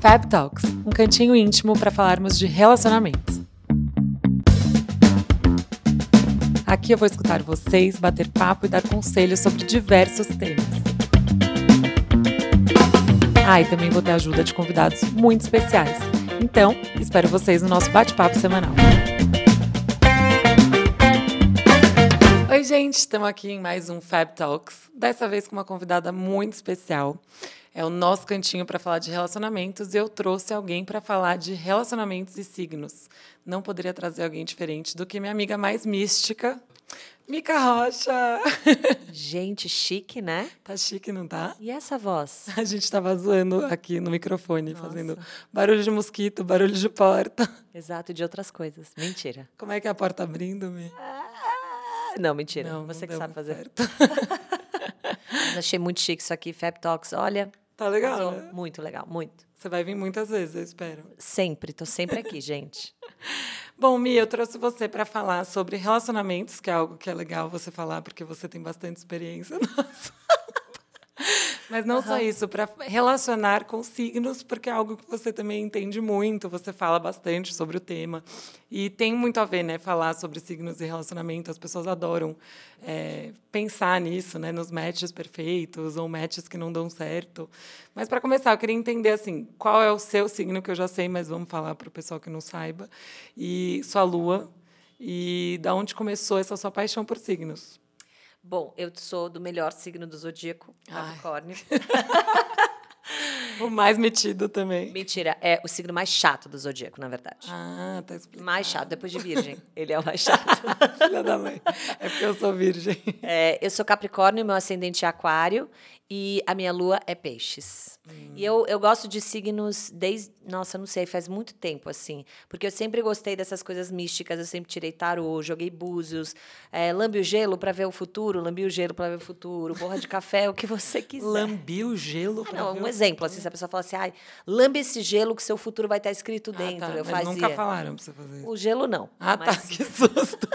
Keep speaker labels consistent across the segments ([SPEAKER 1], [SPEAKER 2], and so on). [SPEAKER 1] Fab Talks, um cantinho íntimo para falarmos de relacionamentos. Aqui eu vou escutar vocês, bater papo e dar conselhos sobre diversos temas. Ah, e também vou ter a ajuda de convidados muito especiais. Então, espero vocês no nosso bate-papo semanal. Oi, gente, estamos aqui em mais um Fab Talks, dessa vez com uma convidada muito especial. É o nosso cantinho para falar de relacionamentos e eu trouxe alguém para falar de relacionamentos e signos. Não poderia trazer alguém diferente do que minha amiga mais mística, Mica Rocha.
[SPEAKER 2] Gente, chique, né?
[SPEAKER 1] Tá chique, não tá?
[SPEAKER 2] E essa voz?
[SPEAKER 1] A gente tava zoando aqui no microfone, fazendo barulho de mosquito, barulho de porta.
[SPEAKER 2] Exato, e de outras coisas. Mentira.
[SPEAKER 1] Como é que é a porta abrindo, Mi?
[SPEAKER 2] Ah, Não, mentira. Você que
[SPEAKER 1] deu
[SPEAKER 2] sabe fazer.
[SPEAKER 1] certo.
[SPEAKER 2] Mas Achei muito chique isso aqui, Fab Talks. Olha,
[SPEAKER 1] Tá legal,
[SPEAKER 2] arrasou.
[SPEAKER 1] né?
[SPEAKER 2] muito legal, muito.
[SPEAKER 1] Você vai vir muitas vezes, eu espero.
[SPEAKER 2] Sempre, tô sempre aqui, gente.
[SPEAKER 1] Bom, Mi, eu trouxe você para falar sobre relacionamentos, que é algo que é legal você falar, porque você tem bastante experiência. né? Nossa. Mas não só isso, para relacionar com signos, porque é algo que você também entende muito, você fala bastante sobre o tema. E tem muito a ver, né? Falar sobre signos e relacionamento, as pessoas adoram é, pensar nisso, né? Nos matches perfeitos ou matches que não dão certo. Mas para começar, eu queria entender, assim, qual é o seu signo, que eu já sei, mas vamos falar para o pessoal que não saiba, e sua lua, e da onde começou essa sua paixão por signos.
[SPEAKER 2] Bom, eu sou do melhor signo do zodíaco, Capricórnio.
[SPEAKER 1] O mais metido também.
[SPEAKER 2] Mentira, é o signo mais chato do zodíaco, na verdade.
[SPEAKER 1] Ah, tá explicado.
[SPEAKER 2] Mais chato, depois de Virgem. Ele é o mais chato.
[SPEAKER 1] Filha da mãe. É porque eu sou virgem.
[SPEAKER 2] É, eu sou Capricórnio, meu ascendente é Aquário e a minha lua é Peixes.
[SPEAKER 1] Hum.
[SPEAKER 2] E eu, eu gosto de signos desde. Nossa, eu não sei, faz muito tempo assim. Porque eu sempre gostei dessas coisas místicas, eu sempre tirei tarô, joguei búzios, é, lambi o gelo para ver o futuro, lambi o gelo para ver o futuro, borra de café, o que você quiser.
[SPEAKER 1] Lambi o gelo
[SPEAKER 2] Ah,
[SPEAKER 1] pra
[SPEAKER 2] não,
[SPEAKER 1] ver
[SPEAKER 2] um
[SPEAKER 1] o-
[SPEAKER 2] exemplo, assim, se a pessoa fala assim, ai, lambe esse gelo que seu futuro vai estar escrito
[SPEAKER 1] Ah,
[SPEAKER 2] dentro.
[SPEAKER 1] tá,
[SPEAKER 2] eu
[SPEAKER 1] mas
[SPEAKER 2] fazia.
[SPEAKER 1] nunca falaram pra você fazer isso.
[SPEAKER 2] O gelo não.
[SPEAKER 1] Ah,
[SPEAKER 2] mas
[SPEAKER 1] tá, que susto.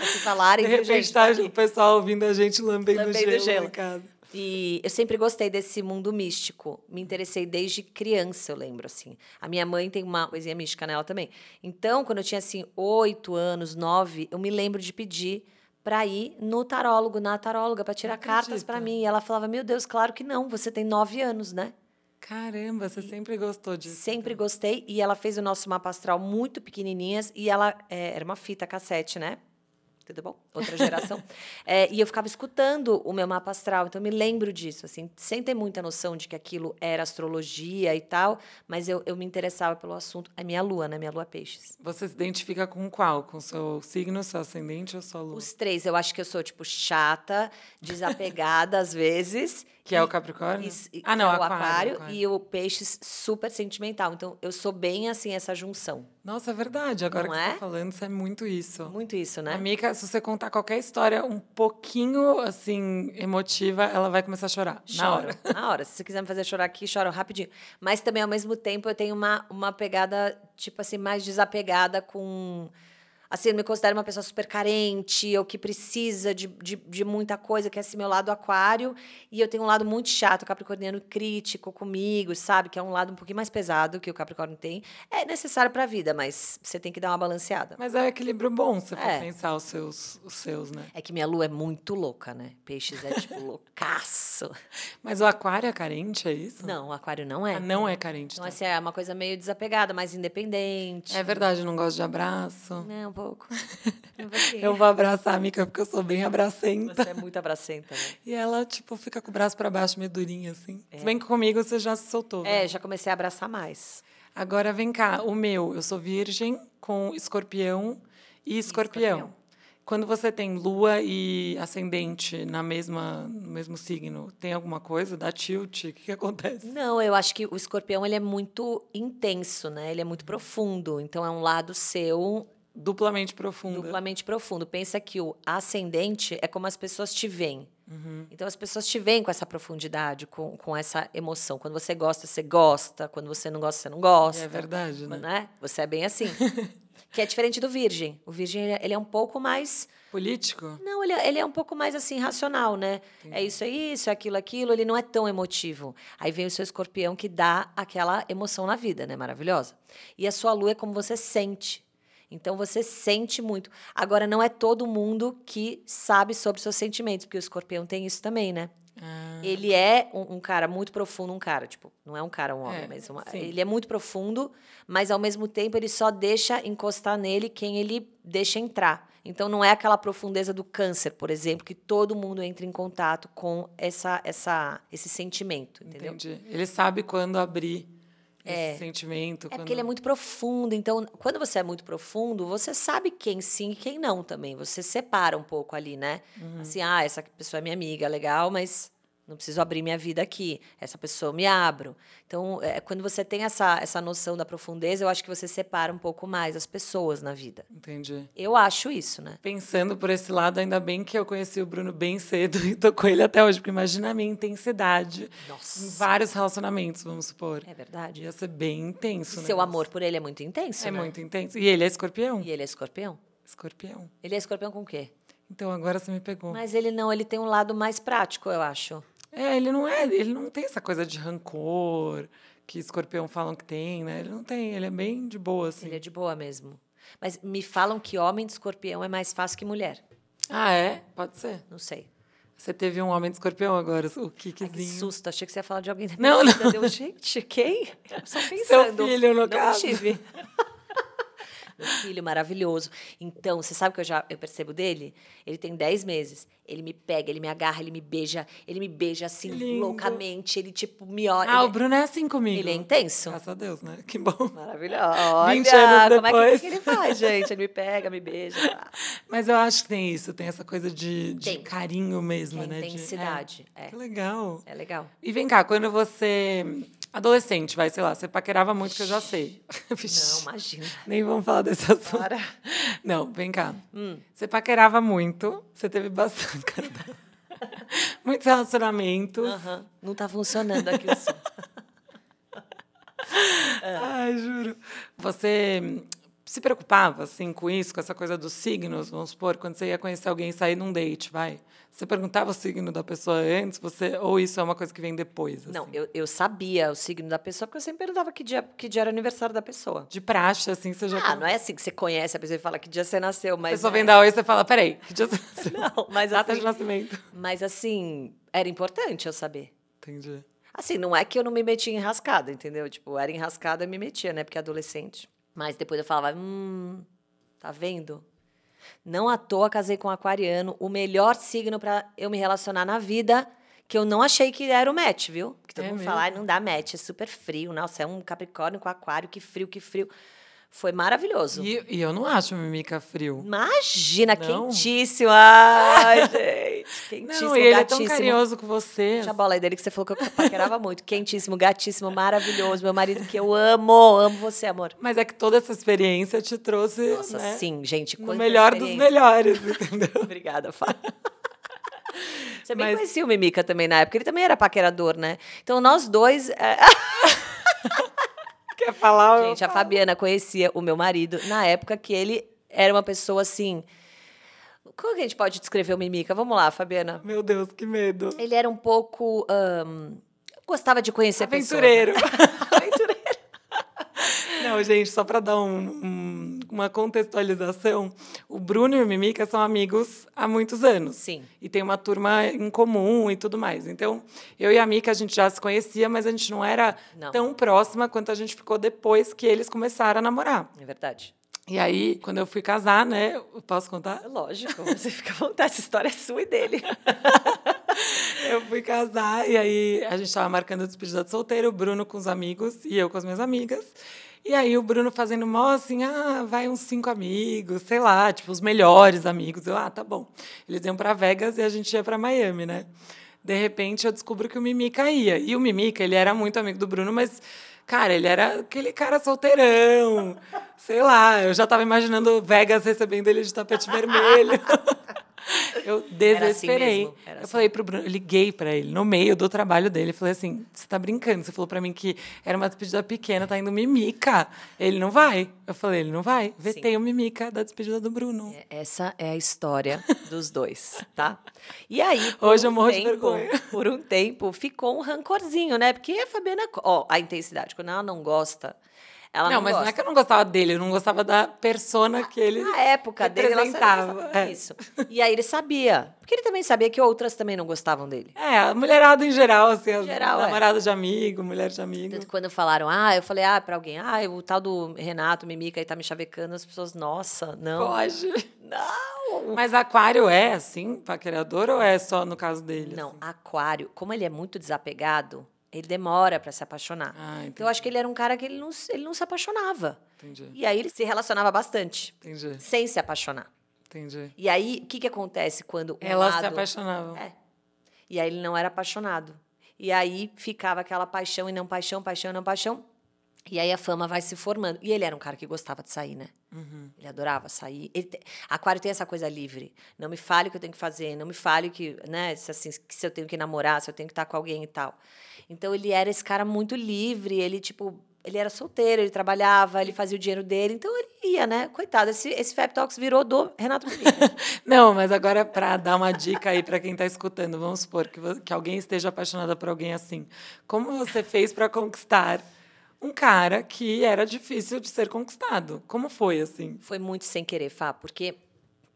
[SPEAKER 2] se falarem,
[SPEAKER 1] De
[SPEAKER 2] viu,
[SPEAKER 1] repente
[SPEAKER 2] gente,
[SPEAKER 1] tá
[SPEAKER 2] aqui.
[SPEAKER 1] o pessoal ouvindo a gente lambendo o
[SPEAKER 2] Lambendo
[SPEAKER 1] gelo,
[SPEAKER 2] gelo.
[SPEAKER 1] na casa.
[SPEAKER 2] E eu sempre gostei desse mundo místico. Me interessei desde criança, eu lembro, assim. A minha mãe tem uma poesia mística nela também. Então, quando eu tinha, assim, oito anos, nove, eu me lembro de pedir para ir no tarólogo, na taróloga, para tirar
[SPEAKER 1] Não
[SPEAKER 2] cartas para
[SPEAKER 1] acredito.
[SPEAKER 2] mim. E ela falava, meu Deus, claro que não, você tem nove anos, né?
[SPEAKER 1] Caramba, você sempre gostou disso. né?
[SPEAKER 2] Sempre gostei. E ela fez o nosso mapa astral muito pequenininhas. E ela é, era uma fita cassete, né? Tudo bom? Outra geração. É, e eu ficava escutando o meu mapa astral. Então, eu me lembro disso, assim. Sem ter muita noção de que aquilo era astrologia e tal. Mas eu, eu me interessava pelo assunto. A minha lua, né? Minha lua peixes.
[SPEAKER 1] Você se identifica com qual? Com seu signo, seu ascendente ou sua lua?
[SPEAKER 2] Os três. Eu acho que eu sou, tipo, chata, desapegada às vezes.
[SPEAKER 1] Que é o
[SPEAKER 2] e-
[SPEAKER 1] Capricórnio?
[SPEAKER 2] Isso, e-
[SPEAKER 1] ah, não,
[SPEAKER 2] é o
[SPEAKER 1] aquário,
[SPEAKER 2] aquário,
[SPEAKER 1] aquário.
[SPEAKER 2] E o peixes super sentimental. Então, eu sou bem, assim, essa junção.
[SPEAKER 1] Nossa, é verdade. Agora
[SPEAKER 2] Não
[SPEAKER 1] que você
[SPEAKER 2] é?
[SPEAKER 1] tá falando, isso é muito isso.
[SPEAKER 2] Muito isso, né?
[SPEAKER 1] A Mica, se você contar qualquer história um pouquinho, assim, emotiva, ela vai começar a chorar. Na
[SPEAKER 2] Choro,
[SPEAKER 1] hora.
[SPEAKER 2] na hora. Se você quiser me fazer chorar aqui, choro rapidinho. Mas também, ao mesmo tempo, eu tenho uma, uma pegada, tipo assim, mais desapegada com. Assim, eu me considero uma pessoa super carente, ou que precisa de, de, de muita coisa, que é esse meu lado aquário. E eu tenho um lado muito chato, capricorniano crítico comigo, sabe? Que é um lado um pouquinho mais pesado que o Capricórnio tem. É necessário pra vida, mas você tem que dar uma balanceada.
[SPEAKER 1] Mas é um equilíbrio bom, se for
[SPEAKER 2] É.
[SPEAKER 1] pensar os seus, os seus, né?
[SPEAKER 2] É que minha lua é muito louca, né? Peixes é tipo loucaço.
[SPEAKER 1] Mas o aquário é carente, é isso?
[SPEAKER 2] Não, aquário não
[SPEAKER 1] Ah,
[SPEAKER 2] é.
[SPEAKER 1] não é carente.
[SPEAKER 2] Então,
[SPEAKER 1] tá.
[SPEAKER 2] assim, é uma coisa meio desapegada, mais independente.
[SPEAKER 1] É verdade, eu não gosto de abraço.
[SPEAKER 2] É, um pouco. É.
[SPEAKER 1] Eu vou abraçar a Mica porque eu sou bem abracenta.
[SPEAKER 2] Você é muito abracenta, né?
[SPEAKER 1] E ela, tipo, fica com o braço pra baixo, meio durinha, assim. Se bem que comigo você já se soltou. né?
[SPEAKER 2] É, já comecei a abraçar mais.
[SPEAKER 1] Agora vem cá, o meu, eu sou virgem com escorpião e escorpião.
[SPEAKER 2] escorpião.
[SPEAKER 1] Quando você tem lua e ascendente na mesma, no mesmo signo, tem alguma coisa? Dá tilt? O que, que acontece?
[SPEAKER 2] Não, eu acho que o escorpião, ele é muito intenso, né? Ele é muito profundo. Então, é um lado seu
[SPEAKER 1] Uhum. Duplamente profunda.
[SPEAKER 2] duplamente profundo. Pensa que o ascendente é como as pessoas te veem.
[SPEAKER 1] Uhum.
[SPEAKER 2] Então, as pessoas te veem com essa profundidade, com, com essa emoção. Quando Hum. você gosta, você gosta. Quando você não gosta, você não gosta.
[SPEAKER 1] É verdade, né?
[SPEAKER 2] né? Você é bem assim. Que é diferente do virgem. O virgem, ele é- ele é um pouco mais...
[SPEAKER 1] Político?
[SPEAKER 2] Não, ele, é- ele é um pouco mais assim, racional, né? É isso, é isso, é aquilo, aquilo. Ele não é tão emotivo. Aí vem o seu escorpião que dá aquela emoção na vida, né? Maravilhosa. E a sua lua é como você sente. Então você sente muito. Agora, não é todo mundo que sabe sobre seus sentimentos, porque o escorpião tem isso também, né?
[SPEAKER 1] Ah,
[SPEAKER 2] Ele é um, um cara muito profundo, um cara, tipo, não é um cara, um homem,
[SPEAKER 1] É,
[SPEAKER 2] mas uma-
[SPEAKER 1] sim.
[SPEAKER 2] ele é muito profundo, mas ao mesmo tempo ele só deixa encostar nele quem ele deixa entrar. Então não é aquela profundeza do câncer, por exemplo, que todo mundo entra em contato com essa, essa, esse sentimento, entendeu?
[SPEAKER 1] entendi. Ele sabe quando abrir
[SPEAKER 2] É.
[SPEAKER 1] esse sentimento.
[SPEAKER 2] É
[SPEAKER 1] quando...
[SPEAKER 2] porque ele é muito profundo, então quando você é muito profundo, você sabe quem sim e quem não também. Você separa um pouco ali, né?
[SPEAKER 1] Uhum.
[SPEAKER 2] Assim, ah, essa pessoa é minha amiga, legal, mas não preciso abrir minha vida aqui. Essa pessoa eu me abro. Então, é, quando você tem essa, essa noção da profundeza, eu acho que você separa um pouco mais as pessoas na vida.
[SPEAKER 1] Entendi.
[SPEAKER 2] Eu acho isso, né?
[SPEAKER 1] Pensando por esse lado, ainda bem que eu conheci o Bruno bem cedo e tô com ele até hoje, porque imagina a minha intensidade em
[SPEAKER 2] Nossa.
[SPEAKER 1] vários relacionamentos, vamos supor.
[SPEAKER 2] É verdade.
[SPEAKER 1] Ia ser bem
[SPEAKER 2] E
[SPEAKER 1] intenso, né?
[SPEAKER 2] seu amor por ele é muito intenso,
[SPEAKER 1] É
[SPEAKER 2] né?
[SPEAKER 1] muito intenso. E ele é escorpião?
[SPEAKER 2] E ele é escorpião?
[SPEAKER 1] Escorpião.
[SPEAKER 2] Ele é escorpião com o quê?
[SPEAKER 1] Então agora você me pegou.
[SPEAKER 2] Mas ele não, ele tem um lado mais prático, eu acho.
[SPEAKER 1] É, ele não é, ele não tem essa coisa de rancor que escorpião falam que tem, né? Ele não tem, ele é bem de boa, assim.
[SPEAKER 2] Ele é de boa mesmo. Mas me falam que homem de escorpião é mais fácil que mulher.
[SPEAKER 1] Ah, é? Pode ser.
[SPEAKER 2] Não sei.
[SPEAKER 1] Você teve um homem de escorpião agora, o
[SPEAKER 2] Ai, que
[SPEAKER 1] Kikzinho.
[SPEAKER 2] susto. Achei que você ia falar de alguém da
[SPEAKER 1] Não,
[SPEAKER 2] minha vida. Deu, gente, quem? Eu só
[SPEAKER 1] Seu
[SPEAKER 2] pensando.
[SPEAKER 1] filho, no
[SPEAKER 2] não
[SPEAKER 1] caso.
[SPEAKER 2] tive. Meu filho maravilhoso. Então, você sabe o que eu já eu percebo dele? Ele tem 10 meses. Ele me pega, ele me agarra, ele me beija. Ele me beija assim,
[SPEAKER 1] Lindo.
[SPEAKER 2] loucamente. Ele, tipo, me olha.
[SPEAKER 1] Ah, o
[SPEAKER 2] ele,
[SPEAKER 1] Bruno é assim comigo.
[SPEAKER 2] ele é intenso.
[SPEAKER 1] Graças a Deus, né? Que bom.
[SPEAKER 2] Maravilhoso. Olha,
[SPEAKER 1] 20 anos
[SPEAKER 2] como é que,
[SPEAKER 1] depois.
[SPEAKER 2] que ele faz, gente? Ele me pega, me beija.
[SPEAKER 1] Mas eu acho que tem isso, tem essa coisa de, de
[SPEAKER 2] Tem.
[SPEAKER 1] carinho mesmo,
[SPEAKER 2] Tem
[SPEAKER 1] né? De-
[SPEAKER 2] intensidade,
[SPEAKER 1] é.
[SPEAKER 2] é.
[SPEAKER 1] Que legal.
[SPEAKER 2] É legal.
[SPEAKER 1] E vem cá, quando você. Adolescente, vai, sei lá, você paquerava muito, que eu já sei.
[SPEAKER 2] Não, imagina.
[SPEAKER 1] Nem vamos falar desse assunto.
[SPEAKER 2] Para.
[SPEAKER 1] Não, vem cá.
[SPEAKER 2] Hum.
[SPEAKER 1] Você paquerava muito, você teve bastante. cara dela. Muitos relacionamentos.
[SPEAKER 2] Aham. Não tá funcionando aqui o som. Ah.
[SPEAKER 1] Ai, juro. Você hum, se preocupava, assim, com isso, com essa coisa dos signos, vamos supor, quando você ia conhecer alguém e sair num date, vai? Você perguntava o signo da pessoa antes, você ou isso é uma coisa que vem depois?
[SPEAKER 2] Não,
[SPEAKER 1] assim?
[SPEAKER 2] eu, eu sabia o signo da pessoa, porque eu sempre perguntava que dia, que dia era o aniversário da pessoa.
[SPEAKER 1] De praxe, assim, você já...
[SPEAKER 2] Ah, não é né? assim que você conhece a pessoa e fala que dia você nasceu,
[SPEAKER 1] A
[SPEAKER 2] mas. é.
[SPEAKER 1] pessoa vem dar oi e você fala, peraí, que dia...
[SPEAKER 2] Não, mas
[SPEAKER 1] Data de
[SPEAKER 2] assim,
[SPEAKER 1] nascimento.
[SPEAKER 2] mas assim, era importante eu saber.
[SPEAKER 1] Entendi.
[SPEAKER 2] Assim, não é que eu não me metia em rascada, entendeu? Tipo, era enrascada, eu me metia, né? Porque é adolescente. Mas depois eu falava, hum, tá vendo? Não à toa casei com um aquariano, o melhor signo pra eu me relacionar na vida, que eu não achei que era o match, viu? Porque todo
[SPEAKER 1] É
[SPEAKER 2] mundo
[SPEAKER 1] mesmo?
[SPEAKER 2] fala, "Ai, não dá match, é super frio. Nossa, é um capricórnio com aquário, que frio, que frio. Foi maravilhoso.
[SPEAKER 1] E, e eu não acho Mimica frio.
[SPEAKER 2] Imagina,
[SPEAKER 1] Não?
[SPEAKER 2] quentíssimo. Ai, gente, quentíssimo,
[SPEAKER 1] Não, e ele é tão
[SPEAKER 2] gatíssimo.
[SPEAKER 1] carinhoso com você.
[SPEAKER 2] Puxa a bola aí dele que você falou que eu paquerava muito. Quentíssimo, gatíssimo, maravilhoso. Meu marido que eu amo. Amo você, amor.
[SPEAKER 1] Mas é que toda essa experiência te trouxe
[SPEAKER 2] Nossa,
[SPEAKER 1] né,
[SPEAKER 2] sim, gente.
[SPEAKER 1] no
[SPEAKER 2] quanta
[SPEAKER 1] melhor dos
[SPEAKER 2] experiência.
[SPEAKER 1] melhores, entendeu?
[SPEAKER 2] Obrigada, Fá. Você bem
[SPEAKER 1] Mas-
[SPEAKER 2] conhecia o Mimica também na época. Ele também era paquerador, né? Então, nós dois... é,
[SPEAKER 1] Quer falar? eu
[SPEAKER 2] Gente, a
[SPEAKER 1] falo.
[SPEAKER 2] Fabiana conhecia o meu marido na época que ele era uma pessoa, assim... Como que a gente pode descrever o Mimica? Vamos lá, Fabiana.
[SPEAKER 1] Meu Deus, que medo.
[SPEAKER 2] Ele era um pouco... ahn, Gostava de conhecer
[SPEAKER 1] Aventureiro.
[SPEAKER 2] É, pessoas. né? Aventureiro.
[SPEAKER 1] Não, gente, só para dar um- um- uma contextualização, o Bruno e o Mimica são amigos há muitos anos.
[SPEAKER 2] Sim.
[SPEAKER 1] E tem uma turma em comum e tudo mais. Então, eu e a Mica, a gente já se conhecia, mas a gente não era
[SPEAKER 2] Não.
[SPEAKER 1] tão próxima quanto a gente ficou depois que eles começaram a namorar.
[SPEAKER 2] É verdade.
[SPEAKER 1] E aí, quando eu fui casar, né? eu Posso contar?
[SPEAKER 2] É Lógico, você fica à vontade, essa história é sua e dele.
[SPEAKER 1] Eu fui casar e aí a gente tava marcando a despedida de solteiro, o Bruno com os amigos e eu com as minhas amigas. E aí o Bruno fazendo mó assim, ah, vai uns cinco amigos, sei lá, tipo, os melhores amigos. Eu, ah, tá bom. Eles iam para Vegas e a gente ia para Miami, né? De repente eu descubro que o Mimica ia. E o Mimica, ele era muito amigo do Bruno, mas, cara, ele era aquele cara solteirão. Sei lá, eu já tava imaginando Vegas recebendo ele de tapete vermelho. Eu
[SPEAKER 2] Era assim
[SPEAKER 1] desesperei.
[SPEAKER 2] mesmo, era
[SPEAKER 1] eu
[SPEAKER 2] assim.
[SPEAKER 1] falei pro Bruno, eu liguei pra ele no meio do trabalho dele. Falei assim: você tá brincando? Você falou pra mim que era uma despedida pequena, tá indo mimica. Ele não vai. Eu falei: ele não vai. Vetei o mimica da despedida do Bruno.
[SPEAKER 2] Essa é a história dos dois, tá? E aí, um
[SPEAKER 1] Hoje eu morro de
[SPEAKER 2] tempo,
[SPEAKER 1] vergonha.
[SPEAKER 2] por um tempo, ficou um rancorzinho, né? Porque a Fabiana, ó, a intensidade, quando ela não gosta, ela não,
[SPEAKER 1] não, mas não é
[SPEAKER 2] gosta. Ah, é.
[SPEAKER 1] que eu não gostava dele, eu não gostava da persona que ele.
[SPEAKER 2] Na época dele, ela
[SPEAKER 1] representava,
[SPEAKER 2] sabia
[SPEAKER 1] é.
[SPEAKER 2] isso. E aí ele sabia. Porque ele também sabia que outras também não gostavam dele.
[SPEAKER 1] É, a mulherada em geral, assim, as
[SPEAKER 2] Geral, é.
[SPEAKER 1] namoradas de amigo, mulher de amigo.
[SPEAKER 2] Tanto que quando falaram, ah, eu falei, ah, pra alguém, ah, o tal do Renato, Mimica, aí tá me chavecando, as pessoas, nossa, não.
[SPEAKER 1] Foge.
[SPEAKER 2] Não!
[SPEAKER 1] Mas aquário é, assim, paquerador ou é só no caso dele?
[SPEAKER 2] Não,
[SPEAKER 1] assim?
[SPEAKER 2] Aquário, como ele é muito desapegado, ele demora pra se apaixonar.
[SPEAKER 1] Ah, entendi.
[SPEAKER 2] Então eu acho que ele era um cara que ele não, se- ele não se apaixonava.
[SPEAKER 1] Entendi,
[SPEAKER 2] E aí ele se relacionava bastante,
[SPEAKER 1] entendi,
[SPEAKER 2] sem se apaixonar.
[SPEAKER 1] entendi.
[SPEAKER 2] E aí, o que, que acontece quando um
[SPEAKER 1] Elas se
[SPEAKER 2] lado-
[SPEAKER 1] apaixonavam.
[SPEAKER 2] É. E aí ele não era apaixonado. E aí ficava aquela paixão e não paixão, paixão e não paixão. E aí a fama vai se formando. E ele era um cara que gostava de sair, né? Ele adorava sair. Ele te- Aquário tem essa coisa livre. Não me fale o que eu tenho que fazer, não me fale que, né, se, assim, que se eu tenho que namorar, se eu tenho que estar com alguém e tal. Então ele era esse cara muito livre, ele tipo, ele era solteiro, ele trabalhava, ele fazia o dinheiro dele, então ele ia, né? Coitado, esse, esse Fab Talks virou do Renato Mimica.
[SPEAKER 1] Não, mas agora para dar uma dica aí para quem está escutando, vamos supor que, vo- que alguém esteja apaixonada por alguém assim. Como você fez para conquistar um cara que era difícil de ser conquistado? Como foi assim?
[SPEAKER 2] Foi muito sem querer, Fá, porque,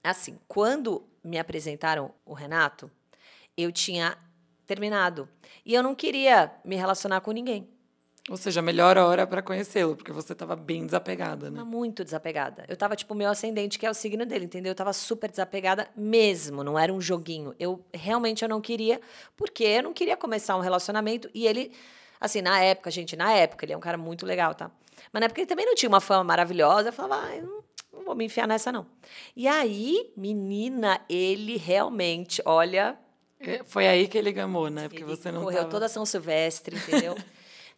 [SPEAKER 2] assim, quando me apresentaram o Renato, eu tinha terminado. E eu não queria me relacionar com ninguém.
[SPEAKER 1] Ou seja, a melhor hora para conhecê-lo, porque você estava bem desapegada, né?
[SPEAKER 2] Mas muito desapegada. Eu tava, tipo, o meu ascendente, que é o signo dele, entendeu? Eu tava super desapegada mesmo, não era um joguinho. Eu realmente eu não queria, porque eu não queria começar um relacionamento. E ele, assim, na época, gente, na época, ele é um cara muito legal, tá? Mas na época ele também não tinha uma fama maravilhosa. Eu falava, ah, eu não, não vou me enfiar nessa, não. E aí, menina, ele realmente, olha,
[SPEAKER 1] É, Foi aí que ele gamou, né? Porque
[SPEAKER 2] ele
[SPEAKER 1] você não
[SPEAKER 2] correu
[SPEAKER 1] tava...
[SPEAKER 2] toda São Silvestre, entendeu?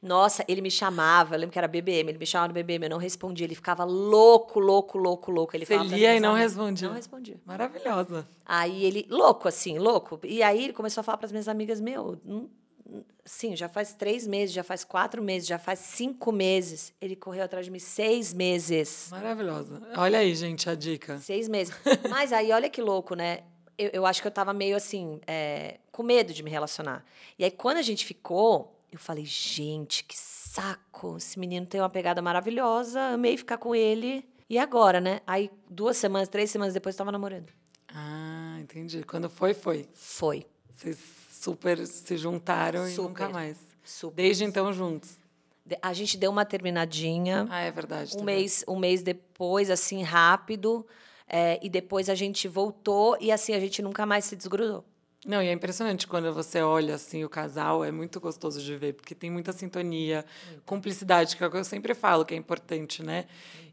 [SPEAKER 2] Nossa, ele me chamava, eu lembro que era BBM, ele me chamava no BBM, eu não respondia, ele ficava louco, louco, louco, louco. Ele
[SPEAKER 1] Você
[SPEAKER 2] falava pras
[SPEAKER 1] lia e
[SPEAKER 2] minhas
[SPEAKER 1] não
[SPEAKER 2] amigas.
[SPEAKER 1] respondia?
[SPEAKER 2] Não respondia.
[SPEAKER 1] maravilhosa.
[SPEAKER 2] Aí ele, louco assim, louco. E aí ele começou a falar para as minhas amigas, meu, hum, hum, sim, já faz três meses, já faz quatro meses, já faz cinco meses. Ele correu atrás de mim seis meses.
[SPEAKER 1] Maravilhosa. Olha aí, gente, a dica.
[SPEAKER 2] Seis meses. Mas aí, olha que louco, né? Eu, eu acho que eu tava meio assim, é, com medo de me relacionar. E aí, quando a gente ficou, eu falei, gente, que saco! Esse menino tem uma pegada maravilhosa, amei ficar com ele. E agora, né? Aí, duas semanas, três semanas depois, eu tava namorando.
[SPEAKER 1] Ah, entendi. Quando foi, foi.
[SPEAKER 2] Foi.
[SPEAKER 1] Vocês super se juntaram e
[SPEAKER 2] Super.
[SPEAKER 1] nunca mais.
[SPEAKER 2] Super.
[SPEAKER 1] Desde então juntos.
[SPEAKER 2] De- A gente deu uma terminadinha.
[SPEAKER 1] Ah, é verdade.
[SPEAKER 2] um
[SPEAKER 1] tá
[SPEAKER 2] mês, um mês depois, assim, rápido. é, e depois a gente voltou e assim, a gente nunca mais se desgrudou.
[SPEAKER 1] Não, e é impressionante quando você olha assim o casal, é muito gostoso de ver, porque tem muita sintonia, cumplicidade, que é o que eu sempre falo que é importante, né?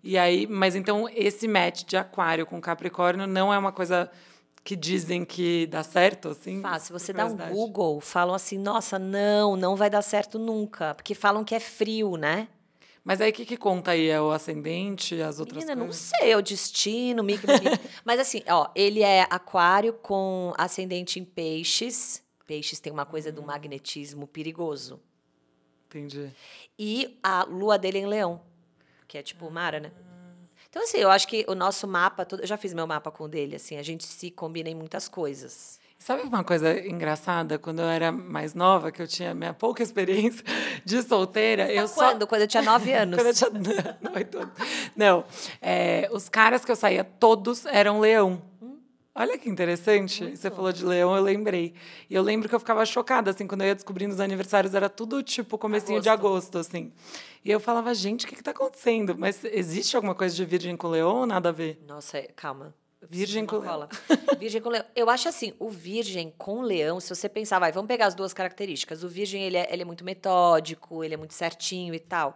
[SPEAKER 1] E aí, mas então esse match de aquário com capricórnio não é uma coisa que dizem que dá certo, assim?
[SPEAKER 2] Fá, se
[SPEAKER 1] Por
[SPEAKER 2] você dá um
[SPEAKER 1] curiosidade.
[SPEAKER 2] Google, falam assim, nossa, não, não vai dar certo nunca. Porque falam que é frio, né?
[SPEAKER 1] Mas aí o que, que conta aí? É o ascendente, as outras
[SPEAKER 2] Menina, não
[SPEAKER 1] coisas?
[SPEAKER 2] sei, é o destino, mic, mic. Mas assim, ó, ele é aquário com ascendente em peixes. Peixes tem uma coisa do
[SPEAKER 1] Uhum.
[SPEAKER 2] magnetismo perigoso.
[SPEAKER 1] Entendi.
[SPEAKER 2] E a lua dele é em leão, que é tipo Mara, né?
[SPEAKER 1] Ah.
[SPEAKER 2] Então, assim, eu acho que o nosso mapa, todo- eu já fiz meu mapa com o dele, assim, a gente se combina em muitas coisas.
[SPEAKER 1] Sabe uma coisa engraçada? Quando eu era mais nova, que eu tinha minha pouca experiência de solteira, eu só
[SPEAKER 2] Então, Quando? Quando eu tinha nove anos.
[SPEAKER 1] Quando eu tinha- Não, oito anos. Não. É, os caras que eu saía, todos eram leão. Olha que interessante. Você falou de leão, eu lembrei. E eu lembro que eu ficava chocada, assim, quando eu ia descobrindo os aniversários, era tudo tipo comecinho de agosto, assim. E eu falava, gente, o que, que tá acontecendo? Mas existe alguma coisa de virgem com leão ou nada a ver?
[SPEAKER 2] Nossa, é- calma. Eu preciso
[SPEAKER 1] Virgem
[SPEAKER 2] de uma
[SPEAKER 1] com leão.
[SPEAKER 2] cola. Virgem com leão. Eu acho assim, o virgem com leão, se você pensar, vai, vamos pegar as duas características. O virgem, ele é, ele é muito metódico, ele é muito certinho e tal.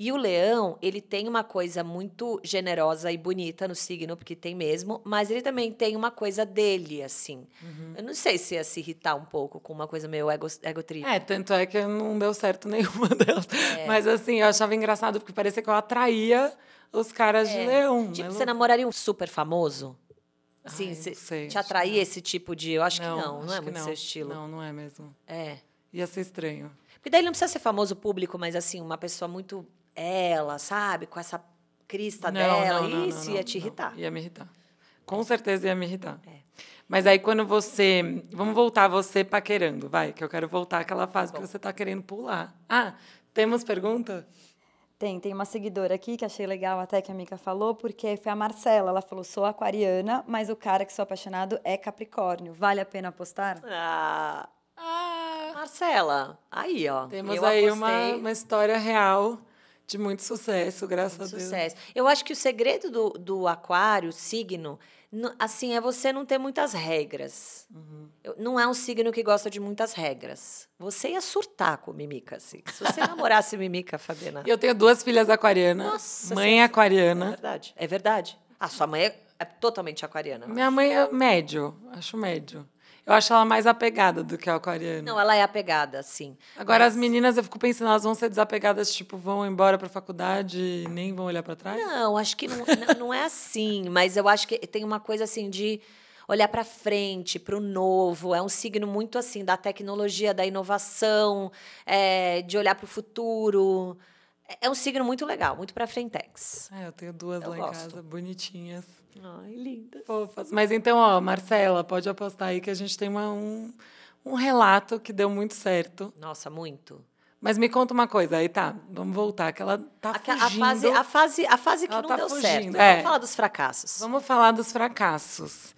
[SPEAKER 2] E o leão, ele tem uma coisa muito generosa e bonita no signo, porque tem mesmo, mas ele também tem uma coisa dele, assim.
[SPEAKER 1] Uhum.
[SPEAKER 2] Eu não sei se ia se irritar um pouco com uma coisa meio ego, egotrip.
[SPEAKER 1] É, tanto é que não deu certo nenhuma delas.
[SPEAKER 2] É.
[SPEAKER 1] Mas assim, eu achava engraçado, porque parecia que eu atraía os caras de leão.
[SPEAKER 2] Tipo,
[SPEAKER 1] mas
[SPEAKER 2] você namoraria um super famoso? Assim,
[SPEAKER 1] Ai,
[SPEAKER 2] se-
[SPEAKER 1] não sei,
[SPEAKER 2] te
[SPEAKER 1] acho que
[SPEAKER 2] atrair esse tipo de. Eu acho que não, não
[SPEAKER 1] acho
[SPEAKER 2] é
[SPEAKER 1] que
[SPEAKER 2] muito seu estilo.
[SPEAKER 1] Não, não é mesmo.
[SPEAKER 2] É.
[SPEAKER 1] Ia ser estranho.
[SPEAKER 2] Porque daí ele não precisa ser famoso público, mas assim, uma pessoa muito ela, sabe? Com essa crista Tá, dela. Isso ia te irritar.
[SPEAKER 1] Ia me irritar. Com certeza ia me irritar.
[SPEAKER 2] É.
[SPEAKER 1] Mas aí quando você. Vamos voltar a você paquerando, vai, que eu quero voltar àquela fase que você tá querendo pular. Ah, temos pergunta?
[SPEAKER 3] Tem, tem uma seguidora aqui que achei legal até que a Mica falou, porque foi a Marcela. Ela falou: sou aquariana, mas o cara que sou apaixonado é Capricórnio. Vale a pena apostar?
[SPEAKER 2] Ah,
[SPEAKER 1] Ah!
[SPEAKER 2] Marcela, aí, ó.
[SPEAKER 1] Temos
[SPEAKER 2] eu
[SPEAKER 1] aí
[SPEAKER 2] apostei
[SPEAKER 1] uma, uma história real de muito sucesso, graças
[SPEAKER 2] muito
[SPEAKER 1] a Deus.
[SPEAKER 2] sucesso. Eu acho que o segredo do, do aquário, signo, n- assim, é você não ter muitas regras.
[SPEAKER 1] Uhum.
[SPEAKER 2] Eu- não é um signo que gosta de muitas regras. Você ia surtar com Mimica, assim. Se você namorasse Mimica, Fabiana.
[SPEAKER 1] E né? Eu tenho duas filhas aquarianas,
[SPEAKER 2] Nossa,
[SPEAKER 1] mãe
[SPEAKER 2] você- É
[SPEAKER 1] aquariana.
[SPEAKER 2] verdade. É verdade. A sua mãe é, é totalmente aquariana.
[SPEAKER 1] Minha mãe é médio, acho médio. Eu acho ela mais apegada do que a aquariana.
[SPEAKER 2] Não, ela é apegada, sim.
[SPEAKER 1] Agora, as meninas, eu fico pensando, elas vão ser desapegadas, tipo, vão embora pra faculdade e nem vão olhar pra trás?
[SPEAKER 2] Não, acho que não, não- não é assim, mas eu acho que tem uma coisa assim de olhar para frente, para o novo. É um signo muito assim da tecnologia, da inovação, é, de olhar para o futuro. É- É um signo muito legal, muito para frentex.
[SPEAKER 1] Ah, eu tenho duas
[SPEAKER 2] Eu
[SPEAKER 1] lá
[SPEAKER 2] gosto.
[SPEAKER 1] em casa, bonitinhas,
[SPEAKER 2] Ai, linda.
[SPEAKER 1] fofas. Mas então, ó, Marcela, pode apostar aí que a gente tem uma- um, um relato que deu muito certo.
[SPEAKER 2] Nossa, muito.
[SPEAKER 1] Mas me conta uma coisa, aí tá, vamos voltar, que ela tá
[SPEAKER 2] Aque- a,
[SPEAKER 1] fugindo.
[SPEAKER 2] fase, a fase, a fase que
[SPEAKER 1] Ela
[SPEAKER 2] não
[SPEAKER 1] tá
[SPEAKER 2] deu
[SPEAKER 1] fugindo,
[SPEAKER 2] certo.
[SPEAKER 1] é.
[SPEAKER 2] Vamos falar dos fracassos.
[SPEAKER 1] Vamos falar dos fracassos.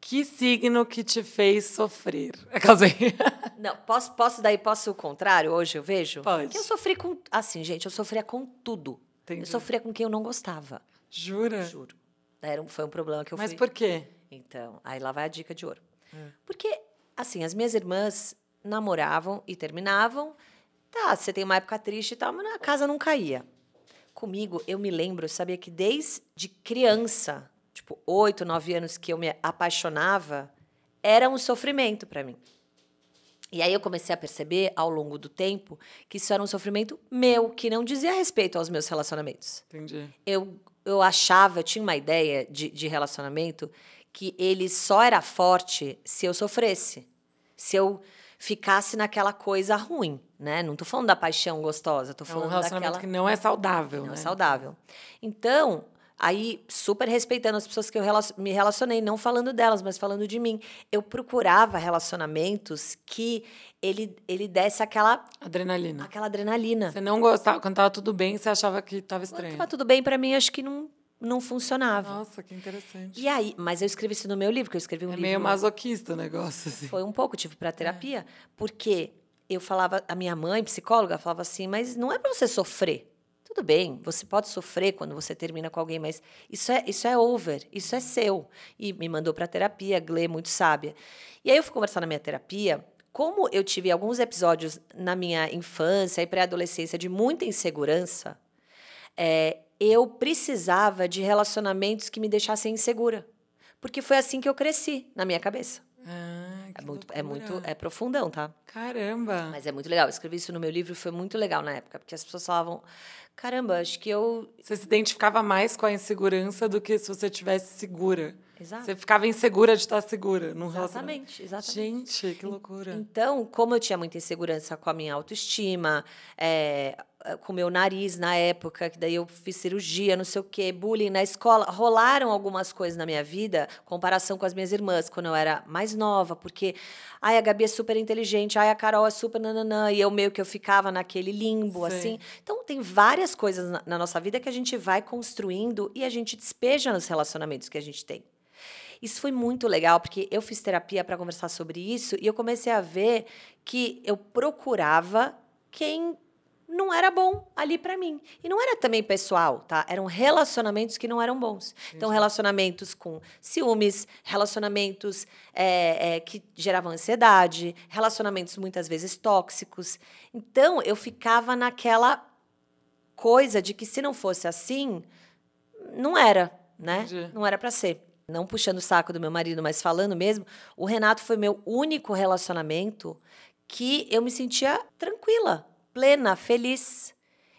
[SPEAKER 1] Que signo que te fez sofrer? Aquelas aí.
[SPEAKER 2] Não, posso, posso daí, posso o contrário hoje, eu vejo?
[SPEAKER 1] Pode.
[SPEAKER 2] Porque eu sofri com. Assim, gente, eu sofria com tudo. Eu
[SPEAKER 1] Entendi.
[SPEAKER 2] sofria com quem eu não gostava,
[SPEAKER 1] Jura?
[SPEAKER 2] juro. Era um, foi um problema que eu
[SPEAKER 1] Mas
[SPEAKER 2] fui.
[SPEAKER 1] por É. quê?
[SPEAKER 2] Então, aí lá vai a dica de ouro. Porque, assim, as minhas irmãs namoravam e terminavam. Tá, você tem uma época triste e tal, mas a casa não caía. Comigo, eu me lembro, sabia que desde criança, tipo, oito, nove anos que eu me apaixonava, era um sofrimento para mim. E aí eu comecei a perceber, ao longo do tempo, que isso era um sofrimento meu, que não dizia respeito aos meus relacionamentos
[SPEAKER 1] Entendi.
[SPEAKER 2] eu, eu achava, eu tinha uma ideia de, de relacionamento que ele só era forte se eu sofresse. Se eu ficasse naquela coisa ruim, né? Não tô falando da paixão gostosa, tô
[SPEAKER 1] É um
[SPEAKER 2] falando
[SPEAKER 1] relacionamento
[SPEAKER 2] daquela
[SPEAKER 1] que não é saudável,
[SPEAKER 2] não
[SPEAKER 1] né?
[SPEAKER 2] é saudável. Então, aí, super respeitando as pessoas que eu relac- me relacionei, não falando delas, mas falando de mim, eu procurava relacionamentos que ele, ele desse aquela,
[SPEAKER 1] Adrenalina.
[SPEAKER 2] aquela adrenalina.
[SPEAKER 1] Você não gostava, quando tava tudo bem, você achava que tava
[SPEAKER 2] Quando
[SPEAKER 1] estranho.
[SPEAKER 2] tava tudo bem para mim, acho que não, não funcionava.
[SPEAKER 1] Nossa, que interessante.
[SPEAKER 2] E aí, mas eu escrevi isso no meu livro, que eu escrevi um
[SPEAKER 1] É
[SPEAKER 2] livro.
[SPEAKER 1] meio masoquista o negócio, assim.
[SPEAKER 2] Foi um pouco, tive para terapia, porque eu falava, a minha mãe, psicóloga, falava assim, mas não é para você sofrer. Tudo bem, você pode sofrer quando você termina com alguém, mas isso é, isso é over, isso é seu. E me mandou para terapia, Glê, muito sábia. E aí eu fui conversar na minha terapia, como eu tive alguns episódios na minha infância e pré-adolescência de muita insegurança, é, eu precisava de relacionamentos que me deixassem insegura. Porque foi assim que eu cresci, na minha cabeça.
[SPEAKER 1] Ah, que
[SPEAKER 2] É muito, é
[SPEAKER 1] loucura.
[SPEAKER 2] muito, é profundão, tá?
[SPEAKER 1] Caramba.
[SPEAKER 2] Mas é muito legal. Eu escrevi isso no meu livro, foi muito legal na época, porque as pessoas falavam, caramba, acho que eu,
[SPEAKER 1] Você se identificava mais com a insegurança do que se você tivesse segura.
[SPEAKER 2] exato,
[SPEAKER 1] Você ficava insegura de estar segura num relacionamento.
[SPEAKER 2] Ah. exatamente, exatamente.
[SPEAKER 1] Gente, que loucura.
[SPEAKER 2] Então, como eu tinha muita insegurança com a minha autoestima, é, com o meu nariz na época, que daí eu fiz cirurgia, não sei o quê, bullying na escola, rolaram algumas coisas na minha vida, comparação com as minhas irmãs, quando eu era mais nova, porque, ai, a Gabi é super inteligente, ai, a Carol é super nananã, e eu meio que eu ficava naquele limbo,
[SPEAKER 1] Sei.
[SPEAKER 2] assim. Então, tem várias coisas na, na nossa vida que a gente vai construindo e a gente despeja nos relacionamentos que a gente tem. Isso foi muito legal, porque eu fiz terapia para conversar sobre isso e eu comecei a ver que eu procurava quem não era bom ali para mim. E não era também pessoal, tá? Eram relacionamentos que não eram bons. Então, relacionamentos com ciúmes, relacionamentos é, é, que geravam ansiedade, relacionamentos muitas vezes tóxicos. Então, eu ficava naquela coisa de que se não fosse assim, não era, né?
[SPEAKER 1] Entendi.
[SPEAKER 2] Não era para ser. Não puxando o saco do meu marido, mas falando mesmo, o Renato foi meu único relacionamento que eu me sentia tranquila, plena, feliz.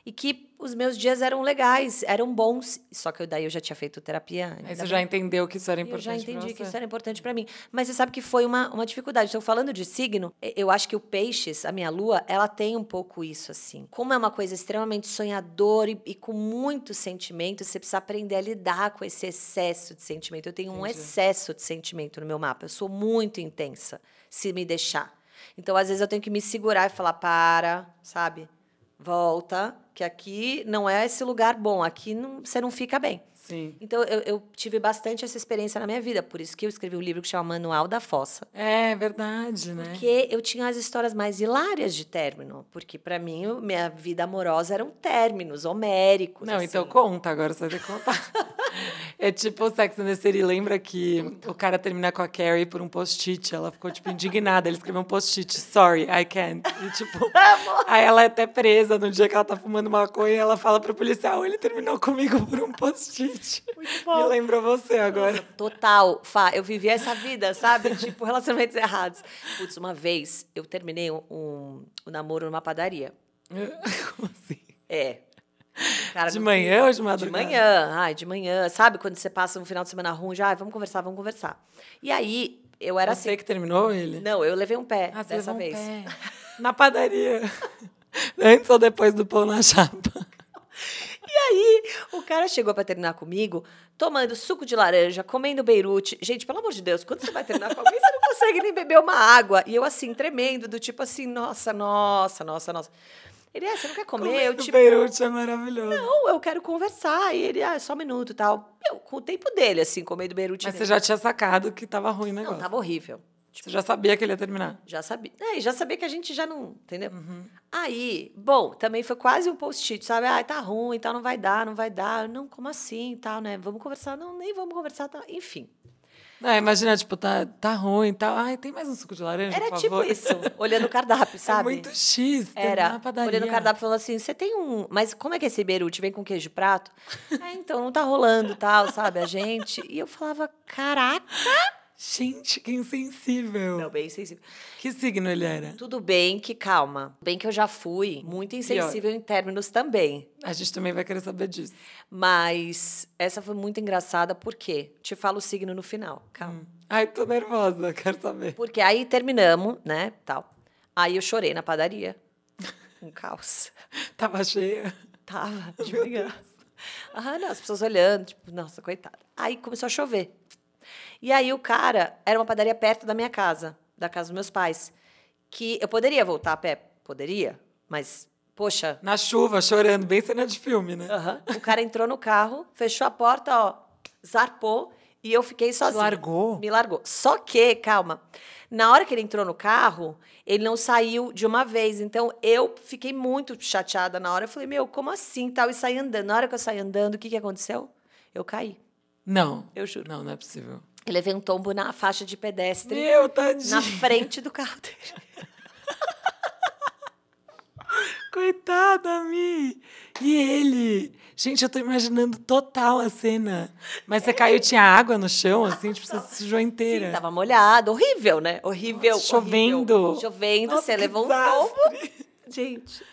[SPEAKER 2] e que os meus dias eram legais, eram bons. Só que eu, daí eu já tinha feito terapia. ainda
[SPEAKER 1] Aí você já entendeu que isso era
[SPEAKER 2] e Eu
[SPEAKER 1] importante
[SPEAKER 2] já
[SPEAKER 1] pra
[SPEAKER 2] entendi que
[SPEAKER 1] você.
[SPEAKER 2] isso é era importante para mim. Mas você sabe que foi uma, uma dificuldade. Então, falando de signo, e- eu acho que o peixes, a minha lua, ela tem um pouco isso, assim. Como é uma coisa extremamente sonhadora e, e com muito sentimento, você precisa aprender a lidar com esse excesso de sentimento. Eu tenho um
[SPEAKER 1] Entendi.
[SPEAKER 2] excesso de sentimento no meu mapa. Eu sou muito intensa, se me deixar. Então, às vezes, eu tenho que me segurar e falar, para, sabe? Volta, que aqui não é esse lugar bom. Aqui não- você não fica bem.
[SPEAKER 1] Sim.
[SPEAKER 2] Então, eu, eu tive bastante essa experiência na minha vida. Por isso que eu escrevi um livro que chama Manual da Fossa.
[SPEAKER 1] É verdade, né?
[SPEAKER 2] Porque eu tinha as histórias mais hilárias de término. Porque, pra mim, o- minha vida amorosa eram términos homéricos.
[SPEAKER 1] Não,
[SPEAKER 2] assim.
[SPEAKER 1] então conta, agora você vai ter que contar. é tipo o Sex and the City, lembra que o cara termina com a Carrie por um post-it, ela ficou, tipo, indignada, ele escreveu um post-it, sorry, I can't. E, tipo, aí ela é até presa no dia que ela tá fumando maconha, e ela fala pro policial, ele terminou comigo por um post-it. Muito bom. Me lembrou você agora.
[SPEAKER 2] Total, Fá, eu vivi essa vida, sabe? tipo, relacionamentos errados. Putz, uma vez eu terminei um, um, um namoro numa padaria.
[SPEAKER 1] Como assim?
[SPEAKER 2] É. O cara
[SPEAKER 1] De
[SPEAKER 2] não
[SPEAKER 1] manhã ou de
[SPEAKER 2] De
[SPEAKER 1] madrugada?
[SPEAKER 2] manhã, ai, de manhã. Sabe quando você passa um final de semana ruim, já, ai, vamos conversar, vamos conversar. E aí, eu era assim.
[SPEAKER 1] Você que terminou ele?
[SPEAKER 2] Não, eu levei um pé
[SPEAKER 1] Ah, você
[SPEAKER 2] dessa
[SPEAKER 1] levou um
[SPEAKER 2] vez.
[SPEAKER 1] pé. Na padaria. Antes ou depois do pão na chapa?
[SPEAKER 2] E aí, o cara chegou pra terminar comigo, tomando suco de laranja, comendo beirute. Gente, pelo amor de Deus, quando você vai terminar com alguém, você não consegue nem beber uma água. E eu assim, tremendo, do tipo assim, nossa, nossa, nossa, nossa. Ele, é, você não quer comer? eu,
[SPEAKER 1] Comendo
[SPEAKER 2] tipo,
[SPEAKER 1] Beirute é maravilhoso.
[SPEAKER 2] não, eu quero conversar. E ele, ah, só um minuto e tal. Eu, com o tempo dele, assim, comendo beirute.
[SPEAKER 1] Mas você
[SPEAKER 2] dele.
[SPEAKER 1] já tinha sacado que tava ruim o negócio.
[SPEAKER 2] Não, tava horrível.
[SPEAKER 1] Você Tipo, já sabia que ele ia terminar.
[SPEAKER 2] Já sabia. É, e já sabia que a gente já não. Entendeu?
[SPEAKER 1] Uhum.
[SPEAKER 2] Aí, bom, também foi quase um post-it, sabe? Ai, tá ruim, tal, não vai dar, não vai dar. Eu, Não, como assim, e tal, né? Vamos conversar. Não, nem vamos conversar, tal. Enfim.
[SPEAKER 1] Não, imagina, tipo, tá, tá ruim e tal. Ai, tem mais um suco de laranja,
[SPEAKER 2] Era
[SPEAKER 1] por
[SPEAKER 2] tipo
[SPEAKER 1] favor?
[SPEAKER 2] isso, olhando o cardápio,
[SPEAKER 1] É
[SPEAKER 2] sabe?
[SPEAKER 1] muito X. terminar
[SPEAKER 2] Era.
[SPEAKER 1] na padaria.
[SPEAKER 2] Olhando o cardápio falando assim: você tem um. Mas como é que é esse beirute? Vem com queijo prato? é, então, não tá rolando, tal, sabe? A gente. E eu falava: caraca.
[SPEAKER 1] Gente, que insensível.
[SPEAKER 2] Não, bem sensível.
[SPEAKER 1] Que signo ele era?
[SPEAKER 2] Tudo bem que, calma. Bem que eu já fui muito insensível em términos também.
[SPEAKER 1] A gente também vai querer saber disso.
[SPEAKER 2] Mas essa foi muito engraçada, por quê? Te falo o signo no final, calma.
[SPEAKER 1] Hum. Ai, tô nervosa, quero saber.
[SPEAKER 2] Porque aí terminamos, né, tal. Aí eu chorei na padaria. Um caos.
[SPEAKER 1] Tava cheia.
[SPEAKER 2] Tava, de manhã. Ah, não, as pessoas olhando, tipo, nossa, coitada. Aí começou a chover. E aí o cara, era uma padaria perto da minha casa, da casa dos meus pais, que eu poderia voltar a pé, poderia, mas, poxa,
[SPEAKER 1] Na chuva, chorando, bem cena de filme, né?
[SPEAKER 2] Aham. O cara entrou no carro, fechou a porta, ó, zarpou e eu fiquei sozinha.
[SPEAKER 1] largou?
[SPEAKER 2] Me largou. Só que, calma, na hora que ele entrou no carro, ele não saiu de uma vez. Então eu fiquei muito chateada na hora. Eu falei, meu, como assim tal? E saí andando. Na hora que eu saí andando, o que, que aconteceu? Eu caí.
[SPEAKER 1] Não.
[SPEAKER 2] Eu juro.
[SPEAKER 1] Não, não é possível.
[SPEAKER 2] Eu levei um tombo na faixa de pedestre
[SPEAKER 1] Meu, tadinho.
[SPEAKER 2] na frente do carro dele.
[SPEAKER 1] Coitada, Mi! E ele? Gente, eu tô imaginando total a cena. Mas você caiu, tinha água no chão, assim, tipo, você se sujou inteira.
[SPEAKER 2] Sim, tava molhado. Horrível, né? Horrível.
[SPEAKER 1] Nossa,
[SPEAKER 2] horrível.
[SPEAKER 1] chovendo.
[SPEAKER 2] Chovendo,
[SPEAKER 1] Nossa,
[SPEAKER 2] você
[SPEAKER 1] que
[SPEAKER 2] levou um
[SPEAKER 1] desastre.
[SPEAKER 2] tombo. Gente.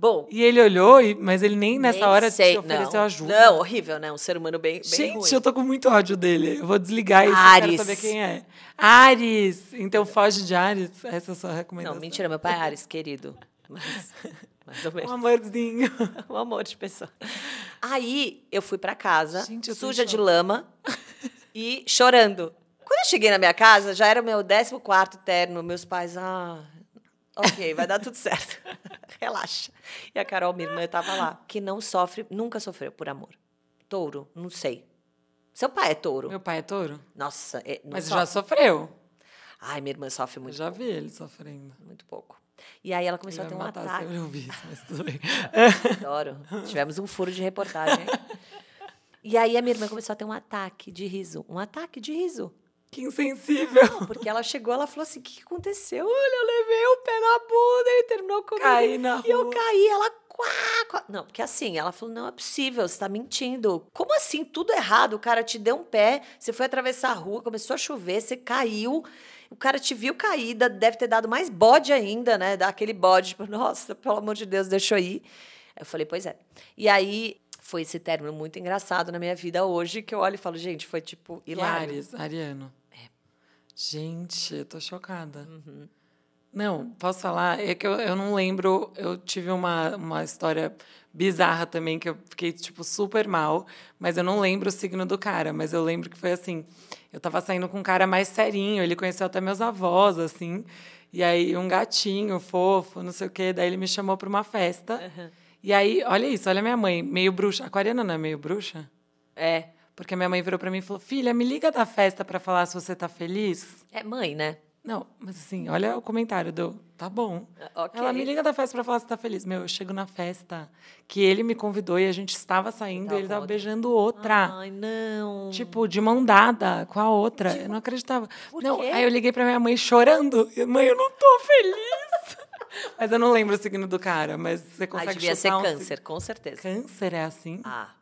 [SPEAKER 2] Bom,
[SPEAKER 1] E ele olhou, e- mas ele nem nessa
[SPEAKER 2] Nem
[SPEAKER 1] hora
[SPEAKER 2] sei,
[SPEAKER 1] te ofereceu
[SPEAKER 2] não.
[SPEAKER 1] ajuda.
[SPEAKER 2] Não, horrível, né? Um ser humano bem, bem
[SPEAKER 1] Gente,
[SPEAKER 2] ruim.
[SPEAKER 1] eu tô com muito ódio dele. Eu vou desligar isso, eu
[SPEAKER 2] Ares.
[SPEAKER 1] quero saber quem é. Ares! Então foge de Ares, essa é a sua recomendação.
[SPEAKER 2] Não, mentira, meu pai é Ares, querido. Mas, mais ou
[SPEAKER 1] Um
[SPEAKER 2] menos.
[SPEAKER 1] amorzinho.
[SPEAKER 2] Um amor de pessoa. Aí, eu fui pra casa,
[SPEAKER 1] Gente, eu tô em
[SPEAKER 2] suja de
[SPEAKER 1] choque.
[SPEAKER 2] lama e chorando. Quando eu cheguei na minha casa, já era o meu 14 terno. Meus pais, ah, ok, vai dar tudo certo. Relaxa. E a Carol, minha irmã, tava lá, que não sofre, nunca sofreu por amor. Touro, não sei. Seu pai é touro.
[SPEAKER 1] Meu pai é touro?
[SPEAKER 2] Nossa, é, não
[SPEAKER 1] Mas
[SPEAKER 2] sofre.
[SPEAKER 1] já sofreu.
[SPEAKER 2] Ai, minha irmã sofre
[SPEAKER 1] Eu
[SPEAKER 2] muito,
[SPEAKER 1] já vi ele sofrendo.
[SPEAKER 2] muito pouco. E aí ela
[SPEAKER 1] Ele
[SPEAKER 2] começou
[SPEAKER 1] vai
[SPEAKER 2] a ter um
[SPEAKER 1] matar se
[SPEAKER 2] ataque.
[SPEAKER 1] eu ouvir isso, mas tudo bem.
[SPEAKER 2] Adoro. Tivemos um furo de reportagem. hein? E aí a minha irmã começou a ter um ataque de riso. Um ataque de riso.
[SPEAKER 1] Que insensível.
[SPEAKER 2] Porque ela chegou, ela falou assim: o que que aconteceu? Olha, eu levei o pé na bunda, ele terminou comigo.
[SPEAKER 1] Caí na
[SPEAKER 2] E eu
[SPEAKER 1] rua.
[SPEAKER 2] caí, ela. Quá, quá. Não, porque assim, ela falou: não é possível, você tá mentindo. Como assim? Tudo errado. O cara te deu um pé, você foi atravessar a rua, começou a chover, você caiu. O cara te viu caída, deve ter dado mais bode ainda, né? Dar aquele bode, tipo, nossa, pelo amor de Deus, deixa eu ir. Eu falei, pois é. E aí foi esse término muito engraçado na minha vida hoje, que eu olho e falo, gente, foi tipo hilário.
[SPEAKER 1] Ares, Ariano. É. Gente, eu tô chocada. Não, posso falar? É que eu, eu não lembro. Eu tive uma, uma história bizarra também, que eu fiquei, tipo, super mal. Mas eu não lembro o signo do cara. Mas eu lembro que foi assim. Eu tava saindo com um cara mais serinho. Ele conheceu até meus avós, assim. E aí, um gatinho fofo, não sei o quê. Daí ele me chamou pra uma festa. E aí, olha isso, olha minha mãe. Meio bruxa. Aquariana não é meio bruxa?
[SPEAKER 2] É.
[SPEAKER 1] Porque minha mãe virou pra mim e falou: Filha, me liga da festa pra falar se você tá feliz.
[SPEAKER 2] É mãe, né?
[SPEAKER 1] Não, mas assim, olha o comentário do. Tá bom.
[SPEAKER 2] Ah, ok.
[SPEAKER 1] Ela me liga da festa pra falar se tá feliz. Meu, eu chego na festa que ele me convidou e a gente estava saindo
[SPEAKER 2] Tava
[SPEAKER 1] e ele tava
[SPEAKER 2] Tá com outra. Ah.
[SPEAKER 1] beijando outra.
[SPEAKER 2] Ai, não.
[SPEAKER 1] Tipo, de mão dada com a outra. eu não acreditava.
[SPEAKER 2] Tipo, por
[SPEAKER 1] não,
[SPEAKER 2] quê?
[SPEAKER 1] aí eu liguei pra minha mãe chorando. E, Mãe, eu não tô feliz. mas eu não lembro o signo do cara, mas você
[SPEAKER 2] Ai,
[SPEAKER 1] consegue
[SPEAKER 2] Ah, devia ser
[SPEAKER 1] chutar um sig-
[SPEAKER 2] câncer, com certeza.
[SPEAKER 1] Câncer é assim?
[SPEAKER 2] Ah.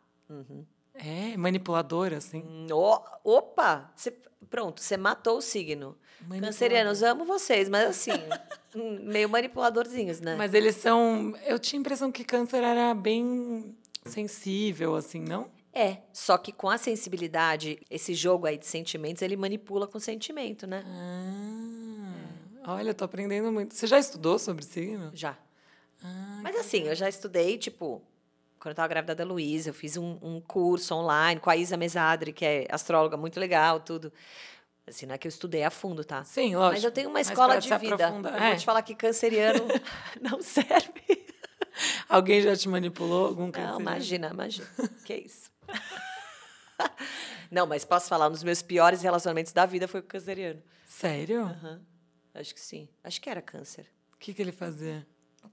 [SPEAKER 1] É, manipulador, assim.
[SPEAKER 2] No- opa! Cê- pronto, você matou o signo.
[SPEAKER 1] Manipulador.
[SPEAKER 2] Cancerianos, amo vocês, mas assim, hum, meio manipuladorzinhos, né?
[SPEAKER 1] Mas eles são. Eu tinha a impressão que câncer era bem sensível, assim, não?
[SPEAKER 2] É, só que com a sensibilidade, esse jogo aí de sentimentos, ele manipula com sentimento, né?
[SPEAKER 1] Ah, olha, eu tô aprendendo muito. Você já estudou sobre signo?
[SPEAKER 2] Já.
[SPEAKER 1] Ah,
[SPEAKER 2] Mas assim, eu já estudei, tipo, quando eu tava grávida da Luísa, eu fiz um, um curso online com a Isa Mesadri, que é astróloga muito legal, tudo. Assim, não é que eu estudei a fundo, tá?
[SPEAKER 1] Sim, lógico.
[SPEAKER 2] Mas eu tenho uma
[SPEAKER 1] Mas
[SPEAKER 2] escola
[SPEAKER 1] pra
[SPEAKER 2] de
[SPEAKER 1] se
[SPEAKER 2] vida.
[SPEAKER 1] aprofundar,
[SPEAKER 2] Eu
[SPEAKER 1] é.
[SPEAKER 2] vou te falar que canceriano não serve. Ah,
[SPEAKER 1] Alguém já te manipulou? Algum
[SPEAKER 2] Não,
[SPEAKER 1] canceriano?
[SPEAKER 2] imagina, imagina. Que isso. Não, mas posso falar, um dos meus piores relacionamentos da vida foi com o canceriano.
[SPEAKER 1] Sério? O
[SPEAKER 2] Aham. Acho que sim. Acho que era câncer.
[SPEAKER 1] que, que ele fazia?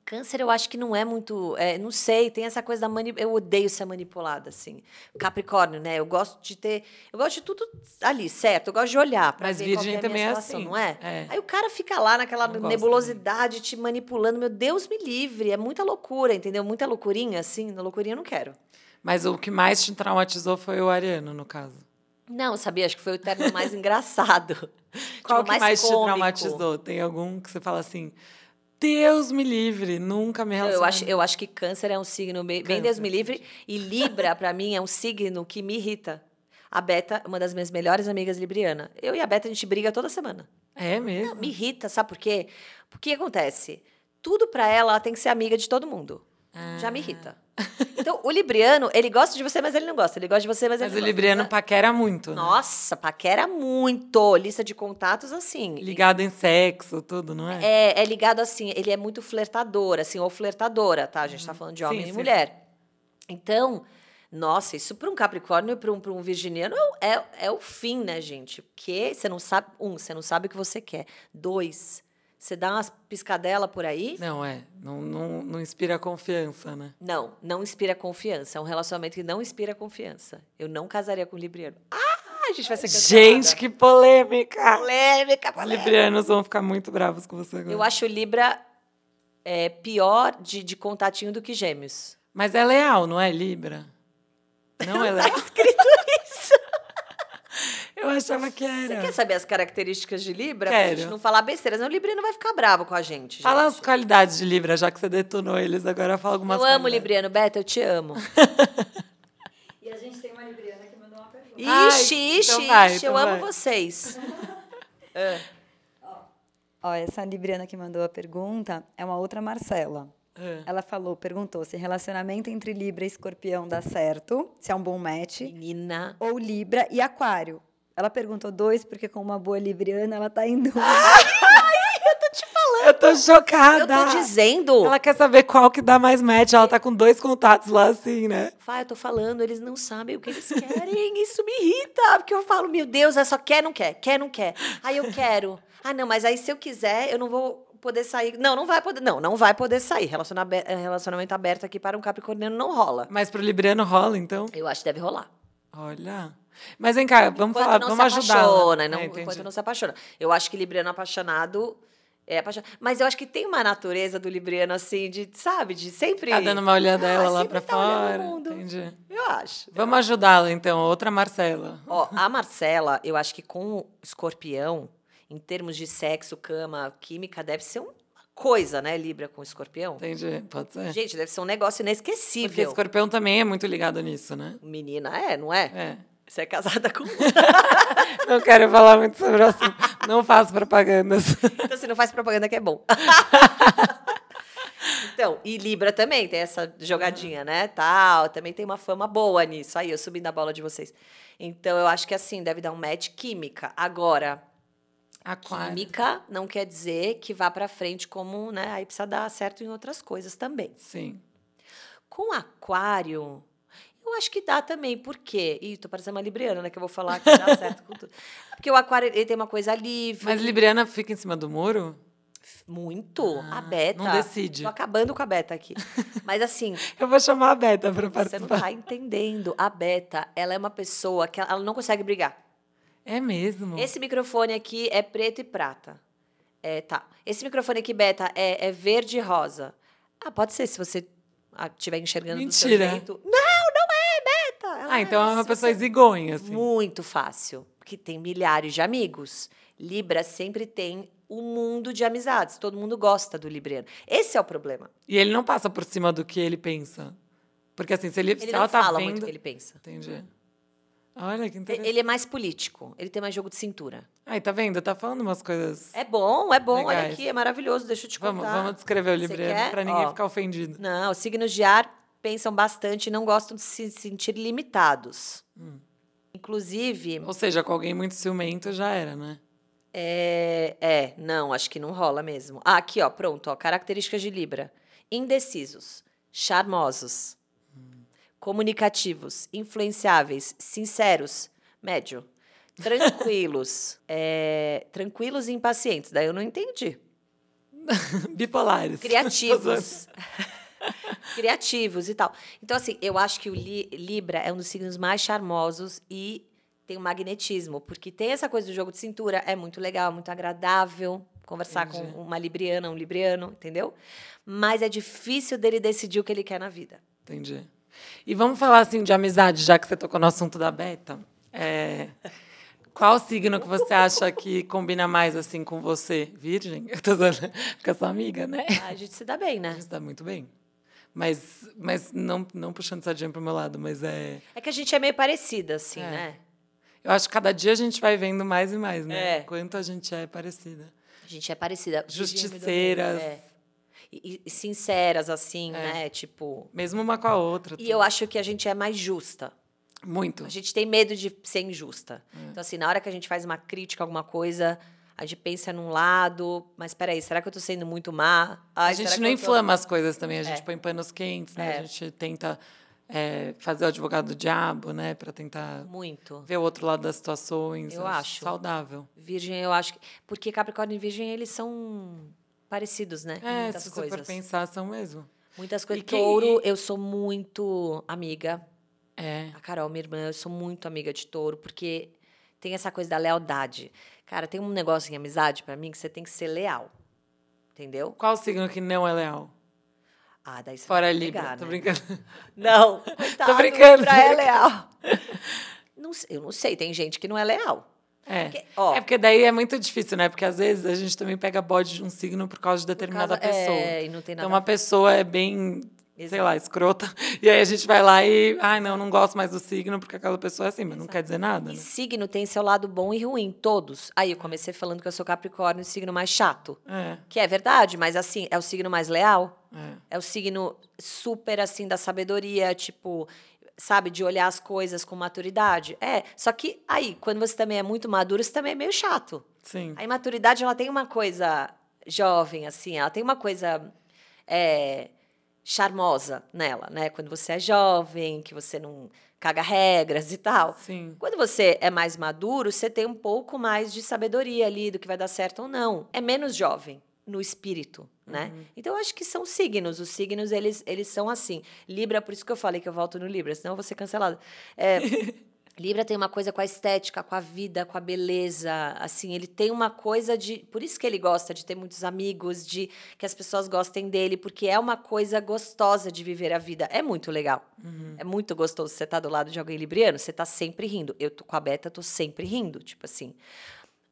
[SPEAKER 2] Câncer eu acho que não é muito. é, não sei, tem essa coisa da mani Eu odeio ser manipulada, assim. Capricórnio, né? Eu gosto de ter. Eu gosto de tudo ali, certo? Eu gosto de olhar pra
[SPEAKER 1] Mas
[SPEAKER 2] ver qual que
[SPEAKER 1] virgem
[SPEAKER 2] é a minha
[SPEAKER 1] também é
[SPEAKER 2] situação,
[SPEAKER 1] assim.
[SPEAKER 2] não é?
[SPEAKER 1] É.
[SPEAKER 2] Aí o cara fica lá naquela
[SPEAKER 1] Não gosto
[SPEAKER 2] nebulosidade te manipulando. Meu Deus, me livre. É muita loucura, entendeu? Muita loucurinha, assim. Na loucurinha eu não quero.
[SPEAKER 1] Mas o que mais te traumatizou foi o Ariano, no caso.
[SPEAKER 2] Não, sabia? Acho que foi o término mais engraçado.
[SPEAKER 1] Qual
[SPEAKER 2] Tipo,
[SPEAKER 1] que mais te
[SPEAKER 2] cômico.
[SPEAKER 1] traumatizou? Tem algum que você fala assim, Deus me livre, nunca me
[SPEAKER 2] Não,
[SPEAKER 1] relacionei.
[SPEAKER 2] Eu acho, eu acho que câncer é um signo bem, bem Deus me livre. E Libra, pra mim, é um signo que me irrita. A Beta, uma das minhas melhores amigas libriana. Eu e a Beta, a gente briga toda semana.
[SPEAKER 1] É mesmo?
[SPEAKER 2] Me irrita, sabe por quê? Porque acontece? Tudo pra ela, ela tem que ser amiga de todo mundo. Já me irrita.
[SPEAKER 1] Ah.
[SPEAKER 2] Então, o Libriano, ele gosta de você, mas ele não gosta. Ele gosta de você, mas,
[SPEAKER 1] Mas
[SPEAKER 2] assim, ele não
[SPEAKER 1] o
[SPEAKER 2] gosta.
[SPEAKER 1] Libriano paquera muito, né?
[SPEAKER 2] Nossa, paquera muito. Lista de contatos, assim.
[SPEAKER 1] Ligado em sexo, tudo, não é?
[SPEAKER 2] É, é ligado assim, ele é muito flertador, assim, ou flertadora, tá? A gente tá falando de homem
[SPEAKER 1] Uhum. Sim,
[SPEAKER 2] e
[SPEAKER 1] sim.
[SPEAKER 2] mulher. Então, nossa, isso pra um capricórnio e pra um, pra um virginiano é o- é, é o fim, né, gente? Porque você não sabe, um, você não sabe o que você quer. Dois, você dá umas piscadela por aí,
[SPEAKER 1] Não, é. Não, não, não inspira confiança, né?
[SPEAKER 2] não, não inspira confiança. É um relacionamento que não inspira confiança. Eu não casaria com um libriano. Ah, a gente vai ser cancelada.
[SPEAKER 1] Gente, que polêmica!
[SPEAKER 2] polêmica,
[SPEAKER 1] Os
[SPEAKER 2] polêmica.
[SPEAKER 1] librianos vão ficar muito bravos com você agora.
[SPEAKER 2] Eu acho Libra é, pior de, de contatinho do que Gêmeos.
[SPEAKER 1] Mas é leal, não é Libra? Não é leal?
[SPEAKER 2] Tá escrito isso.
[SPEAKER 1] Eu achava que
[SPEAKER 2] Você
[SPEAKER 1] era.
[SPEAKER 2] quer saber as características de Libra? Pra
[SPEAKER 1] Né. Quero.
[SPEAKER 2] gente não falar besteira, senão o Librino vai ficar bravo com a gente. gente.
[SPEAKER 1] Fala as qualidades de Libra, já que você detonou eles, agora fala algumas
[SPEAKER 2] eu amo o
[SPEAKER 1] qualidades.
[SPEAKER 2] Libriano, Beto, eu te amo.
[SPEAKER 3] E a gente tem uma Libriana que mandou uma pergunta.
[SPEAKER 2] Ixi,
[SPEAKER 1] Ai,
[SPEAKER 2] ixi,
[SPEAKER 1] então vai,
[SPEAKER 2] ixi,
[SPEAKER 1] então
[SPEAKER 2] eu amo
[SPEAKER 1] vai.
[SPEAKER 2] vocês.
[SPEAKER 3] Ó, essa Libriana que mandou a pergunta é uma outra Marcela.
[SPEAKER 1] É.
[SPEAKER 3] Ela falou, perguntou se relacionamento entre Libra e Escorpião dá certo, se é um bom match,
[SPEAKER 2] Menina.
[SPEAKER 3] ou Libra e Aquário. Ela perguntou dois, porque com uma boa Libriana ela tá em dúvida.
[SPEAKER 1] É. Eu tô
[SPEAKER 2] Eu
[SPEAKER 1] chocada!
[SPEAKER 2] tô dizendo.
[SPEAKER 1] Ah, Ela quer saber qual que dá mais match. Ela tá com dois contatos lá, assim, né?
[SPEAKER 2] Vai, eu tô falando, eles não sabem o que eles querem. Isso me irrita. Porque eu falo, meu Deus, é só quer, não quer, quer, não quer. Aí eu quero. Ah, não, mas aí se eu quiser, eu não vou poder sair. Não, não vai poder. Não, não vai poder sair. Relaciona- eh, Relacionamento aberto aqui para um capricorniano não rola.
[SPEAKER 1] Mas pro Libriano rola, então?
[SPEAKER 2] Eu acho que deve rolar.
[SPEAKER 1] Olha. Mas vem cá, vamos
[SPEAKER 2] Enquanto
[SPEAKER 1] falar,
[SPEAKER 2] não
[SPEAKER 1] vamos
[SPEAKER 2] se
[SPEAKER 1] ajudar.
[SPEAKER 2] apaixona,
[SPEAKER 1] É,
[SPEAKER 2] não,
[SPEAKER 1] entendi.
[SPEAKER 2] enquanto não se apaixona. Eu acho que Libriano apaixonado é apaixonado. Mas eu acho que tem uma natureza do Libriano, assim, de, sabe, de sempre.
[SPEAKER 1] Ficar Tá dando uma olhada
[SPEAKER 2] Ah,
[SPEAKER 1] ela lá
[SPEAKER 2] sempre
[SPEAKER 1] pra
[SPEAKER 2] tá olhando
[SPEAKER 1] fora.
[SPEAKER 2] o mundo.
[SPEAKER 1] Entendi.
[SPEAKER 2] Eu acho.
[SPEAKER 1] Vamos ajudá-la, então. Outra Marcela.
[SPEAKER 2] Ó, a Marcela, eu acho que com o escorpião, em termos de sexo, cama, química, deve ser uma coisa, né? Libra com escorpião.
[SPEAKER 1] Entendi, pode ser.
[SPEAKER 2] Gente, deve ser um negócio
[SPEAKER 1] É. Porque
[SPEAKER 2] inesquecível.
[SPEAKER 1] escorpião também é muito ligado nisso, né?
[SPEAKER 2] Menina, é, não é?
[SPEAKER 1] É.
[SPEAKER 2] Você é casada com.
[SPEAKER 1] Não quero falar muito sobre o assunto. Não faço propagandas.
[SPEAKER 2] Então, se não faz propaganda, que é bom. então, e Libra também tem essa jogadinha, né? Tal, também tem uma fama boa nisso. Aí, eu subi na bola de vocês. Então, eu acho que assim, deve dar um match química. Agora,
[SPEAKER 1] Aquário.
[SPEAKER 2] química não quer dizer que vá pra frente como, né? Aí precisa dar certo em outras coisas também.
[SPEAKER 1] Sim.
[SPEAKER 2] Com aquário, eu acho que dá também. Por quê? Ih, tô parecendo uma libriana, né? Que eu vou falar que dá certo com tudo. Porque o aquário, ele tem uma coisa livre.
[SPEAKER 1] Mas Libriana fica em cima do muro?
[SPEAKER 2] Muito.
[SPEAKER 1] Ah,
[SPEAKER 2] a Beta.
[SPEAKER 1] não decide.
[SPEAKER 2] Tô acabando com a Beta aqui. Mas assim,
[SPEAKER 1] Eu vou chamar a Beta pra
[SPEAKER 2] você não
[SPEAKER 1] participar.
[SPEAKER 2] tá entendendo. A Beta, ela é uma pessoa que ela, ela não consegue brigar.
[SPEAKER 1] É mesmo?
[SPEAKER 2] Esse microfone aqui é preto e prata. É, tá. Esse microfone aqui, Beta, é, é verde e rosa. Ah, pode ser se você estiver enxergando do
[SPEAKER 1] Mentira.
[SPEAKER 2] seu jeito. Não, não é, Beta! Ela
[SPEAKER 1] Ah, então é uma
[SPEAKER 2] se
[SPEAKER 1] pessoa
[SPEAKER 2] você-
[SPEAKER 1] zigonha, assim.
[SPEAKER 2] Muito fácil, porque tem milhares de amigos. Libra sempre tem um mundo de amizades. Todo mundo gosta do Libriano. Esse é o problema.
[SPEAKER 1] E ele não passa por cima do que ele pensa. Porque assim, se ele, se
[SPEAKER 2] Ele
[SPEAKER 1] ela
[SPEAKER 2] não
[SPEAKER 1] tá
[SPEAKER 2] fala
[SPEAKER 1] vendo...
[SPEAKER 2] muito o que ele pensa.
[SPEAKER 1] Entendi. Olha que interessante.
[SPEAKER 2] Ele é mais político, ele tem mais jogo de cintura.
[SPEAKER 1] Aí, tá vendo? Tá falando umas coisas...
[SPEAKER 2] É bom, é bom, olha
[SPEAKER 1] Legais.
[SPEAKER 2] aqui, é maravilhoso, deixa eu te
[SPEAKER 1] Vamos,
[SPEAKER 2] contar.
[SPEAKER 1] vamos descrever o
[SPEAKER 2] Você
[SPEAKER 1] Libriano
[SPEAKER 2] quer?
[SPEAKER 1] pra ninguém
[SPEAKER 2] Ó.
[SPEAKER 1] ficar ofendido.
[SPEAKER 2] Não, os signos de ar pensam bastante e não gostam de se sentir limitados. Inclusive,
[SPEAKER 1] Ou seja, com alguém muito ciumento já era, né?
[SPEAKER 2] É, é, não, acho que não rola mesmo. Ah, aqui, ó, pronto, ó, características de Libra. Indecisos, charmosos, Hum. comunicativos, influenciáveis, sinceros, médio, tranquilos, é, tranquilos e impacientes. Daí eu não entendi.
[SPEAKER 1] Bipolares.
[SPEAKER 2] Criativos. Criativos e tal. Então, assim, eu acho que o Li- Libra é um dos signos mais charmosos e tem um magnetismo, porque tem essa coisa do jogo de cintura, é muito legal, é muito agradável conversar
[SPEAKER 1] Entendi.
[SPEAKER 2] com uma libriana, um libriano, entendeu? Mas é difícil dele decidir o que ele quer na vida.
[SPEAKER 1] Entendi. E vamos falar assim de amizade, já que você tocou no assunto da Beta. É, Qual signo que você acha que combina mais assim com você? Virgem? Eu tô zoando, porque eu sou amiga, né?
[SPEAKER 2] A gente se dá bem,
[SPEAKER 1] A
[SPEAKER 2] né?
[SPEAKER 1] gente tá muito bem. Mas, mas não, não puxando sardinha pro meu lado, mas é.
[SPEAKER 2] É que a gente é meio parecida, assim,
[SPEAKER 1] É.
[SPEAKER 2] né?
[SPEAKER 1] Eu acho que cada dia a gente vai vendo mais e mais, né?
[SPEAKER 2] É.
[SPEAKER 1] Quanto a gente é parecida.
[SPEAKER 2] A gente é parecida.
[SPEAKER 1] Justiceiras. É.
[SPEAKER 2] É. E, e sinceras, assim, né? Tipo.
[SPEAKER 1] Mesmo uma com a outra.
[SPEAKER 2] E eu acho que a gente é mais justa.
[SPEAKER 1] Muito.
[SPEAKER 2] A gente tem medo de ser injusta.
[SPEAKER 1] É.
[SPEAKER 2] Então, assim, na hora que a gente faz uma crítica, alguma coisa, a gente pensa num lado, mas peraí, será que eu tô sendo muito má? Ai,
[SPEAKER 1] a gente
[SPEAKER 2] será
[SPEAKER 1] não
[SPEAKER 2] que eu tô-
[SPEAKER 1] inflama as coisas também, a gente põe panos quentes, né?
[SPEAKER 2] É.
[SPEAKER 1] A gente tenta é, fazer o advogado do diabo, né? Pra tentar
[SPEAKER 2] Muito.
[SPEAKER 1] ver o outro lado das situações. É
[SPEAKER 2] Eu acho.
[SPEAKER 1] Saudável.
[SPEAKER 2] Virgem, eu acho que. Porque Capricórnio e Virgem, eles são parecidos, né? Em
[SPEAKER 1] É,
[SPEAKER 2] muitas
[SPEAKER 1] se você
[SPEAKER 2] coisas.
[SPEAKER 1] for pensar, são mesmo.
[SPEAKER 2] Muitas coisas.
[SPEAKER 1] E quem-
[SPEAKER 2] Touro, eu sou muito amiga.
[SPEAKER 1] É.
[SPEAKER 2] A Carol, minha irmã, eu sou muito amiga de touro, porque tem essa coisa da lealdade. Cara, tem um negócio em amizade pra mim que você tem que ser leal. Entendeu?
[SPEAKER 1] Qual o signo que não é leal?
[SPEAKER 2] Ah, daí você
[SPEAKER 1] Fora
[SPEAKER 2] vai
[SPEAKER 1] Libra.
[SPEAKER 2] pegar,
[SPEAKER 1] Tô
[SPEAKER 2] né?
[SPEAKER 1] brincando.
[SPEAKER 2] Não, coitado,
[SPEAKER 1] Tô brincando,
[SPEAKER 2] Libra
[SPEAKER 1] tô
[SPEAKER 2] é
[SPEAKER 1] brincando.
[SPEAKER 2] leal. Não sei, eu não sei, tem gente que não é leal.
[SPEAKER 1] É.
[SPEAKER 2] Porque, ó,
[SPEAKER 1] É porque daí é muito difícil, né? Porque às vezes a gente também pega bode de um signo por causa de determinada
[SPEAKER 2] por causa-
[SPEAKER 1] pessoa.
[SPEAKER 2] É, e não tem nada.
[SPEAKER 1] Então uma pessoa é bem, sei
[SPEAKER 2] Exato.
[SPEAKER 1] lá, escrota. E aí a gente vai lá e, ai, não, não gosto mais do signo porque aquela pessoa é assim, mas não quer dizer nada.
[SPEAKER 2] E
[SPEAKER 1] Né?
[SPEAKER 2] signo tem seu lado bom e ruim, todos. Aí eu comecei falando que eu sou Capricórnio, o signo mais chato.
[SPEAKER 1] É,
[SPEAKER 2] Que é verdade, mas assim, é o signo mais leal.
[SPEAKER 1] é.
[SPEAKER 2] É o signo super assim da sabedoria, tipo, sabe, de olhar as coisas com maturidade. É, só que aí, quando você também é muito maduro, você também é meio chato.
[SPEAKER 1] Sim.
[SPEAKER 2] A imaturidade, ela tem uma coisa jovem, assim, ela tem uma coisa é, charmosa nela, né? Quando você é jovem, que você não caga regras e tal.
[SPEAKER 1] Sim.
[SPEAKER 2] Quando você é mais maduro, você tem um pouco mais de sabedoria ali do que vai dar certo ou não. É menos jovem no espírito, né? Então eu acho que são signos. Os signos eles, eles são assim. Libra, por isso que eu falei que eu volto no Libra, senão eu vou ser cancelada. É, Libra tem uma coisa com a estética, com a vida, com a beleza, assim, ele tem uma coisa de, por isso que ele gosta de ter muitos amigos, de que as pessoas gostem dele, porque é uma coisa gostosa de viver a vida. É muito legal. É muito gostoso tá você estar do lado de alguém libriano, você tá sempre rindo. Eu tô com a Beta, tô sempre rindo, tipo assim.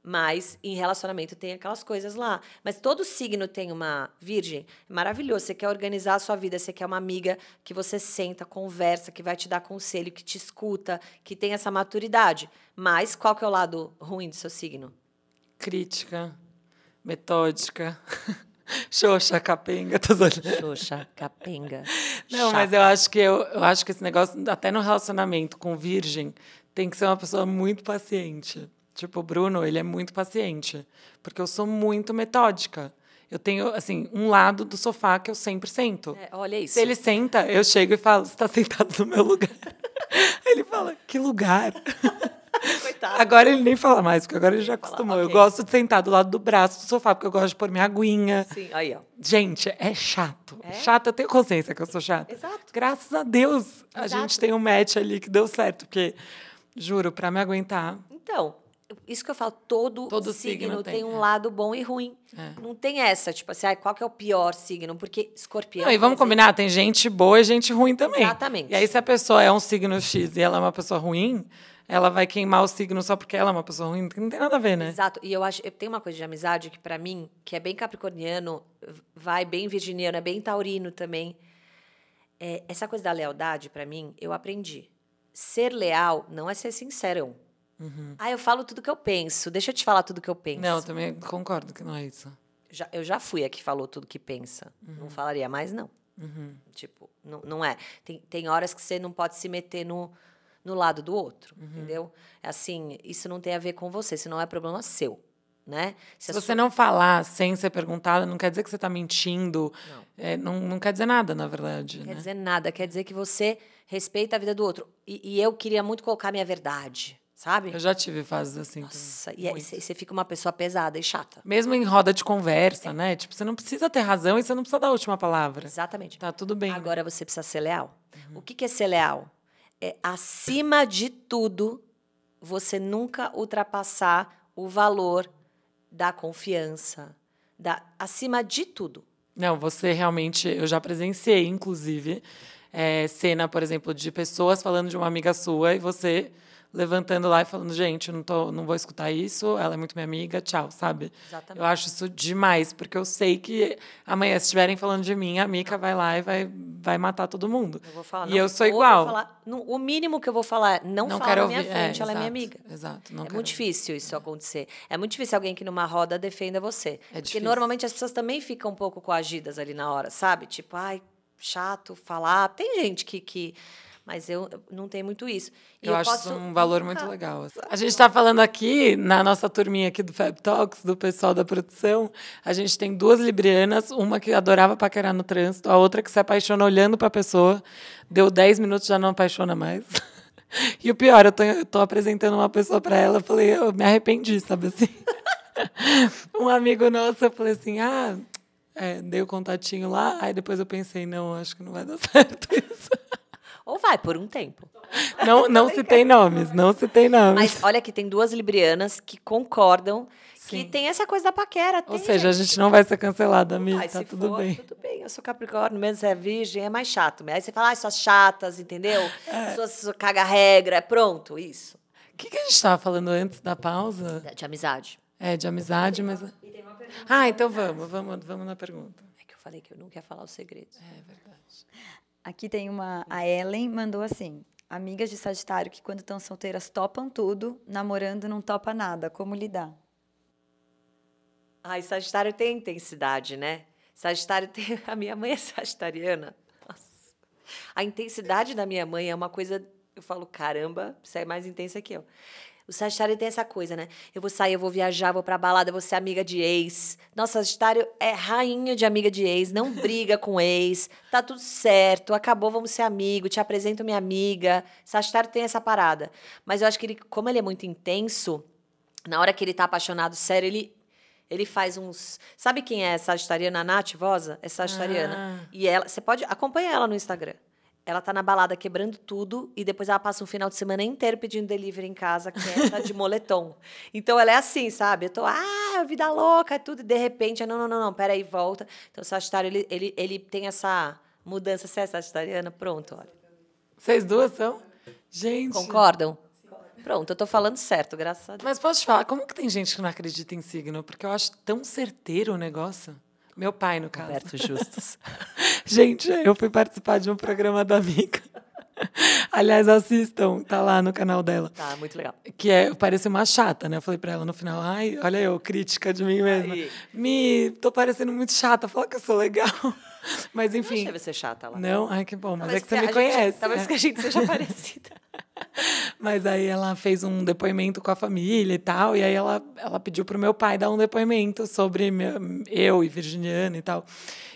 [SPEAKER 2] Mas em relacionamento tem aquelas coisas lá. Mas todo signo tem uma virgem. Maravilhoso. Você quer organizar a sua vida, você quer uma amiga que você senta, conversa, que vai te dar conselho, que te escuta, que tem essa maturidade. Mas qual que é o lado ruim do seu signo?
[SPEAKER 1] Crítica, metódica, xoxa, capenga, tô zoando.
[SPEAKER 2] Xoxa, capenga.
[SPEAKER 1] Não,
[SPEAKER 2] chata.
[SPEAKER 1] mas eu acho que eu, eu acho que esse negócio, até no relacionamento com virgem, tem que ser uma pessoa muito paciente. Tipo, o Bruno, ele é muito paciente, porque eu sou muito metódica. Eu tenho, assim, um lado do sofá que eu sempre sento.
[SPEAKER 2] É, olha isso.
[SPEAKER 1] Se ele senta, eu chego e falo, você está sentado no meu lugar. ele fala, que lugar?
[SPEAKER 2] Coitado.
[SPEAKER 1] Agora ele nem fala mais, porque agora ele já
[SPEAKER 2] Fala,
[SPEAKER 1] acostumou. Eu
[SPEAKER 2] ok.
[SPEAKER 1] gosto de sentar do lado do braço do sofá, porque eu gosto de pôr minha aguinha.
[SPEAKER 2] Sim, aí, ó.
[SPEAKER 1] Gente, é chato.
[SPEAKER 2] É?
[SPEAKER 1] Chato, eu tenho consciência que eu sou chata.
[SPEAKER 2] Exato.
[SPEAKER 1] Graças a Deus, a
[SPEAKER 2] Exato.
[SPEAKER 1] gente tem um match ali que deu certo, porque, juro, pra me aguentar,
[SPEAKER 2] Então, isso que eu falo, todo,
[SPEAKER 1] Todo
[SPEAKER 2] signo,
[SPEAKER 1] signo
[SPEAKER 2] tem,
[SPEAKER 1] tem,
[SPEAKER 2] um
[SPEAKER 1] é.
[SPEAKER 2] lado bom e ruim.
[SPEAKER 1] É.
[SPEAKER 2] Não tem essa, tipo assim, ai, qual que é o pior signo? Porque escorpião.
[SPEAKER 1] Não, e vamos
[SPEAKER 2] por exemplo,
[SPEAKER 1] combinar, tem gente boa e gente ruim também.
[SPEAKER 2] é Exatamente.
[SPEAKER 1] E aí, se a pessoa é um signo X e ela é uma pessoa ruim, ela vai queimar o signo só porque ela é uma pessoa ruim, que não tem nada a ver, né?
[SPEAKER 2] Exato. E eu acho, eu tenho uma coisa de amizade que pra mim, que é bem capricorniano, vai bem virginiano, é bem taurino também. É, essa coisa da lealdade pra mim, eu aprendi. Ser leal não é ser sincero. Ah, eu falo tudo que eu penso. Deixa eu te falar tudo que eu penso.
[SPEAKER 1] Uhum. Não, eu também concordo que não é isso.
[SPEAKER 2] Já- eu já fui a que falou tudo que pensa. Não falaria mais, não.
[SPEAKER 1] Uhum.
[SPEAKER 2] Tipo, não, não é. Tem, tem horas que você não pode se meter no, no lado do outro,
[SPEAKER 1] Uhum.
[SPEAKER 2] entendeu? É Assim, isso não tem a ver com você, isso não é problema seu, né?
[SPEAKER 1] Se
[SPEAKER 2] a
[SPEAKER 1] você
[SPEAKER 2] sua-
[SPEAKER 1] não falar sem ser perguntada, não quer dizer que você tá mentindo.
[SPEAKER 2] Não.
[SPEAKER 1] É, não, não quer dizer nada, na verdade.
[SPEAKER 2] quer
[SPEAKER 1] né?
[SPEAKER 2] dizer nada, quer dizer que você respeita a vida do outro. E, e eu queria muito colocar minha verdade, sabe?
[SPEAKER 1] Eu já tive fases assim. também.
[SPEAKER 2] Nossa, e é, aí
[SPEAKER 1] muito.
[SPEAKER 2] você você fica uma pessoa pesada e chata.
[SPEAKER 1] Mesmo em roda de conversa, né? Tipo, você não precisa ter razão e você não precisa dar a última palavra.
[SPEAKER 2] Exatamente.
[SPEAKER 1] Tá tudo bem. né?
[SPEAKER 2] Agora você precisa ser leal. O que, que é ser leal? É, acima de tudo, você nunca ultrapassar o valor da confiança. Da, acima de tudo.
[SPEAKER 1] Não, você realmente, eu já presenciei, inclusive, eh, cena, por exemplo, de pessoas falando de uma amiga sua e você levantando lá e falando, gente, eu não, tô, não vou escutar isso, ela é muito minha amiga, tchau, sabe?
[SPEAKER 2] Exatamente.
[SPEAKER 1] Eu acho isso demais, porque eu sei que amanhã, se estiverem falando de mim, a Mica vai lá e vai, vai matar todo mundo.
[SPEAKER 2] Eu vou falar,
[SPEAKER 1] e
[SPEAKER 2] não,
[SPEAKER 1] eu sou
[SPEAKER 2] ou vou
[SPEAKER 1] igual.
[SPEAKER 2] falar- não, o mínimo que eu vou falar é não,
[SPEAKER 1] não
[SPEAKER 2] falar
[SPEAKER 1] quero
[SPEAKER 2] na minha
[SPEAKER 1] ouvir.
[SPEAKER 2] frente, ela é minha
[SPEAKER 1] exato,
[SPEAKER 2] amiga.
[SPEAKER 1] Exato, não
[SPEAKER 2] É
[SPEAKER 1] quero
[SPEAKER 2] muito difícil isso acontecer. É muito difícil alguém que numa roda defenda você. Porque
[SPEAKER 1] É difícil.
[SPEAKER 2] normalmente as pessoas também ficam um pouco coagidas ali na hora, sabe? Tipo, ai, chato falar. Tem gente que. que... Mas eu não tenho muito isso. E
[SPEAKER 1] Eu, acho
[SPEAKER 2] posso
[SPEAKER 1] isso um valor
[SPEAKER 2] nunca-
[SPEAKER 1] muito legal. assim. A gente está falando aqui, na nossa turminha aqui do Fab Talks, do pessoal da produção, a gente tem duas librianas, uma que adorava paquerar no trânsito, a outra que se apaixona olhando para a pessoa, deu 10 minutos já não apaixona mais. E o pior, eu tô, eu tô apresentando uma pessoa para ela, eu falei, eu me arrependi, sabe assim? um amigo nosso, eu falei assim, ah, é, dei o contatinho lá, aí depois eu pensei, não, acho que não vai dar certo isso.
[SPEAKER 2] Ou vai por um tempo.
[SPEAKER 1] Não, não se tem nomes, não se tem nomes.
[SPEAKER 2] Mas olha que tem duas librianas que concordam
[SPEAKER 1] Sim.
[SPEAKER 2] que tem essa coisa da paquera.
[SPEAKER 1] Ou
[SPEAKER 2] É, tem,
[SPEAKER 1] seja, a
[SPEAKER 2] gente.
[SPEAKER 1] gente não vai ser cancelada, amiga.
[SPEAKER 2] Ai,
[SPEAKER 1] tá
[SPEAKER 2] se
[SPEAKER 1] tudo
[SPEAKER 2] for,
[SPEAKER 1] bem.
[SPEAKER 2] Tudo bem, eu sou capricórnio, mesmo se é virgem, é mais chato. Aí você fala, ai, suas chatas, entendeu?
[SPEAKER 1] É.
[SPEAKER 2] Suas, suas caga-regra, é pronto, isso.
[SPEAKER 1] O que, que a gente estava falando antes da pausa?
[SPEAKER 2] De amizade.
[SPEAKER 1] É, de amizade, mas. Ah, então vamos, vamos, vamos na pergunta.
[SPEAKER 2] É que eu falei que eu não quero falar os segredos.
[SPEAKER 1] É verdade.
[SPEAKER 3] Aqui tem uma. A Ellen mandou assim: Amigas de Sagitário que, quando estão solteiras, topam tudo, namorando não topa nada. Como lidar?
[SPEAKER 2] Ai, Sagitário tem intensidade, né? Sagitário tem. A minha mãe é sagitariana. Nossa. A intensidade da minha mãe é uma coisa. Eu falo, caramba, você é mais intensa que eu. O Sagitário tem essa coisa, né? Eu vou sair, eu vou viajar, vou pra balada, vou ser amiga de ex. Nossa, Sagitário é rainha de amiga de ex, não briga com ex, tá tudo certo, acabou, vamos ser amigo, te apresento minha amiga. Sagitário tem essa parada. Mas eu acho que ele, como ele é muito intenso, na hora que ele tá apaixonado, sério, ele ele faz uns. Sabe quem é sagitariana? A Nath Vosa é sagitariana.
[SPEAKER 1] Ah.
[SPEAKER 2] E ela, você pode acompanhar ela no Instagram. Ela tá na balada quebrando tudo e depois ela passa um final de semana inteiro pedindo delivery em casa, quieta, de moletom. Então ela é assim, sabe? Eu tô, ah, vida louca, tudo. E de repente, é, não, não, não, não, peraí, volta. Então o Sagitário, ele, ele, ele tem essa mudança. Você é sagitariana? Pronto, olha.
[SPEAKER 1] Vocês duas são? Gente.
[SPEAKER 2] Concordam? Pronto, eu tô falando certo, graças a Deus.
[SPEAKER 1] Mas posso te falar, como que tem gente que não acredita em signo? Porque eu acho tão certeiro o negócio. Meu pai, no caso.
[SPEAKER 2] Roberto Justus.
[SPEAKER 1] gente, eu fui participar de um programa da Mica. Aliás, assistam, tá lá no canal dela.
[SPEAKER 2] Tá, muito legal.
[SPEAKER 1] Que é, eu pareço uma chata, né? Eu falei pra ela no final, ai, olha eu, crítica de mim mesma.
[SPEAKER 2] Aí.
[SPEAKER 1] Me, tô parecendo muito chata, fala que eu sou legal. Mas
[SPEAKER 2] Não
[SPEAKER 1] enfim.
[SPEAKER 2] deve ser chata lá.
[SPEAKER 1] Não, ai, que bom, mas é
[SPEAKER 2] Talvez
[SPEAKER 1] que você
[SPEAKER 2] a
[SPEAKER 1] me
[SPEAKER 2] gente-
[SPEAKER 1] conhece.
[SPEAKER 2] talvez
[SPEAKER 1] né?
[SPEAKER 2] que a gente seja parecida.
[SPEAKER 1] Mas aí ela fez um depoimento com a família e tal, e aí ela, ela pediu pro meu pai dar um depoimento sobre me- eu e Virginiana e tal.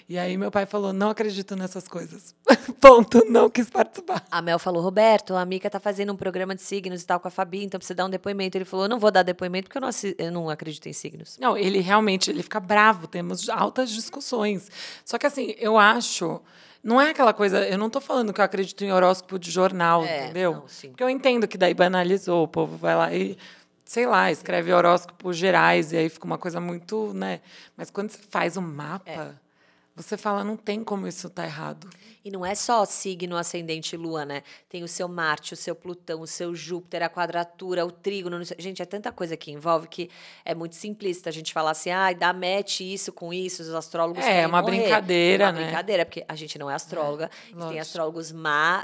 [SPEAKER 1] E aí meu pai falou, não acredito nessas coisas. Ponto, não quis participar.
[SPEAKER 2] A Mel falou, Roberto, a Mica tá fazendo um programa de signos e tal com a Fabi, então precisa dar um depoimento. Ele falou, eu não vou dar depoimento porque eu não, assi- eu não acredito em signos.
[SPEAKER 1] Não, ele realmente, ele fica bravo, temos altas discussões. Só que assim, eu acho, não é aquela coisa, eu não tô falando que eu acredito em horóscopo de jornal,
[SPEAKER 2] É,
[SPEAKER 1] entendeu?
[SPEAKER 2] não, sim.
[SPEAKER 1] Porque eu entendo que daí banalizou, o povo vai lá e, sei lá, escreve horóscopos gerais, e aí fica uma coisa muito, né? Mas quando você faz um mapa,
[SPEAKER 2] É.
[SPEAKER 1] você fala, não tem como isso tá errado.
[SPEAKER 2] E não é só signo, ascendente e lua, né? Tem o seu Marte, o seu Plutão, o seu Júpiter, a quadratura, o trígono. não sei- Gente, é tanta coisa que envolve que é muito simplista a gente falar assim, ah, dá match isso com isso, os astrólogos
[SPEAKER 1] É,
[SPEAKER 2] querem
[SPEAKER 1] é uma
[SPEAKER 2] morrer.
[SPEAKER 1] brincadeira,
[SPEAKER 2] É uma
[SPEAKER 1] né?
[SPEAKER 2] brincadeira, porque a gente não é astróloga. e tem
[SPEAKER 1] lógico.
[SPEAKER 2] astrólogos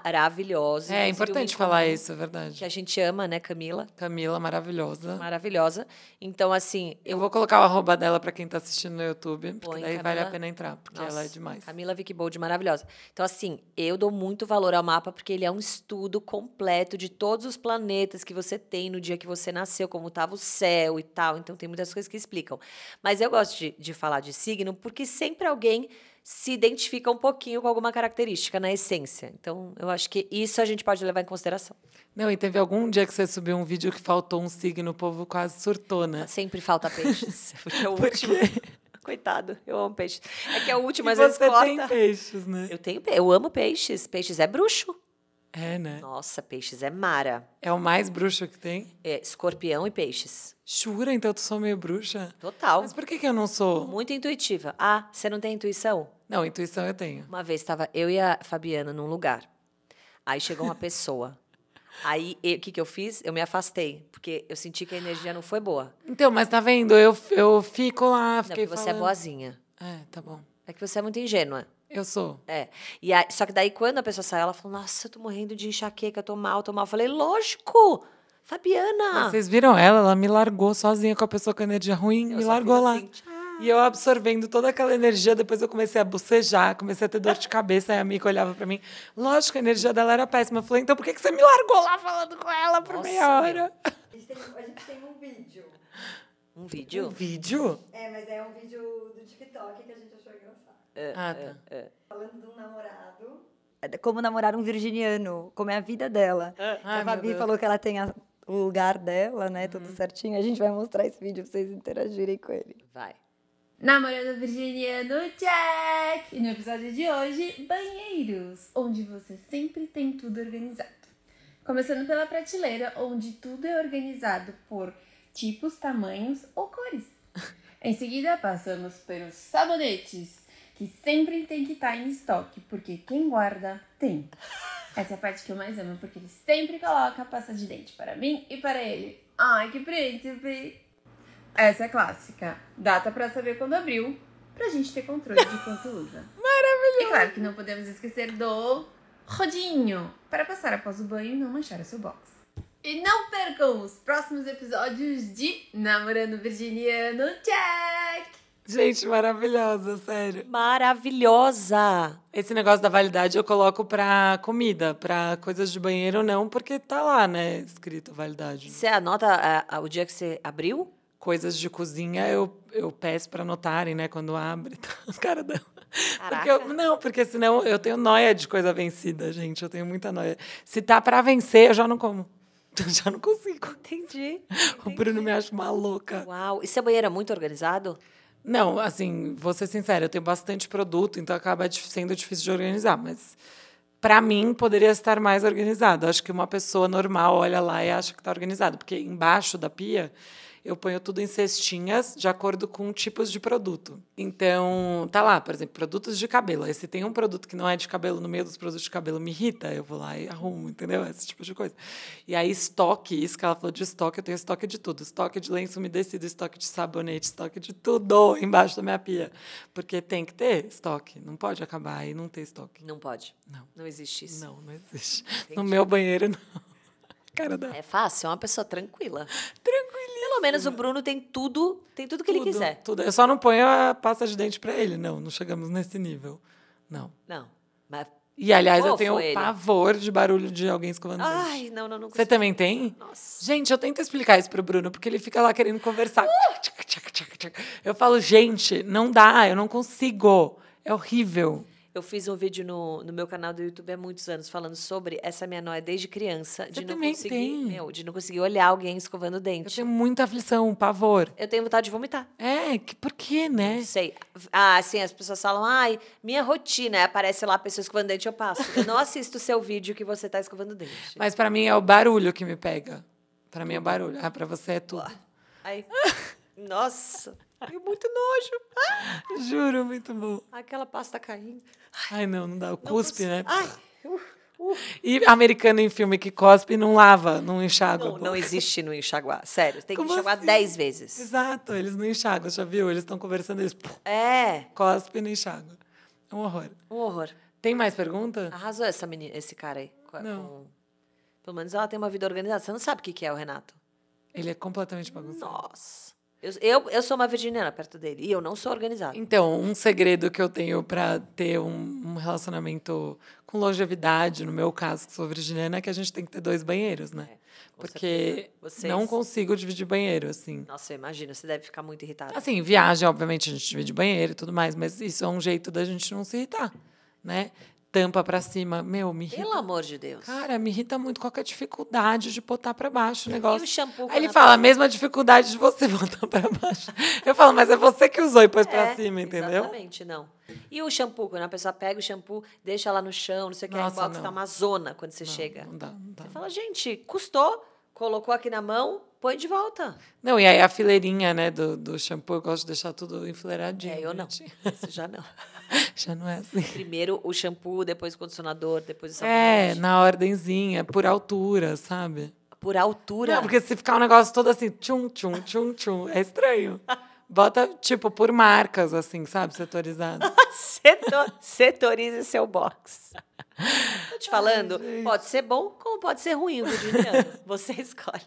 [SPEAKER 2] maravilhosos.
[SPEAKER 1] É
[SPEAKER 2] inclusive uma
[SPEAKER 1] importante
[SPEAKER 2] em
[SPEAKER 1] falar
[SPEAKER 2] comum,
[SPEAKER 1] isso, é
[SPEAKER 2] um Que
[SPEAKER 1] verdade.
[SPEAKER 2] a gente ama, né, Camila?
[SPEAKER 1] Camila, maravilhosa.
[SPEAKER 2] Maravilhosa. Então, assim,
[SPEAKER 1] Eu vou colocar o arroba dela para quem tá assistindo no YouTube, porque
[SPEAKER 2] Põe,
[SPEAKER 1] daí
[SPEAKER 2] Camila.
[SPEAKER 1] vale a pena entrar, porque ela é
[SPEAKER 2] Nossa,
[SPEAKER 1] demais.
[SPEAKER 2] Camila Vicbold, maravilhosa. Então, assim, eu dou muito valor ao mapa porque ele é um estudo completo de todos os planetas que você tem no dia que você nasceu, como estava o céu e tal. Então, tem muitas coisas que explicam. Mas eu gosto de, de falar de signo porque sempre alguém se identifica um pouquinho com alguma característica na essência. Então, eu acho que isso a gente pode levar em consideração.
[SPEAKER 1] Não, e teve algum dia que você subiu um vídeo que faltou um signo, o povo quase surtou, né?
[SPEAKER 2] Sempre falta peixes. Porque é o
[SPEAKER 1] Por
[SPEAKER 2] último. Coitado, eu amo peixes. É que é o último,
[SPEAKER 1] Mas
[SPEAKER 2] às vezes
[SPEAKER 1] você
[SPEAKER 2] corta.
[SPEAKER 1] tem peixes, né?
[SPEAKER 2] Eu tenho, pe- eu amo peixes. Peixes é bruxo.
[SPEAKER 1] É, né?
[SPEAKER 2] Nossa, peixes é mara.
[SPEAKER 1] É o mais bruxo que tem.
[SPEAKER 2] É, escorpião e peixes.
[SPEAKER 1] Jura, então tu sou meio bruxa?
[SPEAKER 2] Total.
[SPEAKER 1] Mas por que, que eu não sou?
[SPEAKER 2] Muito intuitiva. Ah, você não tem intuição?
[SPEAKER 1] Não, intuição eu tenho.
[SPEAKER 2] Uma vez estava eu e a Fabiana num lugar. Aí chegou uma pessoa. Aí, e- o que, que eu fiz? Eu me afastei, porque eu senti que a energia não foi boa.
[SPEAKER 1] Então, mas tá vendo? Eu, eu fico lá,
[SPEAKER 2] Não,
[SPEAKER 1] fiquei
[SPEAKER 2] porque você é
[SPEAKER 1] falando.
[SPEAKER 2] boazinha.
[SPEAKER 1] É, tá bom.
[SPEAKER 2] É que você é muito ingênua.
[SPEAKER 1] Eu sou.
[SPEAKER 2] É. E aí- só que daí, quando a pessoa saiu, ela falou: Nossa, eu tô morrendo de enxaqueca, eu tô mal, tô mal. Eu falei: Lógico! Fabiana!
[SPEAKER 1] Vocês viram ela? Ela me largou sozinha com a pessoa com energia ruim,
[SPEAKER 2] Eu
[SPEAKER 1] me
[SPEAKER 2] só
[SPEAKER 1] largou
[SPEAKER 2] fiz
[SPEAKER 1] lá.
[SPEAKER 2] assim, tchau.
[SPEAKER 1] E eu absorvendo toda aquela energia, depois eu comecei a bocejar, comecei a ter dor de cabeça, aí a amiga olhava pra mim. Lógico, a energia dela era péssima. Eu falei, então por que, que você me largou lá falando com ela por
[SPEAKER 2] Nossa,
[SPEAKER 1] meia hora?
[SPEAKER 3] A gente, tem, um vídeo.
[SPEAKER 2] Um vídeo?
[SPEAKER 1] Um vídeo?
[SPEAKER 3] É, mas é um vídeo do TikTok que a gente achou engraçado.
[SPEAKER 2] É,
[SPEAKER 1] ah, tá.
[SPEAKER 3] Falando de um namorado. Como namorar um virginiano, como é a vida dela.
[SPEAKER 1] Ai,
[SPEAKER 3] a
[SPEAKER 1] meu
[SPEAKER 3] Fabi
[SPEAKER 1] Deus. Uhum.
[SPEAKER 3] falou que ela tem a- o lugar dela, né? Tudo certinho. A gente vai mostrar esse vídeo pra vocês interagirem com ele.
[SPEAKER 2] Vai.
[SPEAKER 4] Namorando Virginiano Jack! E no episódio de hoje, banheiros, onde você sempre tem tudo organizado. Começando pela prateleira, onde tudo é organizado por tipos, tamanhos ou cores. Em seguida, passamos pelos sabonetes, que sempre tem que estar em estoque, porque quem guarda tem. Essa é a parte que eu mais amo, porque ele sempre coloca pasta de dente para mim e para ele. Ai, que príncipe! Essa é clássica. Data pra saber quando abriu, pra gente ter controle de quanto usa. Maravilhoso! E claro que não podemos esquecer do rodinho, para passar após o banho e não manchar o seu box. E não percam os próximos episódios de Namorando Virginiano Jack!
[SPEAKER 1] Gente, maravilhosa, sério.
[SPEAKER 2] Maravilhosa!
[SPEAKER 1] Esse negócio da validade eu coloco pra comida, pra coisas de banheiro não, porque tá lá, né, escrito validade.
[SPEAKER 2] Você anota é, a- a- o dia que você abriu?
[SPEAKER 1] Coisas de cozinha eu, eu peço pra anotarem, né, quando abre. Tá, cara dela. Porque
[SPEAKER 2] Caraca.
[SPEAKER 1] eu- não, porque senão eu tenho noia de coisa vencida, gente. Eu tenho muita noia. Se tá pra vencer, eu já não como. Eu já não consigo.
[SPEAKER 2] Entendi.
[SPEAKER 1] O Bruno me acha uma louca.
[SPEAKER 2] Uau! E seu banheiro é muito organizado?
[SPEAKER 1] Não, assim, vou ser sincera, eu tenho bastante produto, então acaba dif- sendo difícil de organizar, mas pra mim poderia estar mais organizado. Acho que uma pessoa normal olha lá e acha que tá organizado, porque embaixo da pia eu ponho tudo em cestinhas de acordo com tipos de produto. Então, tá lá, por exemplo, produtos de cabelo. Aí se tem um produto que não é de cabelo no meio dos produtos de cabelo, me irrita, eu vou lá e arrumo, entendeu? Esse tipo de coisa. E aí, estoque, isso que ela falou de estoque, eu tenho estoque de tudo. Estoque de lenço umedecido, estoque de sabonete, estoque de tudo embaixo da minha pia. Porque tem que ter estoque, não pode acabar e não ter estoque.
[SPEAKER 2] Não pode.
[SPEAKER 1] Não.
[SPEAKER 2] Não existe isso.
[SPEAKER 1] Não, não existe. No meu banheiro, não. Cara da...
[SPEAKER 2] É fácil, é uma pessoa tranquila.
[SPEAKER 1] Tranquilinha.
[SPEAKER 2] Pelo menos o Bruno tem tudo, tem tudo que ele
[SPEAKER 1] Tudo,
[SPEAKER 2] quiser.
[SPEAKER 1] Tudo. Eu só não ponho a pasta de dente para ele. Não, não chegamos nesse nível. Não.
[SPEAKER 2] Não. Mas.
[SPEAKER 1] E, aliás, eu
[SPEAKER 2] Fofo
[SPEAKER 1] tenho
[SPEAKER 2] ele.
[SPEAKER 1] pavor de barulho de alguém escovando dente.
[SPEAKER 2] Ai, não, não, não
[SPEAKER 1] Você
[SPEAKER 2] consigo.
[SPEAKER 1] também tem?
[SPEAKER 2] Nossa.
[SPEAKER 1] Gente, eu tento explicar isso pro Bruno, porque ele fica lá querendo conversar. Tchac, tchac, tchac, tchac. Eu falo, gente, não dá, eu não consigo. É horrível.
[SPEAKER 2] Eu fiz um vídeo no, no meu canal do YouTube há muitos anos falando sobre essa minha noia desde criança,
[SPEAKER 1] Você
[SPEAKER 2] de não
[SPEAKER 1] também
[SPEAKER 2] conseguir,
[SPEAKER 1] tem.
[SPEAKER 2] meu, de não conseguir olhar alguém escovando o
[SPEAKER 1] Eu
[SPEAKER 2] dente.
[SPEAKER 1] tenho muita aflição, pavor.
[SPEAKER 2] Eu tenho vontade de vomitar.
[SPEAKER 1] É, que, por quê, né?
[SPEAKER 2] Não sei. Ah, assim, as pessoas falam, ai, minha rotina. Aí Aparece lá a pessoa escovando dente, eu passo. Eu não assisto o seu vídeo que você tá escovando dente.
[SPEAKER 1] Mas para mim é o barulho que me pega. Para mim é o barulho. Ah, para você é tudo.
[SPEAKER 2] Aí, nossa, tenho muito nojo.
[SPEAKER 1] Juro, muito bom.
[SPEAKER 2] Aquela pasta caindo.
[SPEAKER 1] Ai, não, não dá. O
[SPEAKER 2] Não
[SPEAKER 1] cuspe,
[SPEAKER 2] consigo.
[SPEAKER 1] né?
[SPEAKER 2] Ai, uh, uh.
[SPEAKER 1] E americano em filme que cospe não lava, não enxágua.
[SPEAKER 2] Não,
[SPEAKER 1] a
[SPEAKER 2] não
[SPEAKER 1] boca.
[SPEAKER 2] existe no enxaguar. Sério, tem que
[SPEAKER 1] Como
[SPEAKER 2] enxaguar
[SPEAKER 1] assim?
[SPEAKER 2] dez vezes.
[SPEAKER 1] Exato, eles não enxáguam, já viu? Eles estão conversando, eles puf,
[SPEAKER 2] É,
[SPEAKER 1] cospe e não enxágua. É um horror.
[SPEAKER 2] um horror.
[SPEAKER 1] Tem mais pergunta?
[SPEAKER 2] Arrasou essa menina, esse cara aí. com-
[SPEAKER 1] Não.
[SPEAKER 2] com- Pelo menos ela tem uma vida organizada. Você não sabe o que que é o Renato.
[SPEAKER 1] Ele é completamente bagunçado.
[SPEAKER 2] Nossa. Eu, eu, eu sou uma virginiana perto dele. E eu não sou organizada.
[SPEAKER 1] Então, um segredo que eu tenho para ter um, um relacionamento com longevidade, no meu caso, que sou virginiana, é que a gente tem que ter dois banheiros, né?
[SPEAKER 2] É, com
[SPEAKER 1] Porque
[SPEAKER 2] certeza. Vocês-
[SPEAKER 1] não consigo dividir banheiro, assim.
[SPEAKER 2] Nossa, eu imagino. Você deve ficar muito irritada.
[SPEAKER 1] Assim, viagem, obviamente, a gente divide banheiro e tudo mais, mas isso é um jeito da gente não se irritar, né? Tampa pra cima, meu, me irrita.
[SPEAKER 2] Pelo amor de Deus.
[SPEAKER 1] Cara, me irrita muito qualquer dificuldade de botar pra baixo o
[SPEAKER 2] E
[SPEAKER 1] negócio.
[SPEAKER 2] o shampoo com
[SPEAKER 1] Aí ele
[SPEAKER 2] a
[SPEAKER 1] fala, a mesma dificuldade de você botar pra baixo. Eu falo, mas é você que usou e pôs pra
[SPEAKER 2] É,
[SPEAKER 1] cima, entendeu?
[SPEAKER 2] Exatamente, não. E o shampoo, quando a pessoa pega o shampoo, deixa lá no chão, não sei o que, aí o
[SPEAKER 1] Nossa,
[SPEAKER 2] box
[SPEAKER 1] não.
[SPEAKER 2] tá uma zona quando você
[SPEAKER 1] Não,
[SPEAKER 2] chega.
[SPEAKER 1] Não dá, não dá.
[SPEAKER 2] Você fala, gente, custou, colocou aqui na mão, põe de volta.
[SPEAKER 1] Não, e aí a fileirinha, né, do, do shampoo, eu gosto de deixar tudo enfileiradinho.
[SPEAKER 2] É, eu não.
[SPEAKER 1] bonitinho.
[SPEAKER 2] Isso já não.
[SPEAKER 1] Já não é assim.
[SPEAKER 2] Primeiro o shampoo, depois o condicionador, depois o
[SPEAKER 1] É,
[SPEAKER 2] sabonete.
[SPEAKER 1] na ordenzinha, por altura, sabe?
[SPEAKER 2] Por altura.
[SPEAKER 1] É, Não, porque se ficar um negócio todo assim, tchum, tchum, tchum, tchum, é estranho. Bota, tipo, por marcas, assim, sabe? Setorizado.
[SPEAKER 2] Setor, setorize seu box. Tô te falando, pode ser bom como pode ser ruim, Virginiano. Você escolhe.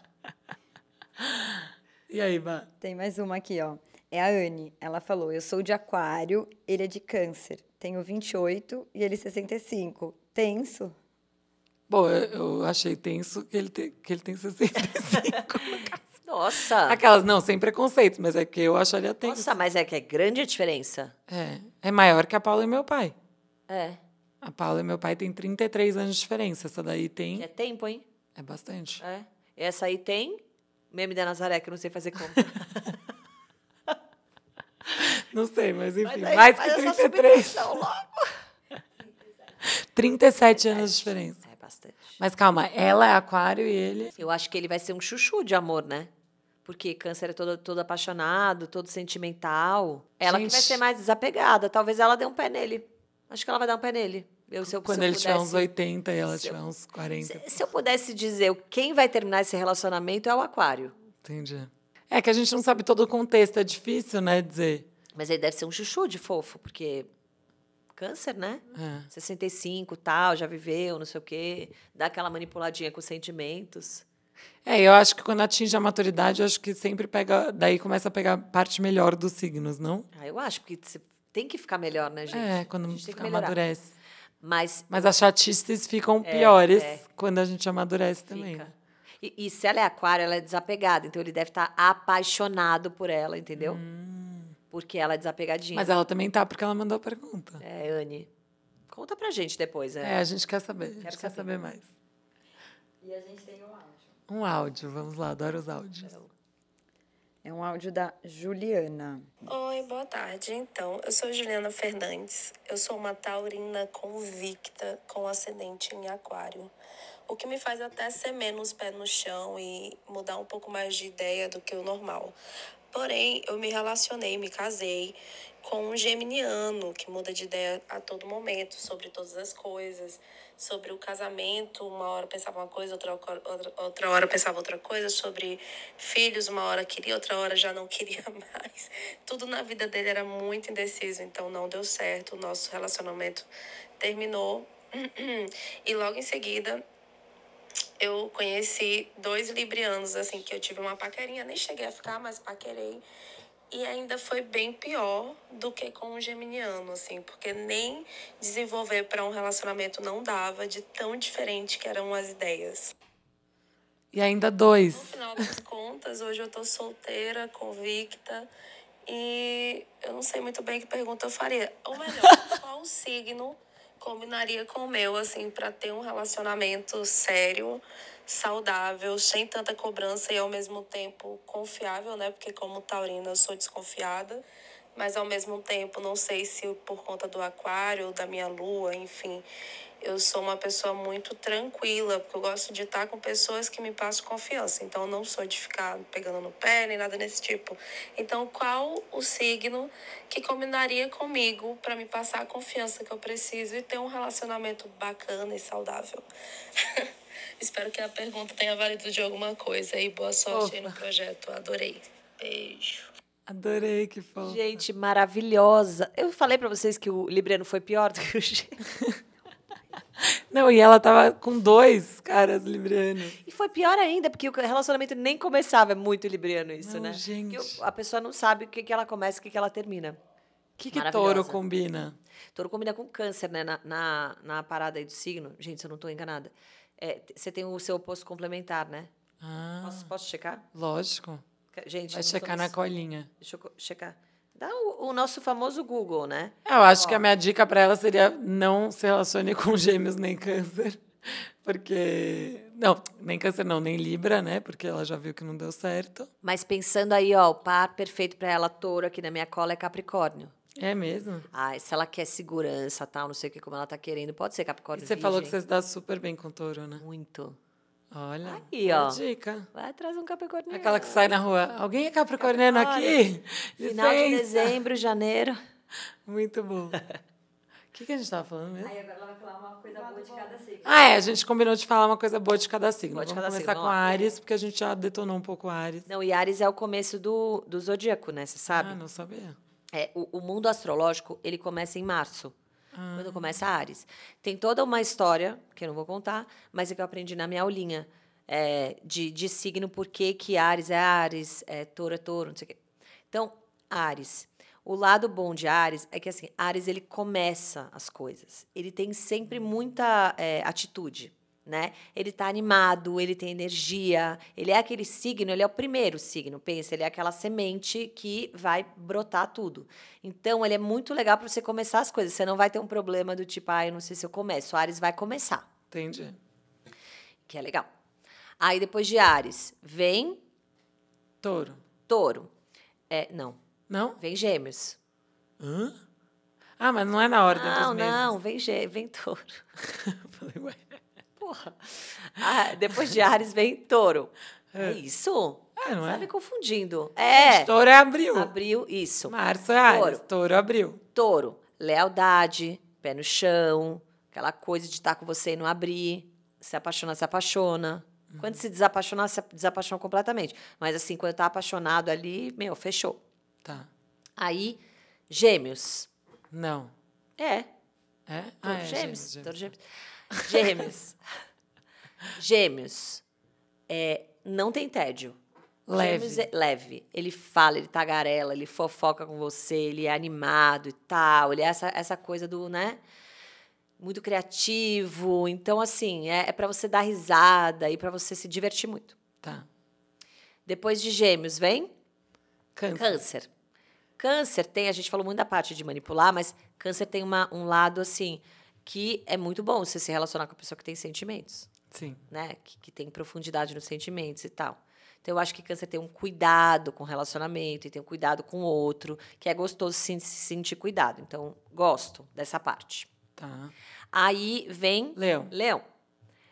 [SPEAKER 1] E aí, Bá?
[SPEAKER 3] Tem mais uma aqui, ó. É a Anne. Ela falou: Eu sou de aquário, ele é de câncer. Tenho 28 e ele 65. Tenso?
[SPEAKER 1] Bom, eu, eu achei tenso que ele, tem que ele tem 65.
[SPEAKER 2] Nossa.
[SPEAKER 1] assim. Aquelas, não, sem preconceito, mas é que eu acharia tenso.
[SPEAKER 2] Nossa, mas é que é grande a diferença.
[SPEAKER 1] É, é maior que a Paula e meu pai.
[SPEAKER 2] É.
[SPEAKER 1] A Paula e meu pai tem 33 anos de diferença. Essa daí tem...
[SPEAKER 2] É tempo, hein?
[SPEAKER 1] É bastante.
[SPEAKER 2] É. Essa aí tem meme da Nazaré, que eu não sei fazer conta.
[SPEAKER 1] Não sei, mas enfim,
[SPEAKER 2] Mas aí
[SPEAKER 1] mais
[SPEAKER 2] faz
[SPEAKER 1] que
[SPEAKER 2] essa
[SPEAKER 1] 33.
[SPEAKER 2] subtração logo.
[SPEAKER 1] 37 anos de diferença.
[SPEAKER 2] É bastante.
[SPEAKER 1] Mas calma, ela é aquário e ele...
[SPEAKER 2] Eu acho que ele vai ser um chuchu de amor, né? Porque câncer é todo, todo apaixonado, todo sentimental. Ela que vai
[SPEAKER 1] Gente.
[SPEAKER 2] ser mais desapegada. Talvez ela dê um pé nele. Acho que ela vai dar um pé nele. Eu, se eu,
[SPEAKER 1] Quando
[SPEAKER 2] se eu
[SPEAKER 1] ele tiver uns
[SPEAKER 2] pudesse-
[SPEAKER 1] 80 e ela
[SPEAKER 2] se eu-
[SPEAKER 1] tiver uns 40.
[SPEAKER 2] se, se eu pudesse dizer o- quem vai terminar esse relacionamento é o aquário.
[SPEAKER 1] Entendi. É que a gente não sabe todo o contexto, é difícil, né, dizer.
[SPEAKER 2] Mas ele deve ser um chuchu de fofo, porque câncer, né?
[SPEAKER 1] É.
[SPEAKER 2] 65, tal, já viveu, não sei o quê. Dá aquela manipuladinha com os sentimentos.
[SPEAKER 1] É, eu acho que quando atinge a maturidade, eu acho que sempre pega. Daí começa a pegar a parte melhor dos signos, não?
[SPEAKER 2] Ah, eu acho, porque você tem que ficar melhor, né, gente?
[SPEAKER 1] é,
[SPEAKER 2] A
[SPEAKER 1] quando
[SPEAKER 2] gente tem que
[SPEAKER 1] fica,
[SPEAKER 2] melhorar.
[SPEAKER 1] amadurece.
[SPEAKER 2] Mas
[SPEAKER 1] Mas as chatices ficam piores
[SPEAKER 2] é.
[SPEAKER 1] quando a gente amadurece também.
[SPEAKER 2] fica. E, e se ela é aquário, ela é desapegada. Então ele deve estar apaixonado por ela, entendeu? Porque ela é desapegadinha.
[SPEAKER 1] Hum. Mas ela também tá, porque ela mandou a pergunta.
[SPEAKER 2] É, Anne. Conta pra gente depois,
[SPEAKER 1] É,
[SPEAKER 2] né?
[SPEAKER 1] a gente quer saber. A gente
[SPEAKER 2] Quero
[SPEAKER 1] quer
[SPEAKER 2] saber.
[SPEAKER 1] saber mais.
[SPEAKER 3] E a gente tem um áudio.
[SPEAKER 1] Um áudio, vamos lá, adoro os áudios.
[SPEAKER 3] É um áudio da Juliana.
[SPEAKER 5] Oi, boa tarde. Então, eu sou Juliana Fernandes. Eu sou uma taurina convicta com ascendente em aquário. O que me faz até ser menos pé no chão e mudar um pouco mais de ideia do que o normal. Porém, eu me relacionei, me casei com um geminiano que muda de ideia a todo momento sobre todas as coisas, sobre o casamento. Uma hora pensava uma coisa, outra, outra, outra hora pensava outra coisa, sobre filhos, uma hora queria, outra hora já não queria mais. Tudo na vida dele era muito indeciso, então não deu certo. O nosso relacionamento terminou. E logo em seguida, eu conheci dois librianos, assim, que eu tive uma paquerinha, nem cheguei a ficar, mas paquerei. E ainda foi bem pior do que com um geminiano, assim, porque nem desenvolver para um relacionamento não dava, de tão diferente que eram as ideias.
[SPEAKER 1] E ainda dois.
[SPEAKER 5] No final das contas, hoje eu tô solteira, convicta, e eu não sei muito bem que pergunta eu faria. Ou melhor, qual signo combinaria com o meu, assim, para ter um relacionamento sério, saudável, sem tanta cobrança e ao mesmo tempo confiável, né? Porque como taurina eu sou desconfiada, mas ao mesmo tempo não sei se por conta do aquário, da minha lua, enfim, eu sou uma pessoa muito tranquila, porque eu gosto de estar com pessoas que me passam confiança. Então eu não sou de ficar pegando no pé nem nada desse tipo. Então qual o signo que combinaria comigo para me passar a confiança que eu preciso e ter um relacionamento bacana e saudável? Espero que a pergunta tenha valido de alguma coisa e boa sorte aí no projeto. Adorei. Beijo.
[SPEAKER 1] Adorei que fofa.
[SPEAKER 2] Gente, maravilhosa. Eu falei pra vocês que o Libriano foi pior do que o G.
[SPEAKER 1] Não, e ela tava com dois caras librianos.
[SPEAKER 2] E foi pior ainda, porque o relacionamento nem começava. É muito Libriano isso,
[SPEAKER 1] Não,
[SPEAKER 2] né?
[SPEAKER 1] gente.
[SPEAKER 2] Porque o- a pessoa não sabe o que, que ela começa e o que, que ela termina.
[SPEAKER 1] O que, que
[SPEAKER 2] Maravilhosa.
[SPEAKER 1] touro combina?
[SPEAKER 2] Touro combina com câncer, né? Na, na, na parada aí do signo. Gente, se eu não tô enganada. É, t- você tem o seu oposto complementar, né?
[SPEAKER 1] Ah,
[SPEAKER 2] Posso, posso checar?
[SPEAKER 1] lógico.
[SPEAKER 2] Ca- Gente,
[SPEAKER 1] Vai
[SPEAKER 2] não
[SPEAKER 1] checar na
[SPEAKER 2] somos-
[SPEAKER 1] colinha.
[SPEAKER 2] Deixa eu co- checar. Dá o, o nosso famoso Google, né?
[SPEAKER 1] Eu acho que a minha dica para ela seria não se relacione com gêmeos nem câncer. Porque. Não, nem câncer não, nem Libra, né? Porque ela já viu que não deu certo.
[SPEAKER 2] Mas pensando aí, ó, o par perfeito pra ela, touro aqui na minha cola, é Capricórnio.
[SPEAKER 1] É mesmo?
[SPEAKER 2] Ai, se ela quer segurança, tal, não sei o que, como ela tá querendo, pode ser
[SPEAKER 1] E
[SPEAKER 2] Capricórnio
[SPEAKER 1] você falou que
[SPEAKER 2] virgem.
[SPEAKER 1] você se dá super bem com touro, né?
[SPEAKER 2] Muito.
[SPEAKER 1] Olha.
[SPEAKER 2] Aí,
[SPEAKER 1] boa
[SPEAKER 2] ó.
[SPEAKER 1] dica.
[SPEAKER 2] Vai atrás um Capricórnio.
[SPEAKER 1] Aquela que sai na rua. Alguém é capricorniano aqui?
[SPEAKER 2] Final de
[SPEAKER 1] Licença.
[SPEAKER 2] dezembro, janeiro.
[SPEAKER 1] Muito bom. O que, que a gente tava falando mesmo?
[SPEAKER 3] Aí agora ela vai falar uma coisa boa de cada signo.
[SPEAKER 1] Ah, é, a gente combinou de falar uma coisa boa de cada signo.
[SPEAKER 2] Boa de
[SPEAKER 1] Vamos
[SPEAKER 2] cada
[SPEAKER 1] começar
[SPEAKER 2] signo,
[SPEAKER 1] com
[SPEAKER 2] ó.
[SPEAKER 1] Ares, porque a gente já detonou um pouco Ares.
[SPEAKER 2] Não, e Ares é o começo do, do zodíaco, né? Você sabe?
[SPEAKER 1] Ah, não sabia.
[SPEAKER 2] É, o, o mundo astrológico, ele começa em março, quando começa Ares. Tem toda uma história, que eu não vou contar, mas é que eu aprendi na minha aulinha é, de, de signo, por que que Ares é Ares, é, touro é touro, não sei o quê. Então, Ares. O lado bom de Ares é que, assim, Ares, ele começa as coisas. Ele tem sempre muita é, atitude, né? Ele tá animado, ele tem energia, ele é aquele signo, ele é o primeiro signo, pensa, ele é aquela semente que vai brotar tudo. Então, ele é muito legal para você começar as coisas. Você não vai ter um problema do tipo, ah, eu não sei se eu começo. O Ares vai começar,
[SPEAKER 1] Entendi.
[SPEAKER 2] que é legal. Aí, depois de Ares, vem
[SPEAKER 1] Touro.
[SPEAKER 2] Touro. É, não,
[SPEAKER 1] Não?
[SPEAKER 2] vem Gêmeos.
[SPEAKER 1] Hã? Ah, mas não é na ordem
[SPEAKER 2] Não,
[SPEAKER 1] dos meses.
[SPEAKER 2] não, vem, gê, vem Touro.
[SPEAKER 1] Eu Falei, ué.
[SPEAKER 2] Porra. Ah, depois de Ares vem Touro. É isso?
[SPEAKER 1] É, não
[SPEAKER 2] Você
[SPEAKER 1] é?
[SPEAKER 2] tá me confundindo. É.
[SPEAKER 1] Touro é abril.
[SPEAKER 2] Abril, isso.
[SPEAKER 1] Março é Ares.
[SPEAKER 2] Touro.
[SPEAKER 1] Touro, abril.
[SPEAKER 2] Touro, lealdade, pé no chão, aquela coisa de estar com você e não abrir, se apaixona, se apaixona. Quando se desapaixonar, se desapaixona completamente. Mas assim, quando tá apaixonado ali, meu, fechou.
[SPEAKER 1] Tá.
[SPEAKER 2] Aí, gêmeos.
[SPEAKER 1] Não.
[SPEAKER 2] É,
[SPEAKER 1] É?
[SPEAKER 2] touro
[SPEAKER 1] é,
[SPEAKER 2] Ah, gêmeos,
[SPEAKER 1] gêmeos.
[SPEAKER 2] touro gêmeos. Gêmeos. gêmeos. É, não tem tédio. Gêmeos
[SPEAKER 1] Leve.
[SPEAKER 2] é leve. Ele fala, ele tagarela, ele fofoca com você, ele é animado e tal. Ele é essa, essa coisa do, né? Muito criativo. Então, assim, é, é para você dar risada e para você se divertir muito.
[SPEAKER 1] Tá.
[SPEAKER 2] Depois de gêmeos, vem
[SPEAKER 1] Câncer.
[SPEAKER 2] câncer. Câncer tem, a gente falou muito da parte de manipular, mas câncer tem uma, um lado, assim, que é muito bom você se relacionar com a pessoa que tem sentimentos
[SPEAKER 1] Sim.
[SPEAKER 2] né? Que, que tem profundidade nos sentimentos e tal. Então eu acho que câncer tem um cuidado com o relacionamento e tem um cuidado com o outro, que é gostoso se, se sentir cuidado. Então, gosto dessa parte.
[SPEAKER 1] Tá.
[SPEAKER 2] Aí vem
[SPEAKER 1] Leão.
[SPEAKER 2] Leão.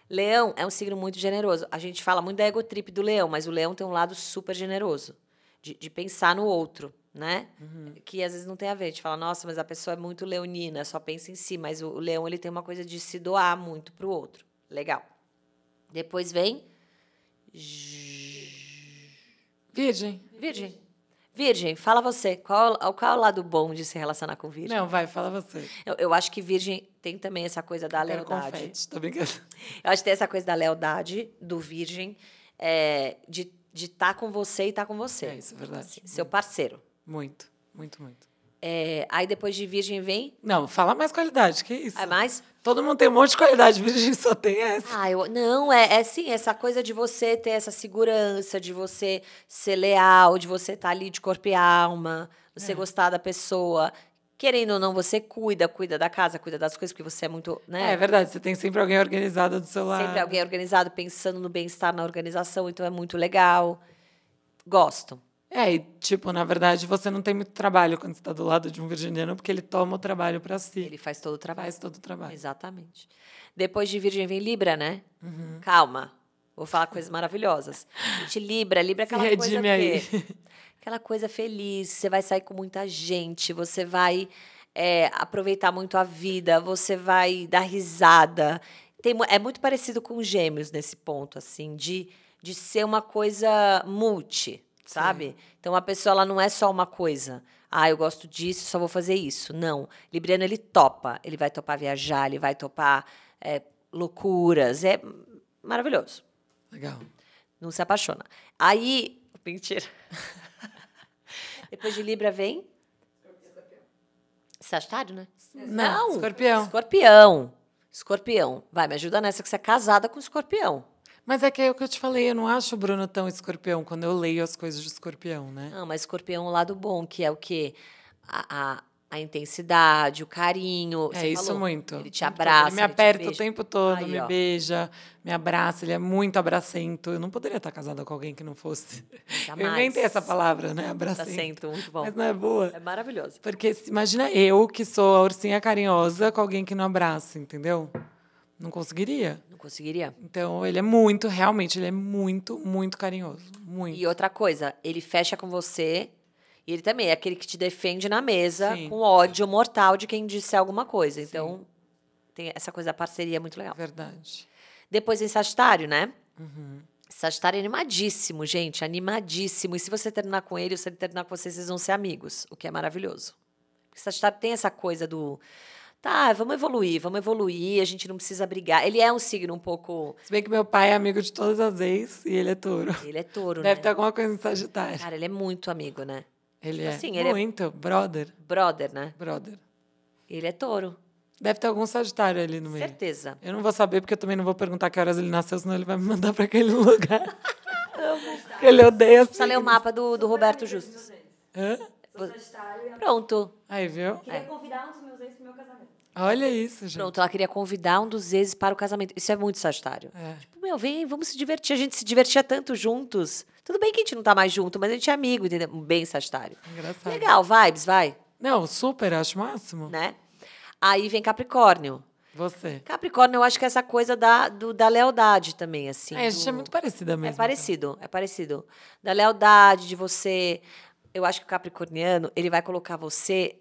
[SPEAKER 2] Leão é um signo muito generoso. A gente fala muito da ego trip do leão, mas o leão tem um lado super generoso. De, de pensar no outro, né?
[SPEAKER 1] Uhum.
[SPEAKER 2] Que às vezes não tem a ver. A gente fala, nossa, mas a pessoa é muito leonina, só pensa em si. Mas o, o leão, ele tem uma coisa de se doar muito pro outro. Legal. Depois vem...
[SPEAKER 1] Virgem.
[SPEAKER 2] Virgem. Virgem, fala você. Qual, qual é o lado bom de se relacionar com virgem?
[SPEAKER 1] Não, vai, fala você.
[SPEAKER 2] Eu, eu acho que virgem tem também essa coisa da
[SPEAKER 1] Quero
[SPEAKER 2] lealdade.
[SPEAKER 1] confete, tô brincando.
[SPEAKER 2] Eu acho que tem essa coisa da lealdade do virgem, é, de estar com você e estar com você. Assim,
[SPEAKER 1] É isso, é verdade.
[SPEAKER 2] seu parceiro.
[SPEAKER 1] Muito, muito, muito.
[SPEAKER 2] É, aí depois de virgem vem.
[SPEAKER 1] Não, fala mais qualidade, que isso.
[SPEAKER 2] É mais?
[SPEAKER 1] Todo mundo tem um monte de qualidade, virgem só tem essa.
[SPEAKER 2] Ah, eu, não, é, é sim, essa coisa de você ter essa segurança, de você ser leal, de você estar ali de corpo e alma, você
[SPEAKER 1] É.
[SPEAKER 2] gostar da pessoa. Querendo ou não, você cuida, cuida da casa, cuida das coisas, porque você é muito. Né?
[SPEAKER 1] É, verdade, você tem sempre alguém organizado do seu lado.
[SPEAKER 2] Sempre alguém organizado, pensando no bem-estar na organização, então é muito legal. Gosto.
[SPEAKER 1] É, e tipo, na verdade, você não tem muito trabalho quando você está do lado de um virginiano, porque ele toma o trabalho para si.
[SPEAKER 2] Ele faz todo o trabalho.
[SPEAKER 1] faz todo o trabalho.
[SPEAKER 2] Exatamente. Depois de Virgem vem Libra, né? Calma. Vou falar coisas maravilhosas. Gente, Libra, Libra é
[SPEAKER 1] Se
[SPEAKER 2] aquela coisa
[SPEAKER 1] redime aí.
[SPEAKER 2] que- aquela coisa feliz, você vai sair com muita gente, você vai é, aproveitar muito a vida, você vai dar risada. Tem mu- é muito parecido com gêmeos nesse ponto, assim, de, de ser uma coisa multi, sabe? Então a pessoa ela não é só uma coisa. Ah, eu gosto disso, só vou fazer isso. Não. Libriano, ele topa. Ele vai topar viajar, ele vai topar é, loucuras. É maravilhoso.
[SPEAKER 1] Legal.
[SPEAKER 2] Não se apaixona. Aí. Mentira. Depois de Libra vem. Sagitário, né?
[SPEAKER 1] Não, escorpião.
[SPEAKER 2] Escorpião. Escorpião. Vai, me ajuda nessa que você é casada com escorpião.
[SPEAKER 1] Mas é que é o que eu te falei, eu não acho o Bruno tão escorpião quando eu leio as coisas de escorpião, né?
[SPEAKER 2] Não, mas escorpião é um lado bom, que é o quê? A, a, a intensidade, o carinho.
[SPEAKER 1] é
[SPEAKER 2] Você
[SPEAKER 1] isso
[SPEAKER 2] falou,
[SPEAKER 1] muito.
[SPEAKER 2] Ele te
[SPEAKER 1] Muito.
[SPEAKER 2] abraça.
[SPEAKER 1] Ele me
[SPEAKER 2] te
[SPEAKER 1] aperta o
[SPEAKER 2] beija.
[SPEAKER 1] tempo todo,
[SPEAKER 2] Aí,
[SPEAKER 1] me
[SPEAKER 2] ó.
[SPEAKER 1] beija, me abraça, ele é muito abracento. Eu não poderia estar casada com alguém que não fosse. Eu
[SPEAKER 2] Jamais.
[SPEAKER 1] inventei essa palavra, né?
[SPEAKER 2] Tá
[SPEAKER 1] Abracento.
[SPEAKER 2] sento, muito bom.
[SPEAKER 1] Mas não é boa.
[SPEAKER 2] É maravilhoso.
[SPEAKER 1] Porque se- imagina eu, que sou a ursinha carinhosa, com alguém que não abraça, entendeu? Não conseguiria.
[SPEAKER 2] Não conseguiria.
[SPEAKER 1] Então, ele é muito, realmente, ele é muito, muito carinhoso. Muito.
[SPEAKER 2] E outra coisa, ele fecha com você. E ele também é aquele que te defende na mesa
[SPEAKER 1] Sim.
[SPEAKER 2] com ódio mortal de quem disse alguma coisa. Então, tem essa coisa da parceria é muito legal.
[SPEAKER 1] Verdade.
[SPEAKER 2] Depois em Sagitário, né?
[SPEAKER 1] Uhum.
[SPEAKER 2] Sagitário é animadíssimo, gente. Animadíssimo. E se você terminar com ele, ou se ele terminar com você, vocês vão ser amigos. O que é maravilhoso. Porque Sagitário tem essa coisa do... Tá, vamos evoluir, vamos evoluir. A gente não precisa brigar. Ele é um signo um pouco...
[SPEAKER 1] Se bem que meu pai é amigo de todas as ex e ele é touro.
[SPEAKER 2] Ele é touro,
[SPEAKER 1] Deve tá- ter
[SPEAKER 2] né?
[SPEAKER 1] alguma coisa em Sagitário.
[SPEAKER 2] Cara, ele é muito amigo, né?
[SPEAKER 1] Ele é
[SPEAKER 2] assim, ele é-
[SPEAKER 1] muito. Brother.
[SPEAKER 2] Brother, né?
[SPEAKER 1] Brother.
[SPEAKER 2] Ele é touro.
[SPEAKER 1] Deve ter algum Sagitário ali no meio.
[SPEAKER 2] Certeza.
[SPEAKER 1] Eu não vou saber, porque eu também não vou perguntar que horas ele nasceu, senão ele vai me mandar pra aquele lugar. Porque ele odeia assim.
[SPEAKER 2] Precisa ler o mapa do, do Roberto Justus.
[SPEAKER 1] Hã?
[SPEAKER 2] Pronto.
[SPEAKER 1] Aí, viu? É.
[SPEAKER 3] Queria convidar um dos meus ex pro meu casamento.
[SPEAKER 1] Olha isso, gente.
[SPEAKER 2] Pronto, ela queria convidar um dos exes para o casamento. Isso é muito Sagitário.
[SPEAKER 1] É.
[SPEAKER 2] Tipo, meu, vem, vamos se divertir. A gente se divertia tanto juntos. Tudo bem que a gente não tá mais junto, mas a gente é amigo, entendeu? Bem Sagitário.
[SPEAKER 1] Engraçado.
[SPEAKER 2] Legal, vibes, vai,
[SPEAKER 1] Não, super, acho o máximo.
[SPEAKER 2] né? Aí vem Capricórnio.
[SPEAKER 1] Você.
[SPEAKER 2] Capricórnio, eu acho que é essa coisa da, do- da lealdade também, assim.
[SPEAKER 1] É, a gente é
[SPEAKER 2] do-
[SPEAKER 1] muito parecida mesmo.
[SPEAKER 2] É parecido, é parecido. Da lealdade, de você. Eu acho que o capricorniano, ele vai colocar você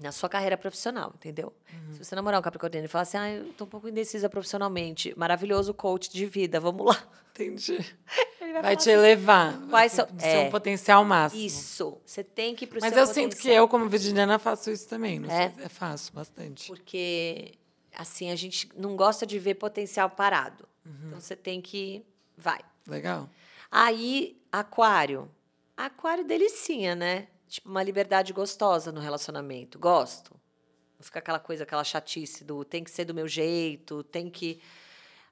[SPEAKER 2] na sua carreira profissional, entendeu?
[SPEAKER 1] Uhum.
[SPEAKER 2] Se você namorar um capricorniano e falar assim, ah, eu tô um pouco indecisa profissionalmente, maravilhoso coach de vida, vamos lá.
[SPEAKER 1] então. Entendi. vai
[SPEAKER 3] assim,
[SPEAKER 1] te elevar.
[SPEAKER 2] Quais
[SPEAKER 1] vai
[SPEAKER 2] são-
[SPEAKER 1] pro seu
[SPEAKER 2] é.
[SPEAKER 1] um potencial máximo.
[SPEAKER 2] Isso, você tem que ir pro
[SPEAKER 1] Mas
[SPEAKER 2] seu
[SPEAKER 1] eu sinto que
[SPEAKER 2] potencial.
[SPEAKER 1] eu, como virginiana, faço isso também. Não
[SPEAKER 2] É?
[SPEAKER 1] sei se é faço bastante.
[SPEAKER 2] Porque, assim, a gente não gosta de ver potencial parado.
[SPEAKER 1] Uhum.
[SPEAKER 2] Então, você tem que... Vai.
[SPEAKER 1] Legal?
[SPEAKER 2] Aí, aquário. Aquário delicinha, né? Tipo, uma liberdade gostosa no relacionamento. Gosto. Não fica aquela coisa, aquela chatice do tem que ser do meu jeito, tem que.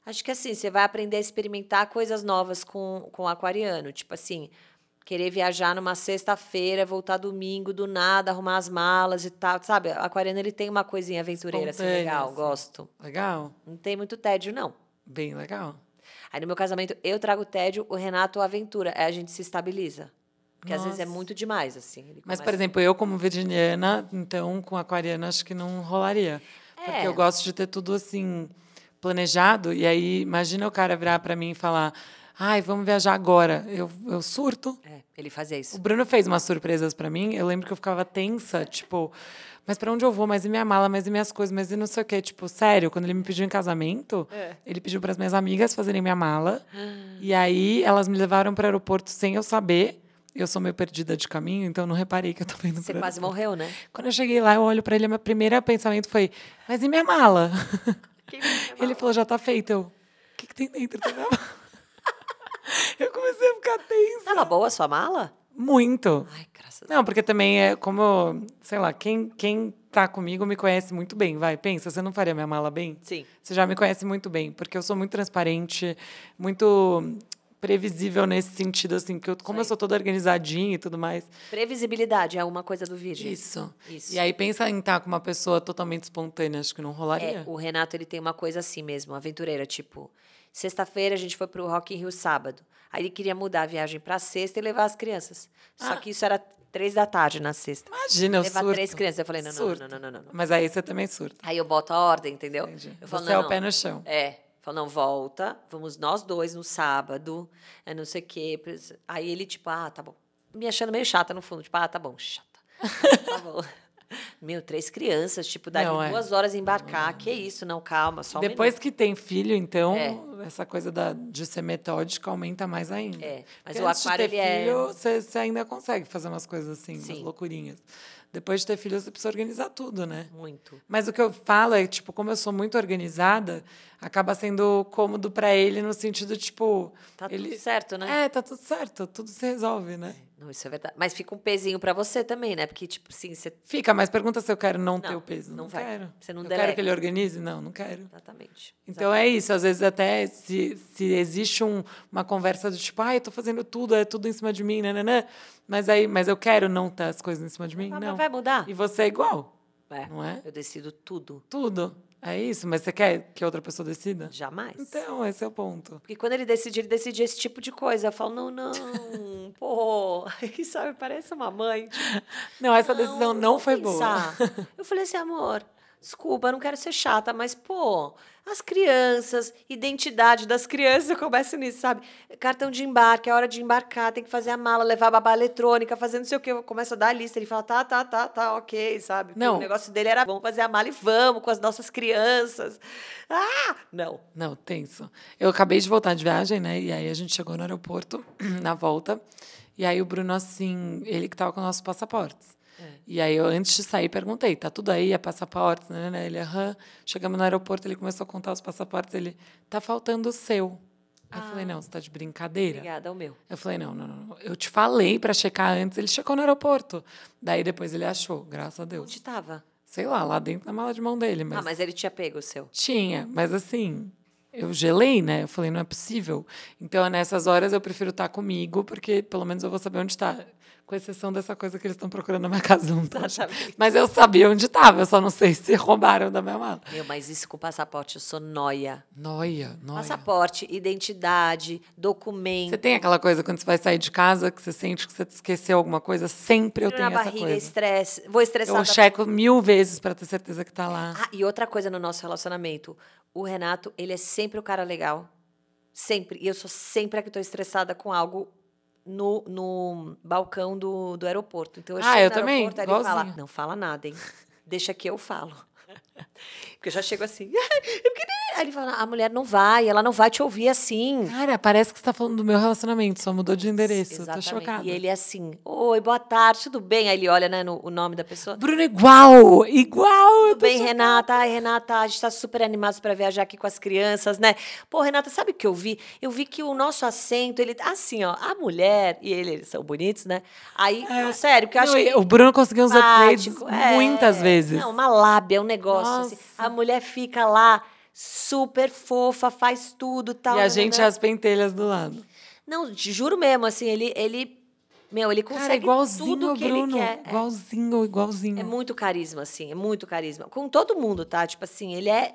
[SPEAKER 2] Acho que assim, você vai aprender a experimentar coisas novas com, com o aquariano. Tipo assim, querer viajar numa sexta-feira, voltar domingo, do nada, arrumar as malas e tal. Sabe, o aquariano ele tem uma coisinha aventureira assim,
[SPEAKER 1] Espontânea,
[SPEAKER 2] legal,
[SPEAKER 1] assim.
[SPEAKER 2] gosto.
[SPEAKER 1] Legal?
[SPEAKER 2] Não tem muito tédio, não.
[SPEAKER 1] Bem legal.
[SPEAKER 2] Aí no meu casamento eu trago o tédio, o Renato a aventura. Aí a gente se estabiliza. Porque às vezes é
[SPEAKER 1] Nossa.
[SPEAKER 2] muito demais, assim. Ele
[SPEAKER 1] Mas,
[SPEAKER 2] começa-
[SPEAKER 1] por exemplo, eu como virginiana, então com aquariana acho que não rolaria. Porque
[SPEAKER 2] É.
[SPEAKER 1] eu gosto de ter tudo assim planejado e aí imagina o cara virar para mim e falar: "Ai, vamos viajar agora". Eu, eu surto.
[SPEAKER 2] É, ele fazia isso.
[SPEAKER 1] O Bruno fez umas surpresas para mim. Eu lembro que eu ficava tensa, tipo, mas para onde eu vou? Mas e minha mala? Mas e minhas coisas? Mas e não sei o quê? Tipo, sério, quando ele me pediu em casamento,
[SPEAKER 2] É.
[SPEAKER 1] ele pediu para as minhas amigas fazerem minha mala. E aí elas me levaram para o aeroporto sem eu saber. Eu sou meio perdida de caminho, então eu não reparei que eu tava indo
[SPEAKER 2] Você
[SPEAKER 1] pro
[SPEAKER 2] quase
[SPEAKER 1] aeroporto.
[SPEAKER 2] morreu, né?
[SPEAKER 1] Quando eu cheguei lá, eu olho para ele, meu primeiro pensamento foi: "Mas e minha mala?"
[SPEAKER 2] é
[SPEAKER 1] Ele falou: "Já tá feito". Eu: "O que, que tem dentro da minha mala?" Eu comecei a ficar tensa.
[SPEAKER 2] Tava boa a sua mala?
[SPEAKER 1] Muito.
[SPEAKER 2] Ai, graças a
[SPEAKER 1] Não, porque também é como, sei lá, quem, quem tá comigo me conhece muito bem, vai. Pensa, você não faria minha mala bem?
[SPEAKER 2] Sim.
[SPEAKER 1] Você já me conhece muito bem, porque eu sou muito transparente, muito previsível nesse sentido, assim, porque eu, como eu sou toda organizadinha e tudo mais.
[SPEAKER 2] Previsibilidade é uma coisa do Virgem.
[SPEAKER 1] Isso.
[SPEAKER 2] Isso.
[SPEAKER 1] E aí pensa em estar com uma pessoa totalmente espontânea, acho que não
[SPEAKER 2] É,
[SPEAKER 1] rolaria.
[SPEAKER 2] o Renato, ele tem uma coisa assim mesmo, aventureira, tipo, sexta-feira a gente foi pro Rock in Rio sábado. Aí ele queria mudar a viagem pra sexta e levar as crianças. Só
[SPEAKER 1] Ah.
[SPEAKER 2] que isso era três da tarde na sexta.
[SPEAKER 1] Imagina, eu
[SPEAKER 2] levar
[SPEAKER 1] surto.
[SPEAKER 2] três crianças. Eu falei, não, não, não,
[SPEAKER 1] Surto.
[SPEAKER 2] não, não, não, não.
[SPEAKER 1] Mas aí você também surta.
[SPEAKER 2] Aí eu boto a ordem, entendeu?
[SPEAKER 1] Entendi.
[SPEAKER 2] Eu falo,
[SPEAKER 1] Você
[SPEAKER 2] não,
[SPEAKER 1] é
[SPEAKER 2] não.
[SPEAKER 1] o pé no chão.
[SPEAKER 2] É. Falou, não, volta, vamos nós dois no sábado, é não sei o quê. pres- Aí ele, tipo, ah, tá bom. Me achando meio chata no fundo, tipo, ah, tá bom, chata. tá bom. Meu, três crianças, tipo, dali
[SPEAKER 1] Não, é.
[SPEAKER 2] duas horas embarcar, que isso, não, calma, só um
[SPEAKER 1] Depois que tem filho, então,
[SPEAKER 2] É.
[SPEAKER 1] essa coisa da, de ser metódica aumenta mais ainda.
[SPEAKER 2] É, mas
[SPEAKER 1] Porque
[SPEAKER 2] o
[SPEAKER 1] antes de
[SPEAKER 2] aquário,
[SPEAKER 1] ter
[SPEAKER 2] ele é-
[SPEAKER 1] filho, você você ainda consegue fazer umas coisas assim, umas
[SPEAKER 2] Sim.
[SPEAKER 1] loucurinhas. Depois de ter filho, você precisa organizar tudo, né?
[SPEAKER 2] minuto. Muito.
[SPEAKER 1] Mas o que eu falo é, tipo, como eu sou muito organizada, acaba sendo cômodo pra ele no sentido, tipo...
[SPEAKER 2] Tá
[SPEAKER 1] ele...
[SPEAKER 2] tudo certo, né?
[SPEAKER 1] É, tá tudo certo, tudo se resolve, né?
[SPEAKER 2] Não, isso é verdade. Mas fica um pezinho pra você também, né? Porque, tipo, sim, você.
[SPEAKER 1] Fica, mas pergunta se eu quero não, ter
[SPEAKER 2] Não,
[SPEAKER 1] o peso.
[SPEAKER 2] não
[SPEAKER 1] Não,
[SPEAKER 2] vai.
[SPEAKER 1] quero.
[SPEAKER 2] Você não
[SPEAKER 1] eu
[SPEAKER 2] delega.
[SPEAKER 1] quero que ele organize? Não, não quero.
[SPEAKER 2] Exatamente.
[SPEAKER 1] Então é isso, às vezes até se, se existe um- uma conversa do tipo, ai, eu tô fazendo tudo, é tudo em cima de mim, nananã. Mas aí, mas eu quero não ter as coisas em cima de mim,
[SPEAKER 2] Ah, mas
[SPEAKER 1] não.
[SPEAKER 2] vai mudar?
[SPEAKER 1] E você é igual,
[SPEAKER 2] É.
[SPEAKER 1] não é?
[SPEAKER 2] Eu decido tudo.
[SPEAKER 1] Tudo. É isso, mas você quer que outra pessoa decida?
[SPEAKER 2] Jamais.
[SPEAKER 1] Então, esse é o ponto.
[SPEAKER 2] Porque quando ele decide, ele decide esse tipo de coisa. Eu falo, não, não, pô, que sabe, parece uma mãe. tipo,
[SPEAKER 1] Não, essa decisão não
[SPEAKER 2] vou
[SPEAKER 1] foi boa.
[SPEAKER 2] pensar. Eu falei assim, amor, desculpa, eu não quero ser chata, mas, pô, as crianças, identidade das crianças, eu começo nisso, sabe? Cartão de embarque, é hora de embarcar, tem que fazer a mala, levar a babá eletrônica, fazer não sei o quê. Eu começo a dar a lista, ele fala, tá, tá, tá, tá, ok, sabe? Porque
[SPEAKER 1] Não.
[SPEAKER 2] O negócio dele era, vamos fazer a mala e vamos com as nossas crianças. Ah, não.
[SPEAKER 1] Não, tenso. Eu acabei de voltar de viagem, né? E aí a gente chegou no aeroporto, na volta. E aí o Bruno, assim, ele que tava com nossos passaportes. E aí eu, antes de sair, perguntei: tá tudo aí? É passaporte? Né, né? Ele, aham. Chegamos no aeroporto, ele começou a contar os passaportes. Ele, tá faltando o seu. Aí eu falei: não, você tá de brincadeira.
[SPEAKER 2] Obrigada, é o meu.
[SPEAKER 1] Eu falei, não, não, não. não. Eu te falei pra checar antes. Ele checou no aeroporto. Daí depois ele achou, graças a Deus.
[SPEAKER 2] Onde tava?
[SPEAKER 1] Sei lá, lá dentro da mala de mão dele. Mas...
[SPEAKER 2] Ah, mas ele tinha pego o seu.
[SPEAKER 1] Tinha, mas assim, eu gelei, né? Eu falei, não é possível. Então, nessas horas, eu prefiro estar comigo, porque pelo menos eu vou saber onde está. Com exceção dessa coisa que eles estão procurando na minha casa. Não tô achando.
[SPEAKER 2] Exatamente.
[SPEAKER 1] mas eu sabia onde estava, eu só não sei se roubaram da minha mala.
[SPEAKER 2] Meu, mas isso com passaporte, eu sou noia.
[SPEAKER 1] Noia, noia.
[SPEAKER 2] Passaporte, identidade, documento.
[SPEAKER 1] Você tem aquela coisa quando você vai sair de casa, que você sente que você esqueceu alguma coisa? Sempre eu
[SPEAKER 2] frio na
[SPEAKER 1] tenho essa
[SPEAKER 2] barriga,
[SPEAKER 1] coisa.
[SPEAKER 2] estresse. Vou estressar.
[SPEAKER 1] Eu checo mil vezes para ter certeza que tá lá.
[SPEAKER 2] Ah, e outra coisa no nosso relacionamento. O Renato, ele é sempre o cara legal. Sempre. E eu sou sempre a que tô estressada com algo no, no balcão do, do aeroporto. Então eu
[SPEAKER 1] Ah,
[SPEAKER 2] chego
[SPEAKER 1] eu
[SPEAKER 2] no
[SPEAKER 1] também,
[SPEAKER 2] aeroporto, aí ele fala,
[SPEAKER 1] igualzinho.
[SPEAKER 2] não fala nada, hein? Deixa que eu falo. Porque eu já chego assim. "Eu queria-" Aí ele fala, a mulher não vai, ela não vai te ouvir assim.
[SPEAKER 1] Cara, parece que você tá falando do meu relacionamento, só mudou de endereço. Eu Tô chocada.
[SPEAKER 2] E ele é assim, oi, boa tarde, tudo bem? Aí ele olha né, no, o nome da pessoa.
[SPEAKER 1] Bruno igual, igual. eu
[SPEAKER 2] Tudo
[SPEAKER 1] tô
[SPEAKER 2] bem,
[SPEAKER 1] chocada.
[SPEAKER 2] Renata? Ai, Renata, a gente tá super animados para viajar aqui com as crianças, né? Pô, Renata, sabe o que eu vi? Eu vi que o nosso assento, ele. Assim, ó, a mulher e ele, eles são bonitos, né? Aí, não, sério, porque eu acho
[SPEAKER 1] É. Não,
[SPEAKER 2] que.
[SPEAKER 1] e O Bruno conseguiu uns upgrades
[SPEAKER 2] simpático, é.
[SPEAKER 1] muitas vezes.
[SPEAKER 2] Não, uma lábia, um negócio. assim.
[SPEAKER 1] Nossa.
[SPEAKER 2] A mulher fica lá. Super fofa, faz tudo tal.
[SPEAKER 1] e a
[SPEAKER 2] né,
[SPEAKER 1] gente
[SPEAKER 2] né?
[SPEAKER 1] é as pentelhas do lado.
[SPEAKER 2] Não, te juro mesmo, assim, ele. ele meu, ele consegue
[SPEAKER 1] Cara, é igualzinho
[SPEAKER 2] tudo
[SPEAKER 1] o
[SPEAKER 2] que
[SPEAKER 1] Bruno.
[SPEAKER 2] ele quer. É.
[SPEAKER 1] Igualzinho, igualzinho.
[SPEAKER 2] É muito carisma, assim, é muito carisma. Com todo mundo, tá? Tipo assim, ele é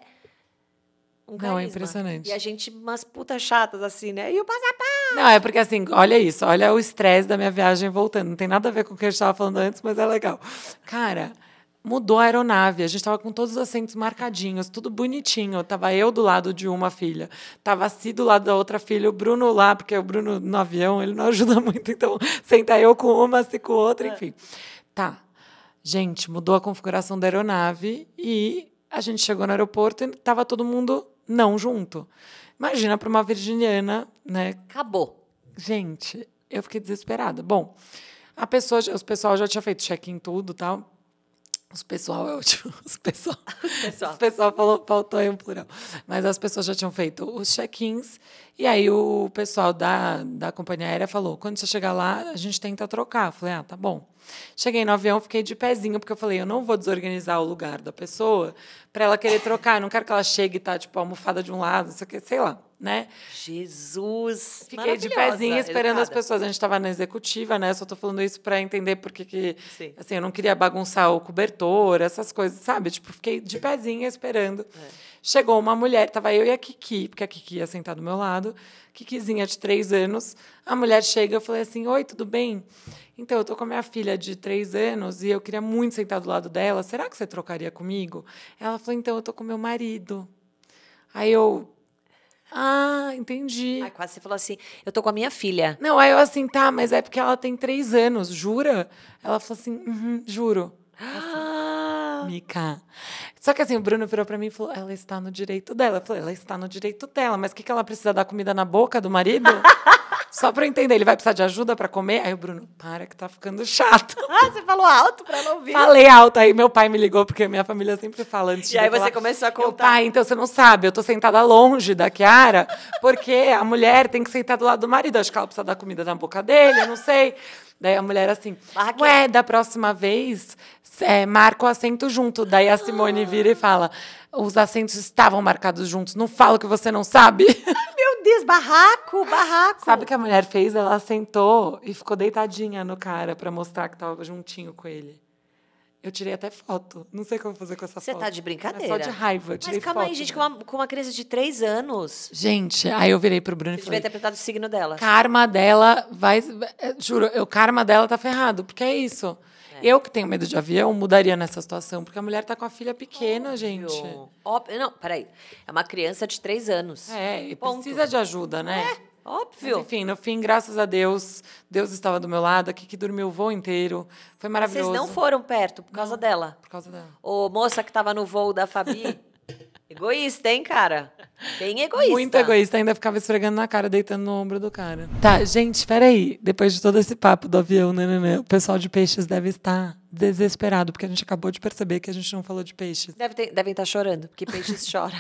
[SPEAKER 2] um carisma.
[SPEAKER 1] Não, é impressionante.
[SPEAKER 2] E a gente, umas putas chatas assim, né? E o passaporte.
[SPEAKER 1] Não, é porque assim, olha isso, olha o estresse da minha viagem voltando. Não tem nada a ver com o que a gente estava falando antes, mas é legal. Cara, mudou a aeronave. A gente estava com todos os assentos marcadinhos, tudo bonitinho. Tava eu do lado de uma filha, tava a Si do lado da outra filha, o Bruno lá, porque o Bruno no avião, ele não ajuda muito, então senta eu com uma, Si com outra, enfim. Tá. Gente, mudou a configuração da aeronave e a gente chegou no aeroporto e tava todo mundo não junto. Imagina para uma virginiana, né,
[SPEAKER 2] Acabou.
[SPEAKER 1] Gente, eu fiquei desesperada. Bom, a pessoa, já- os pessoal já tinha feito check-in tudo, tal. Os pessoal, eu, tipo, os pessoal,
[SPEAKER 2] Pessoal.
[SPEAKER 1] os pessoal falou, faltou aí um plural. Mas as pessoas já tinham feito os check-ins. E aí o pessoal da, da companhia aérea falou: quando você chegar lá, a gente tenta trocar. Eu falei, ah, tá bom. Cheguei no avião, fiquei de pezinho, porque eu falei, eu não vou desorganizar o lugar da pessoa para ela querer trocar. Eu não quero que ela chegue e tá, tipo, almofada de um lado, não sei o que, sei lá, né?
[SPEAKER 2] Jesus.
[SPEAKER 1] Fiquei de
[SPEAKER 2] maravilhosa,
[SPEAKER 1] pezinho esperando as
[SPEAKER 2] educada.
[SPEAKER 1] pessoas. A gente estava na executiva, né? Só tô falando isso para entender porque que.
[SPEAKER 2] Sim.
[SPEAKER 1] Assim, eu não queria bagunçar o cobertor, essas coisas, sabe? Tipo, fiquei de pezinho esperando.
[SPEAKER 2] É.
[SPEAKER 1] Chegou uma mulher, tava eu e a Kiki, porque a Kiki ia sentar do meu lado. Kikizinha de três anos. A mulher chega, eu falei assim: Oi, tudo bem? Então, eu tô com a minha filha de três anos e eu queria muito sentar do lado dela. Será que você trocaria comigo? Ela falou: Então, eu tô com meu marido. Aí eu. Ah, entendi.
[SPEAKER 2] Ai, quase você falou assim, eu tô com a minha filha.
[SPEAKER 1] Não, aí eu assim, tá, mas é porque ela tem três anos, jura? Ela falou assim, "Uhum, juro.
[SPEAKER 2] Ah,
[SPEAKER 1] Mica. Só que assim, o Bruno virou pra mim e falou: ela está no direito dela. Eu falei, ela está no direito dela, mas o que, que ela precisa dar comida na boca do marido? Só pra eu entender, ele vai precisar de ajuda pra comer? Aí o Bruno, para que tá ficando chato.
[SPEAKER 2] Ah, você falou alto pra ela ouvir.
[SPEAKER 1] Falei alto, aí meu pai me ligou, porque minha família sempre fala antes
[SPEAKER 2] E
[SPEAKER 1] de
[SPEAKER 2] aí
[SPEAKER 1] eu falar,
[SPEAKER 2] você começou a
[SPEAKER 1] "Meu
[SPEAKER 2] contar."
[SPEAKER 1] pai, então você não sabe, eu tô sentada longe da Kiara, porque a mulher tem que sentar do lado do marido. Acho que ela precisa dar comida na boca dele, eu não sei. Daí a mulher assim,
[SPEAKER 2] Barraqueira.
[SPEAKER 1] ué, da próxima vez, é, marca o assento junto. Daí a Simone vira e fala, os assentos estavam marcados juntos, não fala que você não sabe.
[SPEAKER 2] Meu Deus, barraco, barraco.
[SPEAKER 1] Sabe o que a mulher fez? Ela sentou e ficou deitadinha no cara pra mostrar que tava juntinho com ele. Eu tirei até foto. Não sei o que eu vou fazer com essa
[SPEAKER 2] Você
[SPEAKER 1] foto.
[SPEAKER 2] tá de brincadeira.
[SPEAKER 1] É só de raiva. Eu
[SPEAKER 2] Mas
[SPEAKER 1] tirei
[SPEAKER 2] calma aí,
[SPEAKER 1] foto,
[SPEAKER 2] gente, com
[SPEAKER 1] né?
[SPEAKER 2] uma, com uma criança de três anos.
[SPEAKER 1] Gente, aí eu virei pro Bruno e
[SPEAKER 2] Você devia
[SPEAKER 1] falei...
[SPEAKER 2] interpretado o signo dela.
[SPEAKER 1] Karma dela vai... é, Juro, o karma dela tá ferrado, porque é isso. Eu que tenho medo de avião, mudaria nessa situação, porque a mulher tá com a filha pequena, gente.
[SPEAKER 2] Óbvio. Não, peraí. É uma criança de três anos.
[SPEAKER 1] É, e
[SPEAKER 2] Ponto. É,
[SPEAKER 1] precisa de ajuda, né? Mas,
[SPEAKER 2] Óbvio.
[SPEAKER 1] enfim, no fim, graças a Deus, Deus estava do meu lado, a Kiki dormiu o voo inteiro. Foi
[SPEAKER 2] Vocês
[SPEAKER 1] maravilhoso.
[SPEAKER 2] não foram perto por causa dela.
[SPEAKER 1] Por causa dela.
[SPEAKER 2] Ô, moça que tava no voo da Fabi. egoísta, hein, cara? Bem egoísta.
[SPEAKER 1] Muito egoísta, ainda ficava esfregando na cara, deitando no ombro do cara. Tá, gente, peraí. Depois de todo esse papo do avião, né, né, né, o pessoal de peixes deve estar desesperado, porque a gente acabou de perceber que a gente não falou de peixes.
[SPEAKER 2] Deve ter- devem estar chorando, porque peixes chora.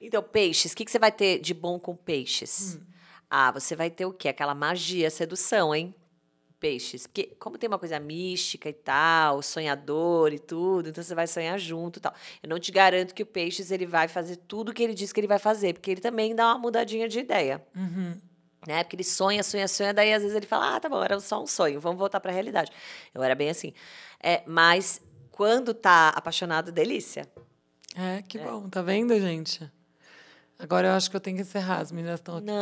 [SPEAKER 2] Então, peixes, o que, que você vai ter de bom com peixes? Ah, você vai ter o quê? Aquela magia, sedução, hein? Peixes. Porque como tem uma coisa mística e tal, sonhador e tudo, então você vai sonhar junto e tal. Eu não te garanto que o peixes ele vai fazer tudo que ele diz que ele vai fazer, porque ele também dá uma mudadinha de ideia
[SPEAKER 1] Uhum.
[SPEAKER 2] né? Porque ele sonha, sonha, sonha, daí às vezes ele fala, ah, tá bom, era só um sonho, vamos voltar pra realidade. Eu era bem assim. É, mas quando tá apaixonado, delícia.
[SPEAKER 1] É, que bom, tá vendo, gente? Agora eu acho que eu tenho que encerrar, as meninas estão aqui
[SPEAKER 2] Não,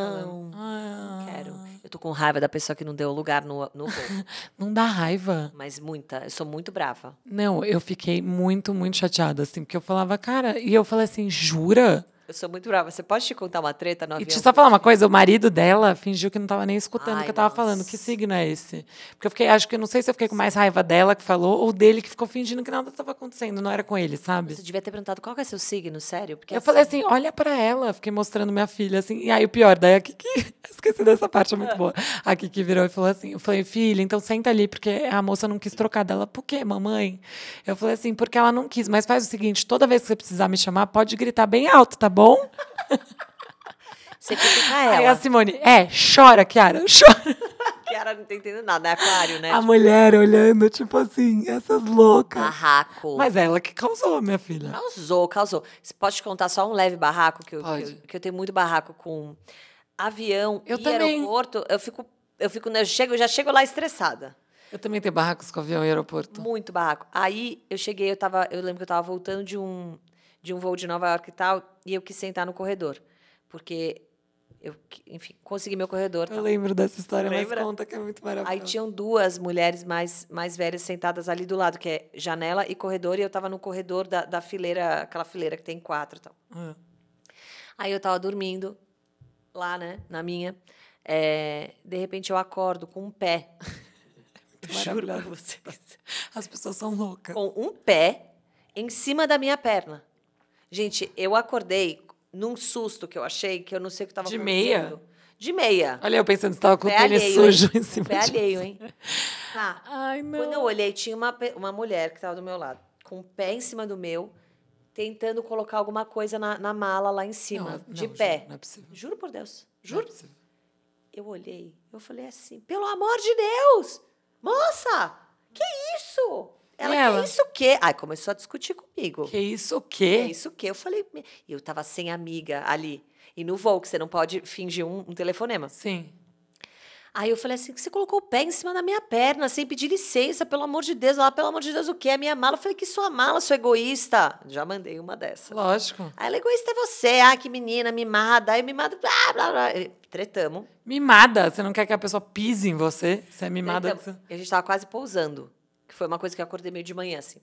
[SPEAKER 1] falando. Ah,
[SPEAKER 2] Então, Quero. Eu tô com raiva da pessoa que não deu lugar no, no voo,
[SPEAKER 1] Não dá raiva.
[SPEAKER 2] mas muita, eu sou muito brava.
[SPEAKER 1] Não, eu fiquei muito, muito chateada, assim, porque eu falava, cara, e eu falei assim, jura?
[SPEAKER 2] Eu sou muito brava. Você pode te contar uma treta no
[SPEAKER 1] E
[SPEAKER 2] avião?
[SPEAKER 1] deixa eu só falar uma coisa, o marido dela fingiu que não tava nem escutando o
[SPEAKER 2] Ai,
[SPEAKER 1] que eu tava
[SPEAKER 2] nossa.
[SPEAKER 1] falando. Que signo é esse? Porque eu fiquei, acho que eu não sei se eu fiquei com mais raiva dela que falou ou dele que ficou fingindo que nada tava acontecendo, não era com ele, sabe?
[SPEAKER 2] Você devia ter perguntado qual que é seu signo, sério? Porque
[SPEAKER 1] Eu falei assim, olha pra ela, fiquei mostrando minha filha, assim, e aí o pior, daí a Kiki, esqueci dessa parte, é
[SPEAKER 2] Ah.
[SPEAKER 1] muito boa. A Kiki virou e falou assim, eu falei, filha, então senta ali, porque a moça não quis trocar dela, por quê, mamãe? Eu falei assim, porque ela não quis, mas faz o seguinte, toda vez que você precisar me chamar, pode gritar bem alto, tá bom?
[SPEAKER 2] Você critica
[SPEAKER 1] Aí a
[SPEAKER 2] ela.
[SPEAKER 1] Simone, é, chora, Kiara, chora.
[SPEAKER 2] Que ela não tá entendendo nada, é aquário, né?
[SPEAKER 1] A mulher olhando, tipo assim, essas
[SPEAKER 2] Ah,
[SPEAKER 1] loucas.
[SPEAKER 2] Barraco.
[SPEAKER 1] Mas é ela que causou, minha filha.
[SPEAKER 2] Causou, causou. Você pode te contar só um leve barraco que eu, que eu-
[SPEAKER 1] Pode.
[SPEAKER 2] Que, eu, tenho muito barraco com avião
[SPEAKER 1] Eu
[SPEAKER 2] e
[SPEAKER 1] também.
[SPEAKER 2] aeroporto. Eu fico, eu fico, eu chego, eu já chego lá estressada.
[SPEAKER 1] Eu também tenho barracos com avião e aeroporto.
[SPEAKER 2] Muito barraco. Aí eu cheguei, eu tava, eu lembro que eu tava voltando de um de um voo de Nova York e tal, e eu quis sentar no corredor. Porque eu, que- enfim, consegui meu corredor.
[SPEAKER 1] Eu
[SPEAKER 2] tal.
[SPEAKER 1] lembro dessa história,
[SPEAKER 2] Lembra?
[SPEAKER 1] mas conta que é muito maravilhosa.
[SPEAKER 2] Aí tinham duas mulheres mais, mais velhas sentadas ali do lado, que é janela e corredor, e eu tava no corredor da, da fileira, aquela fileira que tem quatro e tal.
[SPEAKER 1] Ah.
[SPEAKER 2] Aí eu tava dormindo lá, né, na minha. É, de repente eu acordo com um pé. Juro pra
[SPEAKER 1] Maravilhosa.
[SPEAKER 2] vocês.
[SPEAKER 1] As pessoas são loucas.
[SPEAKER 2] Com um pé em cima da minha perna. Gente, eu acordei num susto que eu achei, que eu não sei o que tava
[SPEAKER 1] De meia?
[SPEAKER 2] acontecendo. De meia?
[SPEAKER 1] Olha, eu pensando que estava com o
[SPEAKER 2] Pé
[SPEAKER 1] tênis
[SPEAKER 2] alheio,
[SPEAKER 1] sujo
[SPEAKER 2] hein?
[SPEAKER 1] em cima
[SPEAKER 2] Pé
[SPEAKER 1] de
[SPEAKER 2] alheio,
[SPEAKER 1] você.
[SPEAKER 2] hein? Tá.
[SPEAKER 1] Ai, não.
[SPEAKER 2] Quando eu olhei, tinha uma, pe- uma mulher que estava do meu lado, com o pé em cima do meu, tentando colocar alguma coisa na, na mala lá em cima,
[SPEAKER 1] Não,
[SPEAKER 2] de
[SPEAKER 1] não,
[SPEAKER 2] pé.
[SPEAKER 1] juro, não é possível. Não é
[SPEAKER 2] Juro por Deus. Juro.
[SPEAKER 1] possível.
[SPEAKER 2] Eu olhei, eu falei assim, pelo amor de Deus! Moça! Que isso? Ela,
[SPEAKER 1] E
[SPEAKER 2] que
[SPEAKER 1] ela?
[SPEAKER 2] isso o quê? Aí começou a discutir comigo.
[SPEAKER 1] Que isso, o
[SPEAKER 2] Que é
[SPEAKER 1] quê?
[SPEAKER 2] isso o quê? Eu falei, "Me-" eu tava sem amiga ali. E no voo, que você não pode fingir um, um telefonema.
[SPEAKER 1] Sim.
[SPEAKER 2] Aí eu falei assim, que você colocou o pé em cima da minha perna, sem pedir licença, pelo amor de Deus. Ela, pelo amor de Deus, o que é minha mala? Eu falei, que sua mala, sua egoísta. Já mandei uma dessa.
[SPEAKER 1] Lógico.
[SPEAKER 2] Aí ela, egoísta é você. Ah, que menina, mimada. Aí mimada, blá, blá, blá. E Tretamos.
[SPEAKER 1] Mimada. Você não quer que a pessoa pise em você? Você é mimada.
[SPEAKER 2] Tretamos. E a gente tava quase pousando. Que foi uma coisa que eu acordei meio de manhã, assim.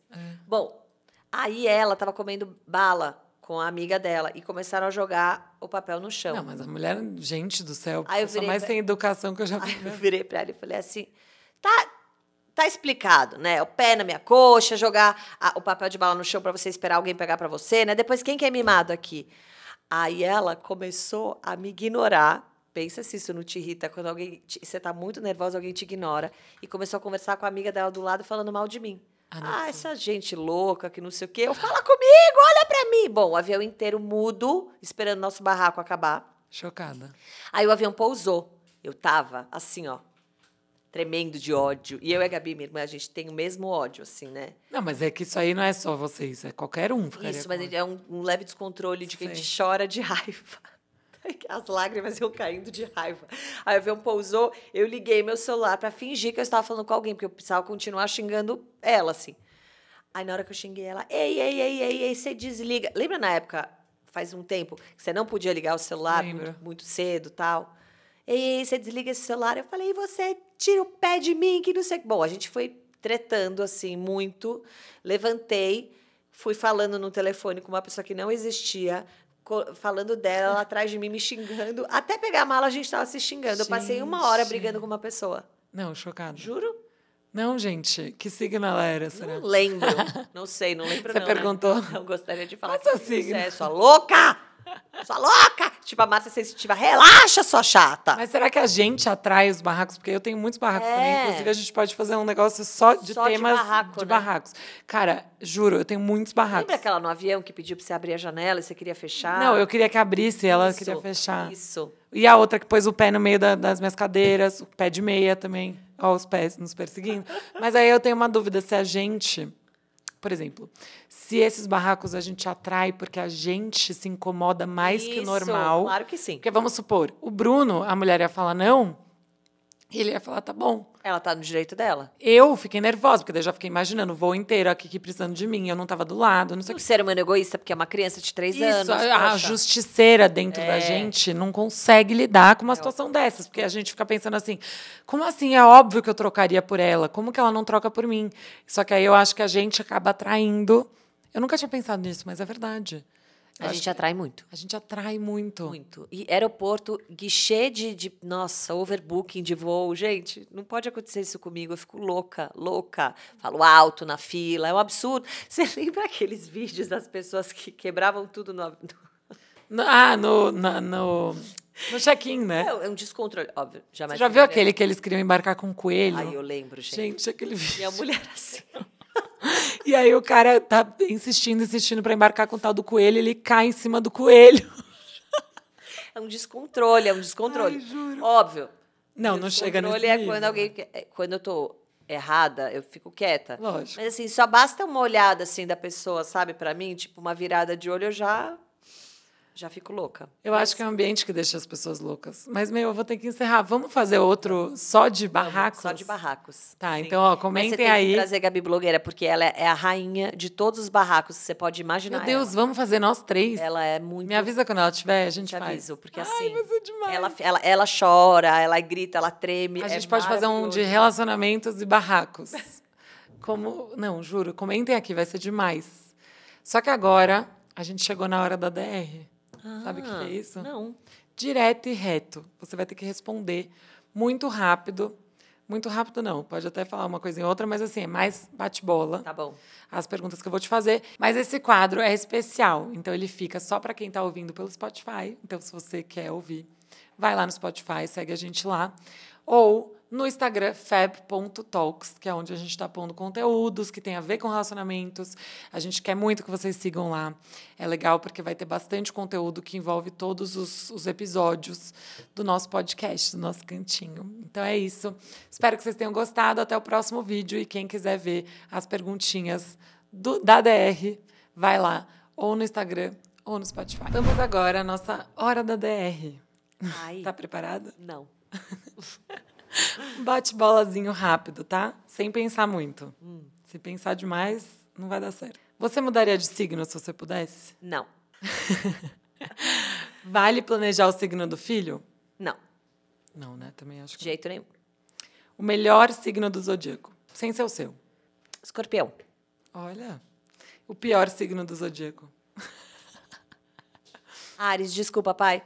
[SPEAKER 2] Bom, aí ela tava comendo bala com a amiga dela. E começaram a jogar o papel no chão.
[SPEAKER 1] Não, mas a mulher, gente do céu,
[SPEAKER 2] então. Aí eu
[SPEAKER 1] a pessoa
[SPEAKER 2] virei
[SPEAKER 1] mais
[SPEAKER 2] pra-
[SPEAKER 1] sem educação que eu já vi.
[SPEAKER 2] Aí eu virei pra ela e falei assim: tá, tá explicado, né? O pé na minha coxa, jogar a- o papel de bala no chão pra você esperar alguém pegar pra você, né? Depois, quem que é mimado aqui? Aí ela começou a me ignorar. Pensa se isso não te irrita, quando alguém. te- você tá muito nervosa, alguém te ignora. E começou a conversar com a amiga dela do lado, falando mal de mim.
[SPEAKER 1] Ah, não
[SPEAKER 2] Ah,
[SPEAKER 1] sei.
[SPEAKER 2] essa gente louca que não sei o quê. Eu, fala comigo, olha pra mim. Bom, o avião inteiro mudo, esperando nosso barraco acabar.
[SPEAKER 1] Chocada.
[SPEAKER 2] Aí o avião pousou. Eu tava assim, ó, tremendo de ódio. E eu e a Gabi, minha irmã, a gente tem o mesmo ódio, assim, né?
[SPEAKER 1] Não, mas é que isso aí não é só você, isso é qualquer um. ficaria
[SPEAKER 2] Isso,
[SPEAKER 1] com
[SPEAKER 2] mas
[SPEAKER 1] ódio.
[SPEAKER 2] é um, um leve descontrole de que a gente
[SPEAKER 1] Sei.
[SPEAKER 2] chora de raiva. As lágrimas iam caindo de raiva. Aí o avião pousou, eu liguei meu celular pra fingir que eu estava falando com alguém, porque eu precisava continuar xingando ela, assim. Aí na hora que eu xinguei ela, ei, ei, ei, ei, ei, você desliga. Lembra na época, faz um tempo, que você não podia ligar o celular
[SPEAKER 1] Lembro.
[SPEAKER 2] muito, muito cedo tal? Ei, ei, você desliga esse celular. Eu falei, e você tira o pé de mim, que não sei. o quê. Bom, a gente foi tretando assim muito. Levantei, fui falando no telefone com uma pessoa que não existia. co- Falando dela, ela atrás de mim me xingando. Até pegar a mala, a gente tava se xingando. Eu passei uma hora
[SPEAKER 1] Gente.
[SPEAKER 2] brigando com uma pessoa.
[SPEAKER 1] Não, chocada.
[SPEAKER 2] Juro?
[SPEAKER 1] Não, gente, que signo ela era, será?
[SPEAKER 2] Não lembro. Não sei, não lembro
[SPEAKER 1] Você
[SPEAKER 2] não, né?
[SPEAKER 1] perguntou?
[SPEAKER 2] Eu gostaria de falar
[SPEAKER 1] Qual seu
[SPEAKER 2] que você
[SPEAKER 1] signo?
[SPEAKER 2] é sua louca! Sua louca! Tipo, a massa sensitiva, relaxa, sua chata!
[SPEAKER 1] Mas será que a gente atrai os barracos? Porque eu tenho muitos barracos
[SPEAKER 2] É.
[SPEAKER 1] também. Inclusive, a gente pode fazer um negócio só de
[SPEAKER 2] Só de
[SPEAKER 1] temas de,
[SPEAKER 2] barraco, né?
[SPEAKER 1] barracos. Cara, juro, eu tenho muitos barracos.
[SPEAKER 2] Lembra aquela no avião que pediu pra você abrir a janela e você queria fechar?
[SPEAKER 1] Não, eu queria que abrisse, ela
[SPEAKER 2] Isso,
[SPEAKER 1] queria fechar.
[SPEAKER 2] Isso.
[SPEAKER 1] E a outra que pôs o pé no meio da- das minhas cadeiras, o pé de meia também. Ó, os pés nos perseguindo. Mas aí eu tenho uma dúvida: se a gente, por exemplo, se esses barracos a gente atrai porque a gente se incomoda mais que o
[SPEAKER 2] Isso,
[SPEAKER 1] normal.
[SPEAKER 2] Claro que sim.
[SPEAKER 1] Porque vamos supor, o Bruno, a mulher ia falar não, e ele ia falar, tá bom.
[SPEAKER 2] Ela tá no direito dela.
[SPEAKER 1] Eu fiquei nervosa, porque daí eu já fiquei imaginando o voo inteiro aqui que precisando de mim, eu não tava do lado, não sei o
[SPEAKER 2] O ser humano egoísta, porque é uma criança de três
[SPEAKER 1] isso,
[SPEAKER 2] anos.
[SPEAKER 1] a, a
[SPEAKER 2] poxa. É.
[SPEAKER 1] justiceira dentro da gente não consegue lidar com uma situação dessas, porque a gente fica pensando assim: como assim? É óbvio que eu trocaria por ela, como que ela não troca por mim? Só que aí eu acho que a gente acaba atraindo. Eu nunca tinha pensado nisso, mas é verdade. Eu
[SPEAKER 2] A
[SPEAKER 1] acho
[SPEAKER 2] gente
[SPEAKER 1] que é.
[SPEAKER 2] atrai muito.
[SPEAKER 1] a gente atrai muito.
[SPEAKER 2] Muito. E aeroporto, guichê de, de- Nossa, overbooking de voo. Gente, não pode acontecer isso comigo. Eu fico louca, louca. Falo alto na fila, é um absurdo. Você lembra aqueles vídeos das pessoas que quebravam tudo no. av-
[SPEAKER 1] No- ah, no, na- no, no check-in, né?
[SPEAKER 2] É um descontrole, óbvio.
[SPEAKER 1] Você
[SPEAKER 2] Jamais
[SPEAKER 1] já viu
[SPEAKER 2] faria.
[SPEAKER 1] aquele que eles queriam embarcar com um coelho?
[SPEAKER 2] é Ai, eu lembro, gente.
[SPEAKER 1] gente, aquele
[SPEAKER 2] E é a
[SPEAKER 1] vídeo.
[SPEAKER 2] mulher assim.
[SPEAKER 1] E aí o cara tá insistindo, insistindo pra embarcar com o tal do coelho, ele cai em cima do coelho.
[SPEAKER 2] É um descontrole, é um descontrole.
[SPEAKER 1] Ai, juro.
[SPEAKER 2] Óbvio.
[SPEAKER 1] Não, não chega nesse
[SPEAKER 2] Descontrole é
[SPEAKER 1] nível. né?
[SPEAKER 2] quando alguém. que- é, Quando eu tô errada, eu fico quieta.
[SPEAKER 1] Lógico.
[SPEAKER 2] Mas assim, só basta uma olhada assim da pessoa, sabe, pra mim, tipo uma virada de olho, eu já. já fico louca.
[SPEAKER 1] Eu acho que é o ambiente que deixa as pessoas loucas. Mas, meu, eu vou ter que encerrar. Vamos fazer outro só de barracos?
[SPEAKER 2] Só de barracos.
[SPEAKER 1] Tá, então, ó,
[SPEAKER 2] Mas você
[SPEAKER 1] comentem
[SPEAKER 2] tem que
[SPEAKER 1] aí.
[SPEAKER 2] trazer Gabi Blogueira, porque ela é a rainha de todos os barracos que você pode imaginar.
[SPEAKER 1] Meu Deus, vamos fazer nós três.
[SPEAKER 2] ela, ela é muito.
[SPEAKER 1] Me avisa quando ela tiver, a gente
[SPEAKER 2] Te
[SPEAKER 1] faz.
[SPEAKER 2] aviso, porque assim.
[SPEAKER 1] Vai ser demais.
[SPEAKER 2] Ela, ela, ela chora, ela grita, ela treme.
[SPEAKER 1] A
[SPEAKER 2] é
[SPEAKER 1] gente pode fazer um de
[SPEAKER 2] maravilhoso.
[SPEAKER 1] relacionamentos e barracos. Como. Não, juro, comentem aqui, vai ser demais. Só que agora a gente chegou na hora da DR. Sabe o que que é
[SPEAKER 2] Ah,
[SPEAKER 1] isso?
[SPEAKER 2] Não.
[SPEAKER 1] Direto e reto. Você vai ter que responder muito rápido. Muito rápido, não. Pode até falar uma coisa em outra, mas assim, é mais bate-bola
[SPEAKER 2] Tá bom.
[SPEAKER 1] as perguntas que eu vou te fazer. Mas esse quadro é especial, então ele fica só para quem está ouvindo pelo Spotify. Então, se você quer ouvir, vai lá no Spotify, segue a gente lá. Ou no Instagram, fab.talks, que é onde a gente está pondo conteúdos que tem a ver com relacionamentos. A gente quer muito que vocês sigam lá. É legal porque vai ter bastante conteúdo que envolve todos os, os episódios do nosso podcast, do nosso cantinho. Então é isso. Espero que vocês tenham gostado. Até o próximo vídeo. E quem quiser ver as perguntinhas do- da DR, vai lá, ou no Instagram, ou no Spotify. Vamos agora à nossa hora da DR.
[SPEAKER 2] Ai,
[SPEAKER 1] Tá preparada?
[SPEAKER 2] não.
[SPEAKER 1] Bate bolazinho rápido, tá? Sem pensar muito. Se pensar demais, não vai dar certo. Você mudaria de signo se você pudesse?
[SPEAKER 2] Não.
[SPEAKER 1] Vale planejar o signo do filho?
[SPEAKER 2] Não.
[SPEAKER 1] Não, né? Também acho que.
[SPEAKER 2] De jeito nenhum.
[SPEAKER 1] não. O melhor signo do zodíaco, sem ser o seu.
[SPEAKER 2] Escorpião.
[SPEAKER 1] Olha. O pior signo do zodíaco.
[SPEAKER 2] Ares, desculpa, pai.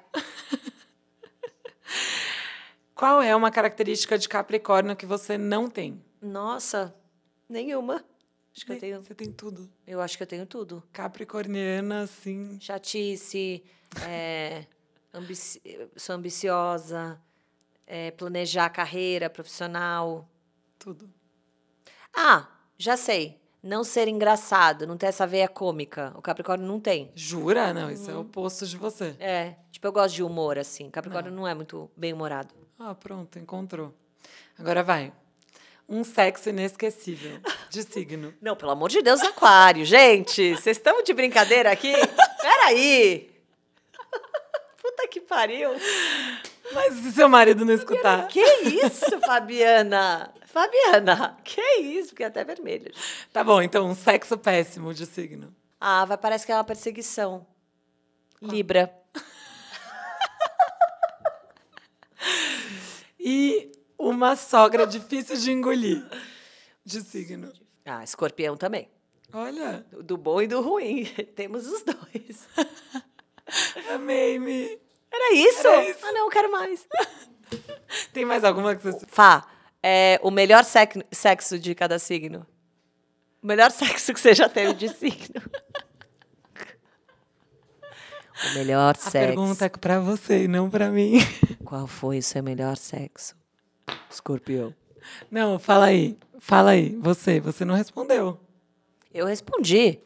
[SPEAKER 1] Qual é uma característica de Capricórnio que você não tem?
[SPEAKER 2] Nossa, nenhuma. Acho que eu tenho.
[SPEAKER 1] Você tem tudo.
[SPEAKER 2] Eu acho que eu tenho tudo.
[SPEAKER 1] Capricorniana, assim.
[SPEAKER 2] Chatice, é, ambici- sou ambiciosa, é, planejar a carreira profissional.
[SPEAKER 1] Tudo.
[SPEAKER 2] Ah, já sei. Não ser engraçado, não ter essa veia cômica. O Capricórnio não tem.
[SPEAKER 1] Jura? Não, isso é o oposto de você.
[SPEAKER 2] É, tipo, eu gosto de humor, assim. Capricórnio não, é muito bem-humorado.
[SPEAKER 1] Ah, pronto, encontrou. Agora vai. Um sexo inesquecível. De signo.
[SPEAKER 2] Não, pelo amor de Deus, Aquário, gente! Vocês estão de brincadeira aqui? Peraí! Puta que pariu!
[SPEAKER 1] Mas se seu marido não escutar.
[SPEAKER 2] Que isso, Fabiana? Fabiana, que isso? Fiquei até vermelha.
[SPEAKER 1] Tá bom, então, um sexo péssimo de signo.
[SPEAKER 2] Ah, vai, parece que é uma perseguição. Libra.
[SPEAKER 1] E uma sogra difícil de engolir. De signo.
[SPEAKER 2] Ah, escorpião também.
[SPEAKER 1] Olha,
[SPEAKER 2] Do do bom e do ruim. Temos os dois.
[SPEAKER 1] amei-me.
[SPEAKER 2] Era isso?
[SPEAKER 1] Era isso.
[SPEAKER 2] Ah, não, quero mais.
[SPEAKER 1] Tem mais alguma que você.
[SPEAKER 2] Fá, é o melhor sec- sexo de cada signo. O melhor sexo que você já teve de signo. O melhor
[SPEAKER 1] A
[SPEAKER 2] sexo.
[SPEAKER 1] pergunta é pra você e não pra mim.
[SPEAKER 2] Qual foi o seu melhor sexo? Escorpião.
[SPEAKER 1] Não, fala aí. Fala aí. Você, você não respondeu.
[SPEAKER 2] Eu respondi.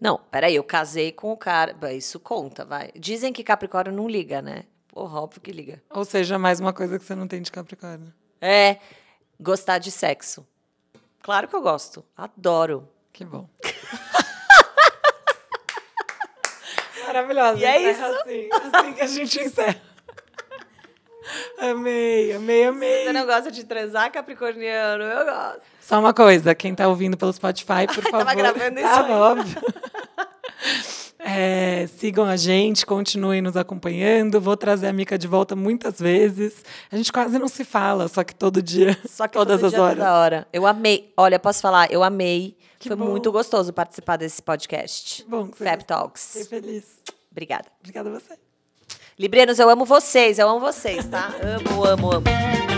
[SPEAKER 2] Não, peraí, eu casei com o cara. Bah, Isso conta, vai. Dizem que Capricórnio não liga, né? Porra, óbvio que liga.
[SPEAKER 1] Ou seja, mais uma coisa que você não tem de Capricórnio.
[SPEAKER 2] É, gostar de sexo. Claro que eu gosto. Adoro.
[SPEAKER 1] Que bom. Maravilhosa.
[SPEAKER 2] E é
[SPEAKER 1] encerra Assim, assim que a gente encerra. Amei, amei,
[SPEAKER 2] Você
[SPEAKER 1] amei.
[SPEAKER 2] não gosta de transar, Capricorniano? Eu gosto.
[SPEAKER 1] Só uma coisa, quem tá ouvindo pelo Spotify, por favor.
[SPEAKER 2] tava gravando isso
[SPEAKER 1] Tava,
[SPEAKER 2] aí.
[SPEAKER 1] óbvio. É, sigam a gente, continuem nos acompanhando. Vou trazer a Mica de volta muitas vezes. A gente quase não se fala, só que todo dia.
[SPEAKER 2] Só que
[SPEAKER 1] todas
[SPEAKER 2] todo
[SPEAKER 1] as
[SPEAKER 2] dia, é
[SPEAKER 1] horas.
[SPEAKER 2] Toda hora. Eu amei. Olha, posso falar? Eu amei.
[SPEAKER 1] Que
[SPEAKER 2] Foi
[SPEAKER 1] bom.
[SPEAKER 2] muito gostoso participar desse podcast.
[SPEAKER 1] Que bom que você
[SPEAKER 2] Fab
[SPEAKER 1] gostou. Fiquei
[SPEAKER 2] Talks.
[SPEAKER 1] feliz.
[SPEAKER 2] Obrigada.
[SPEAKER 1] Obrigada a você.
[SPEAKER 2] Librianos, eu amo vocês. Eu amo vocês, tá? Amo, amo, amo.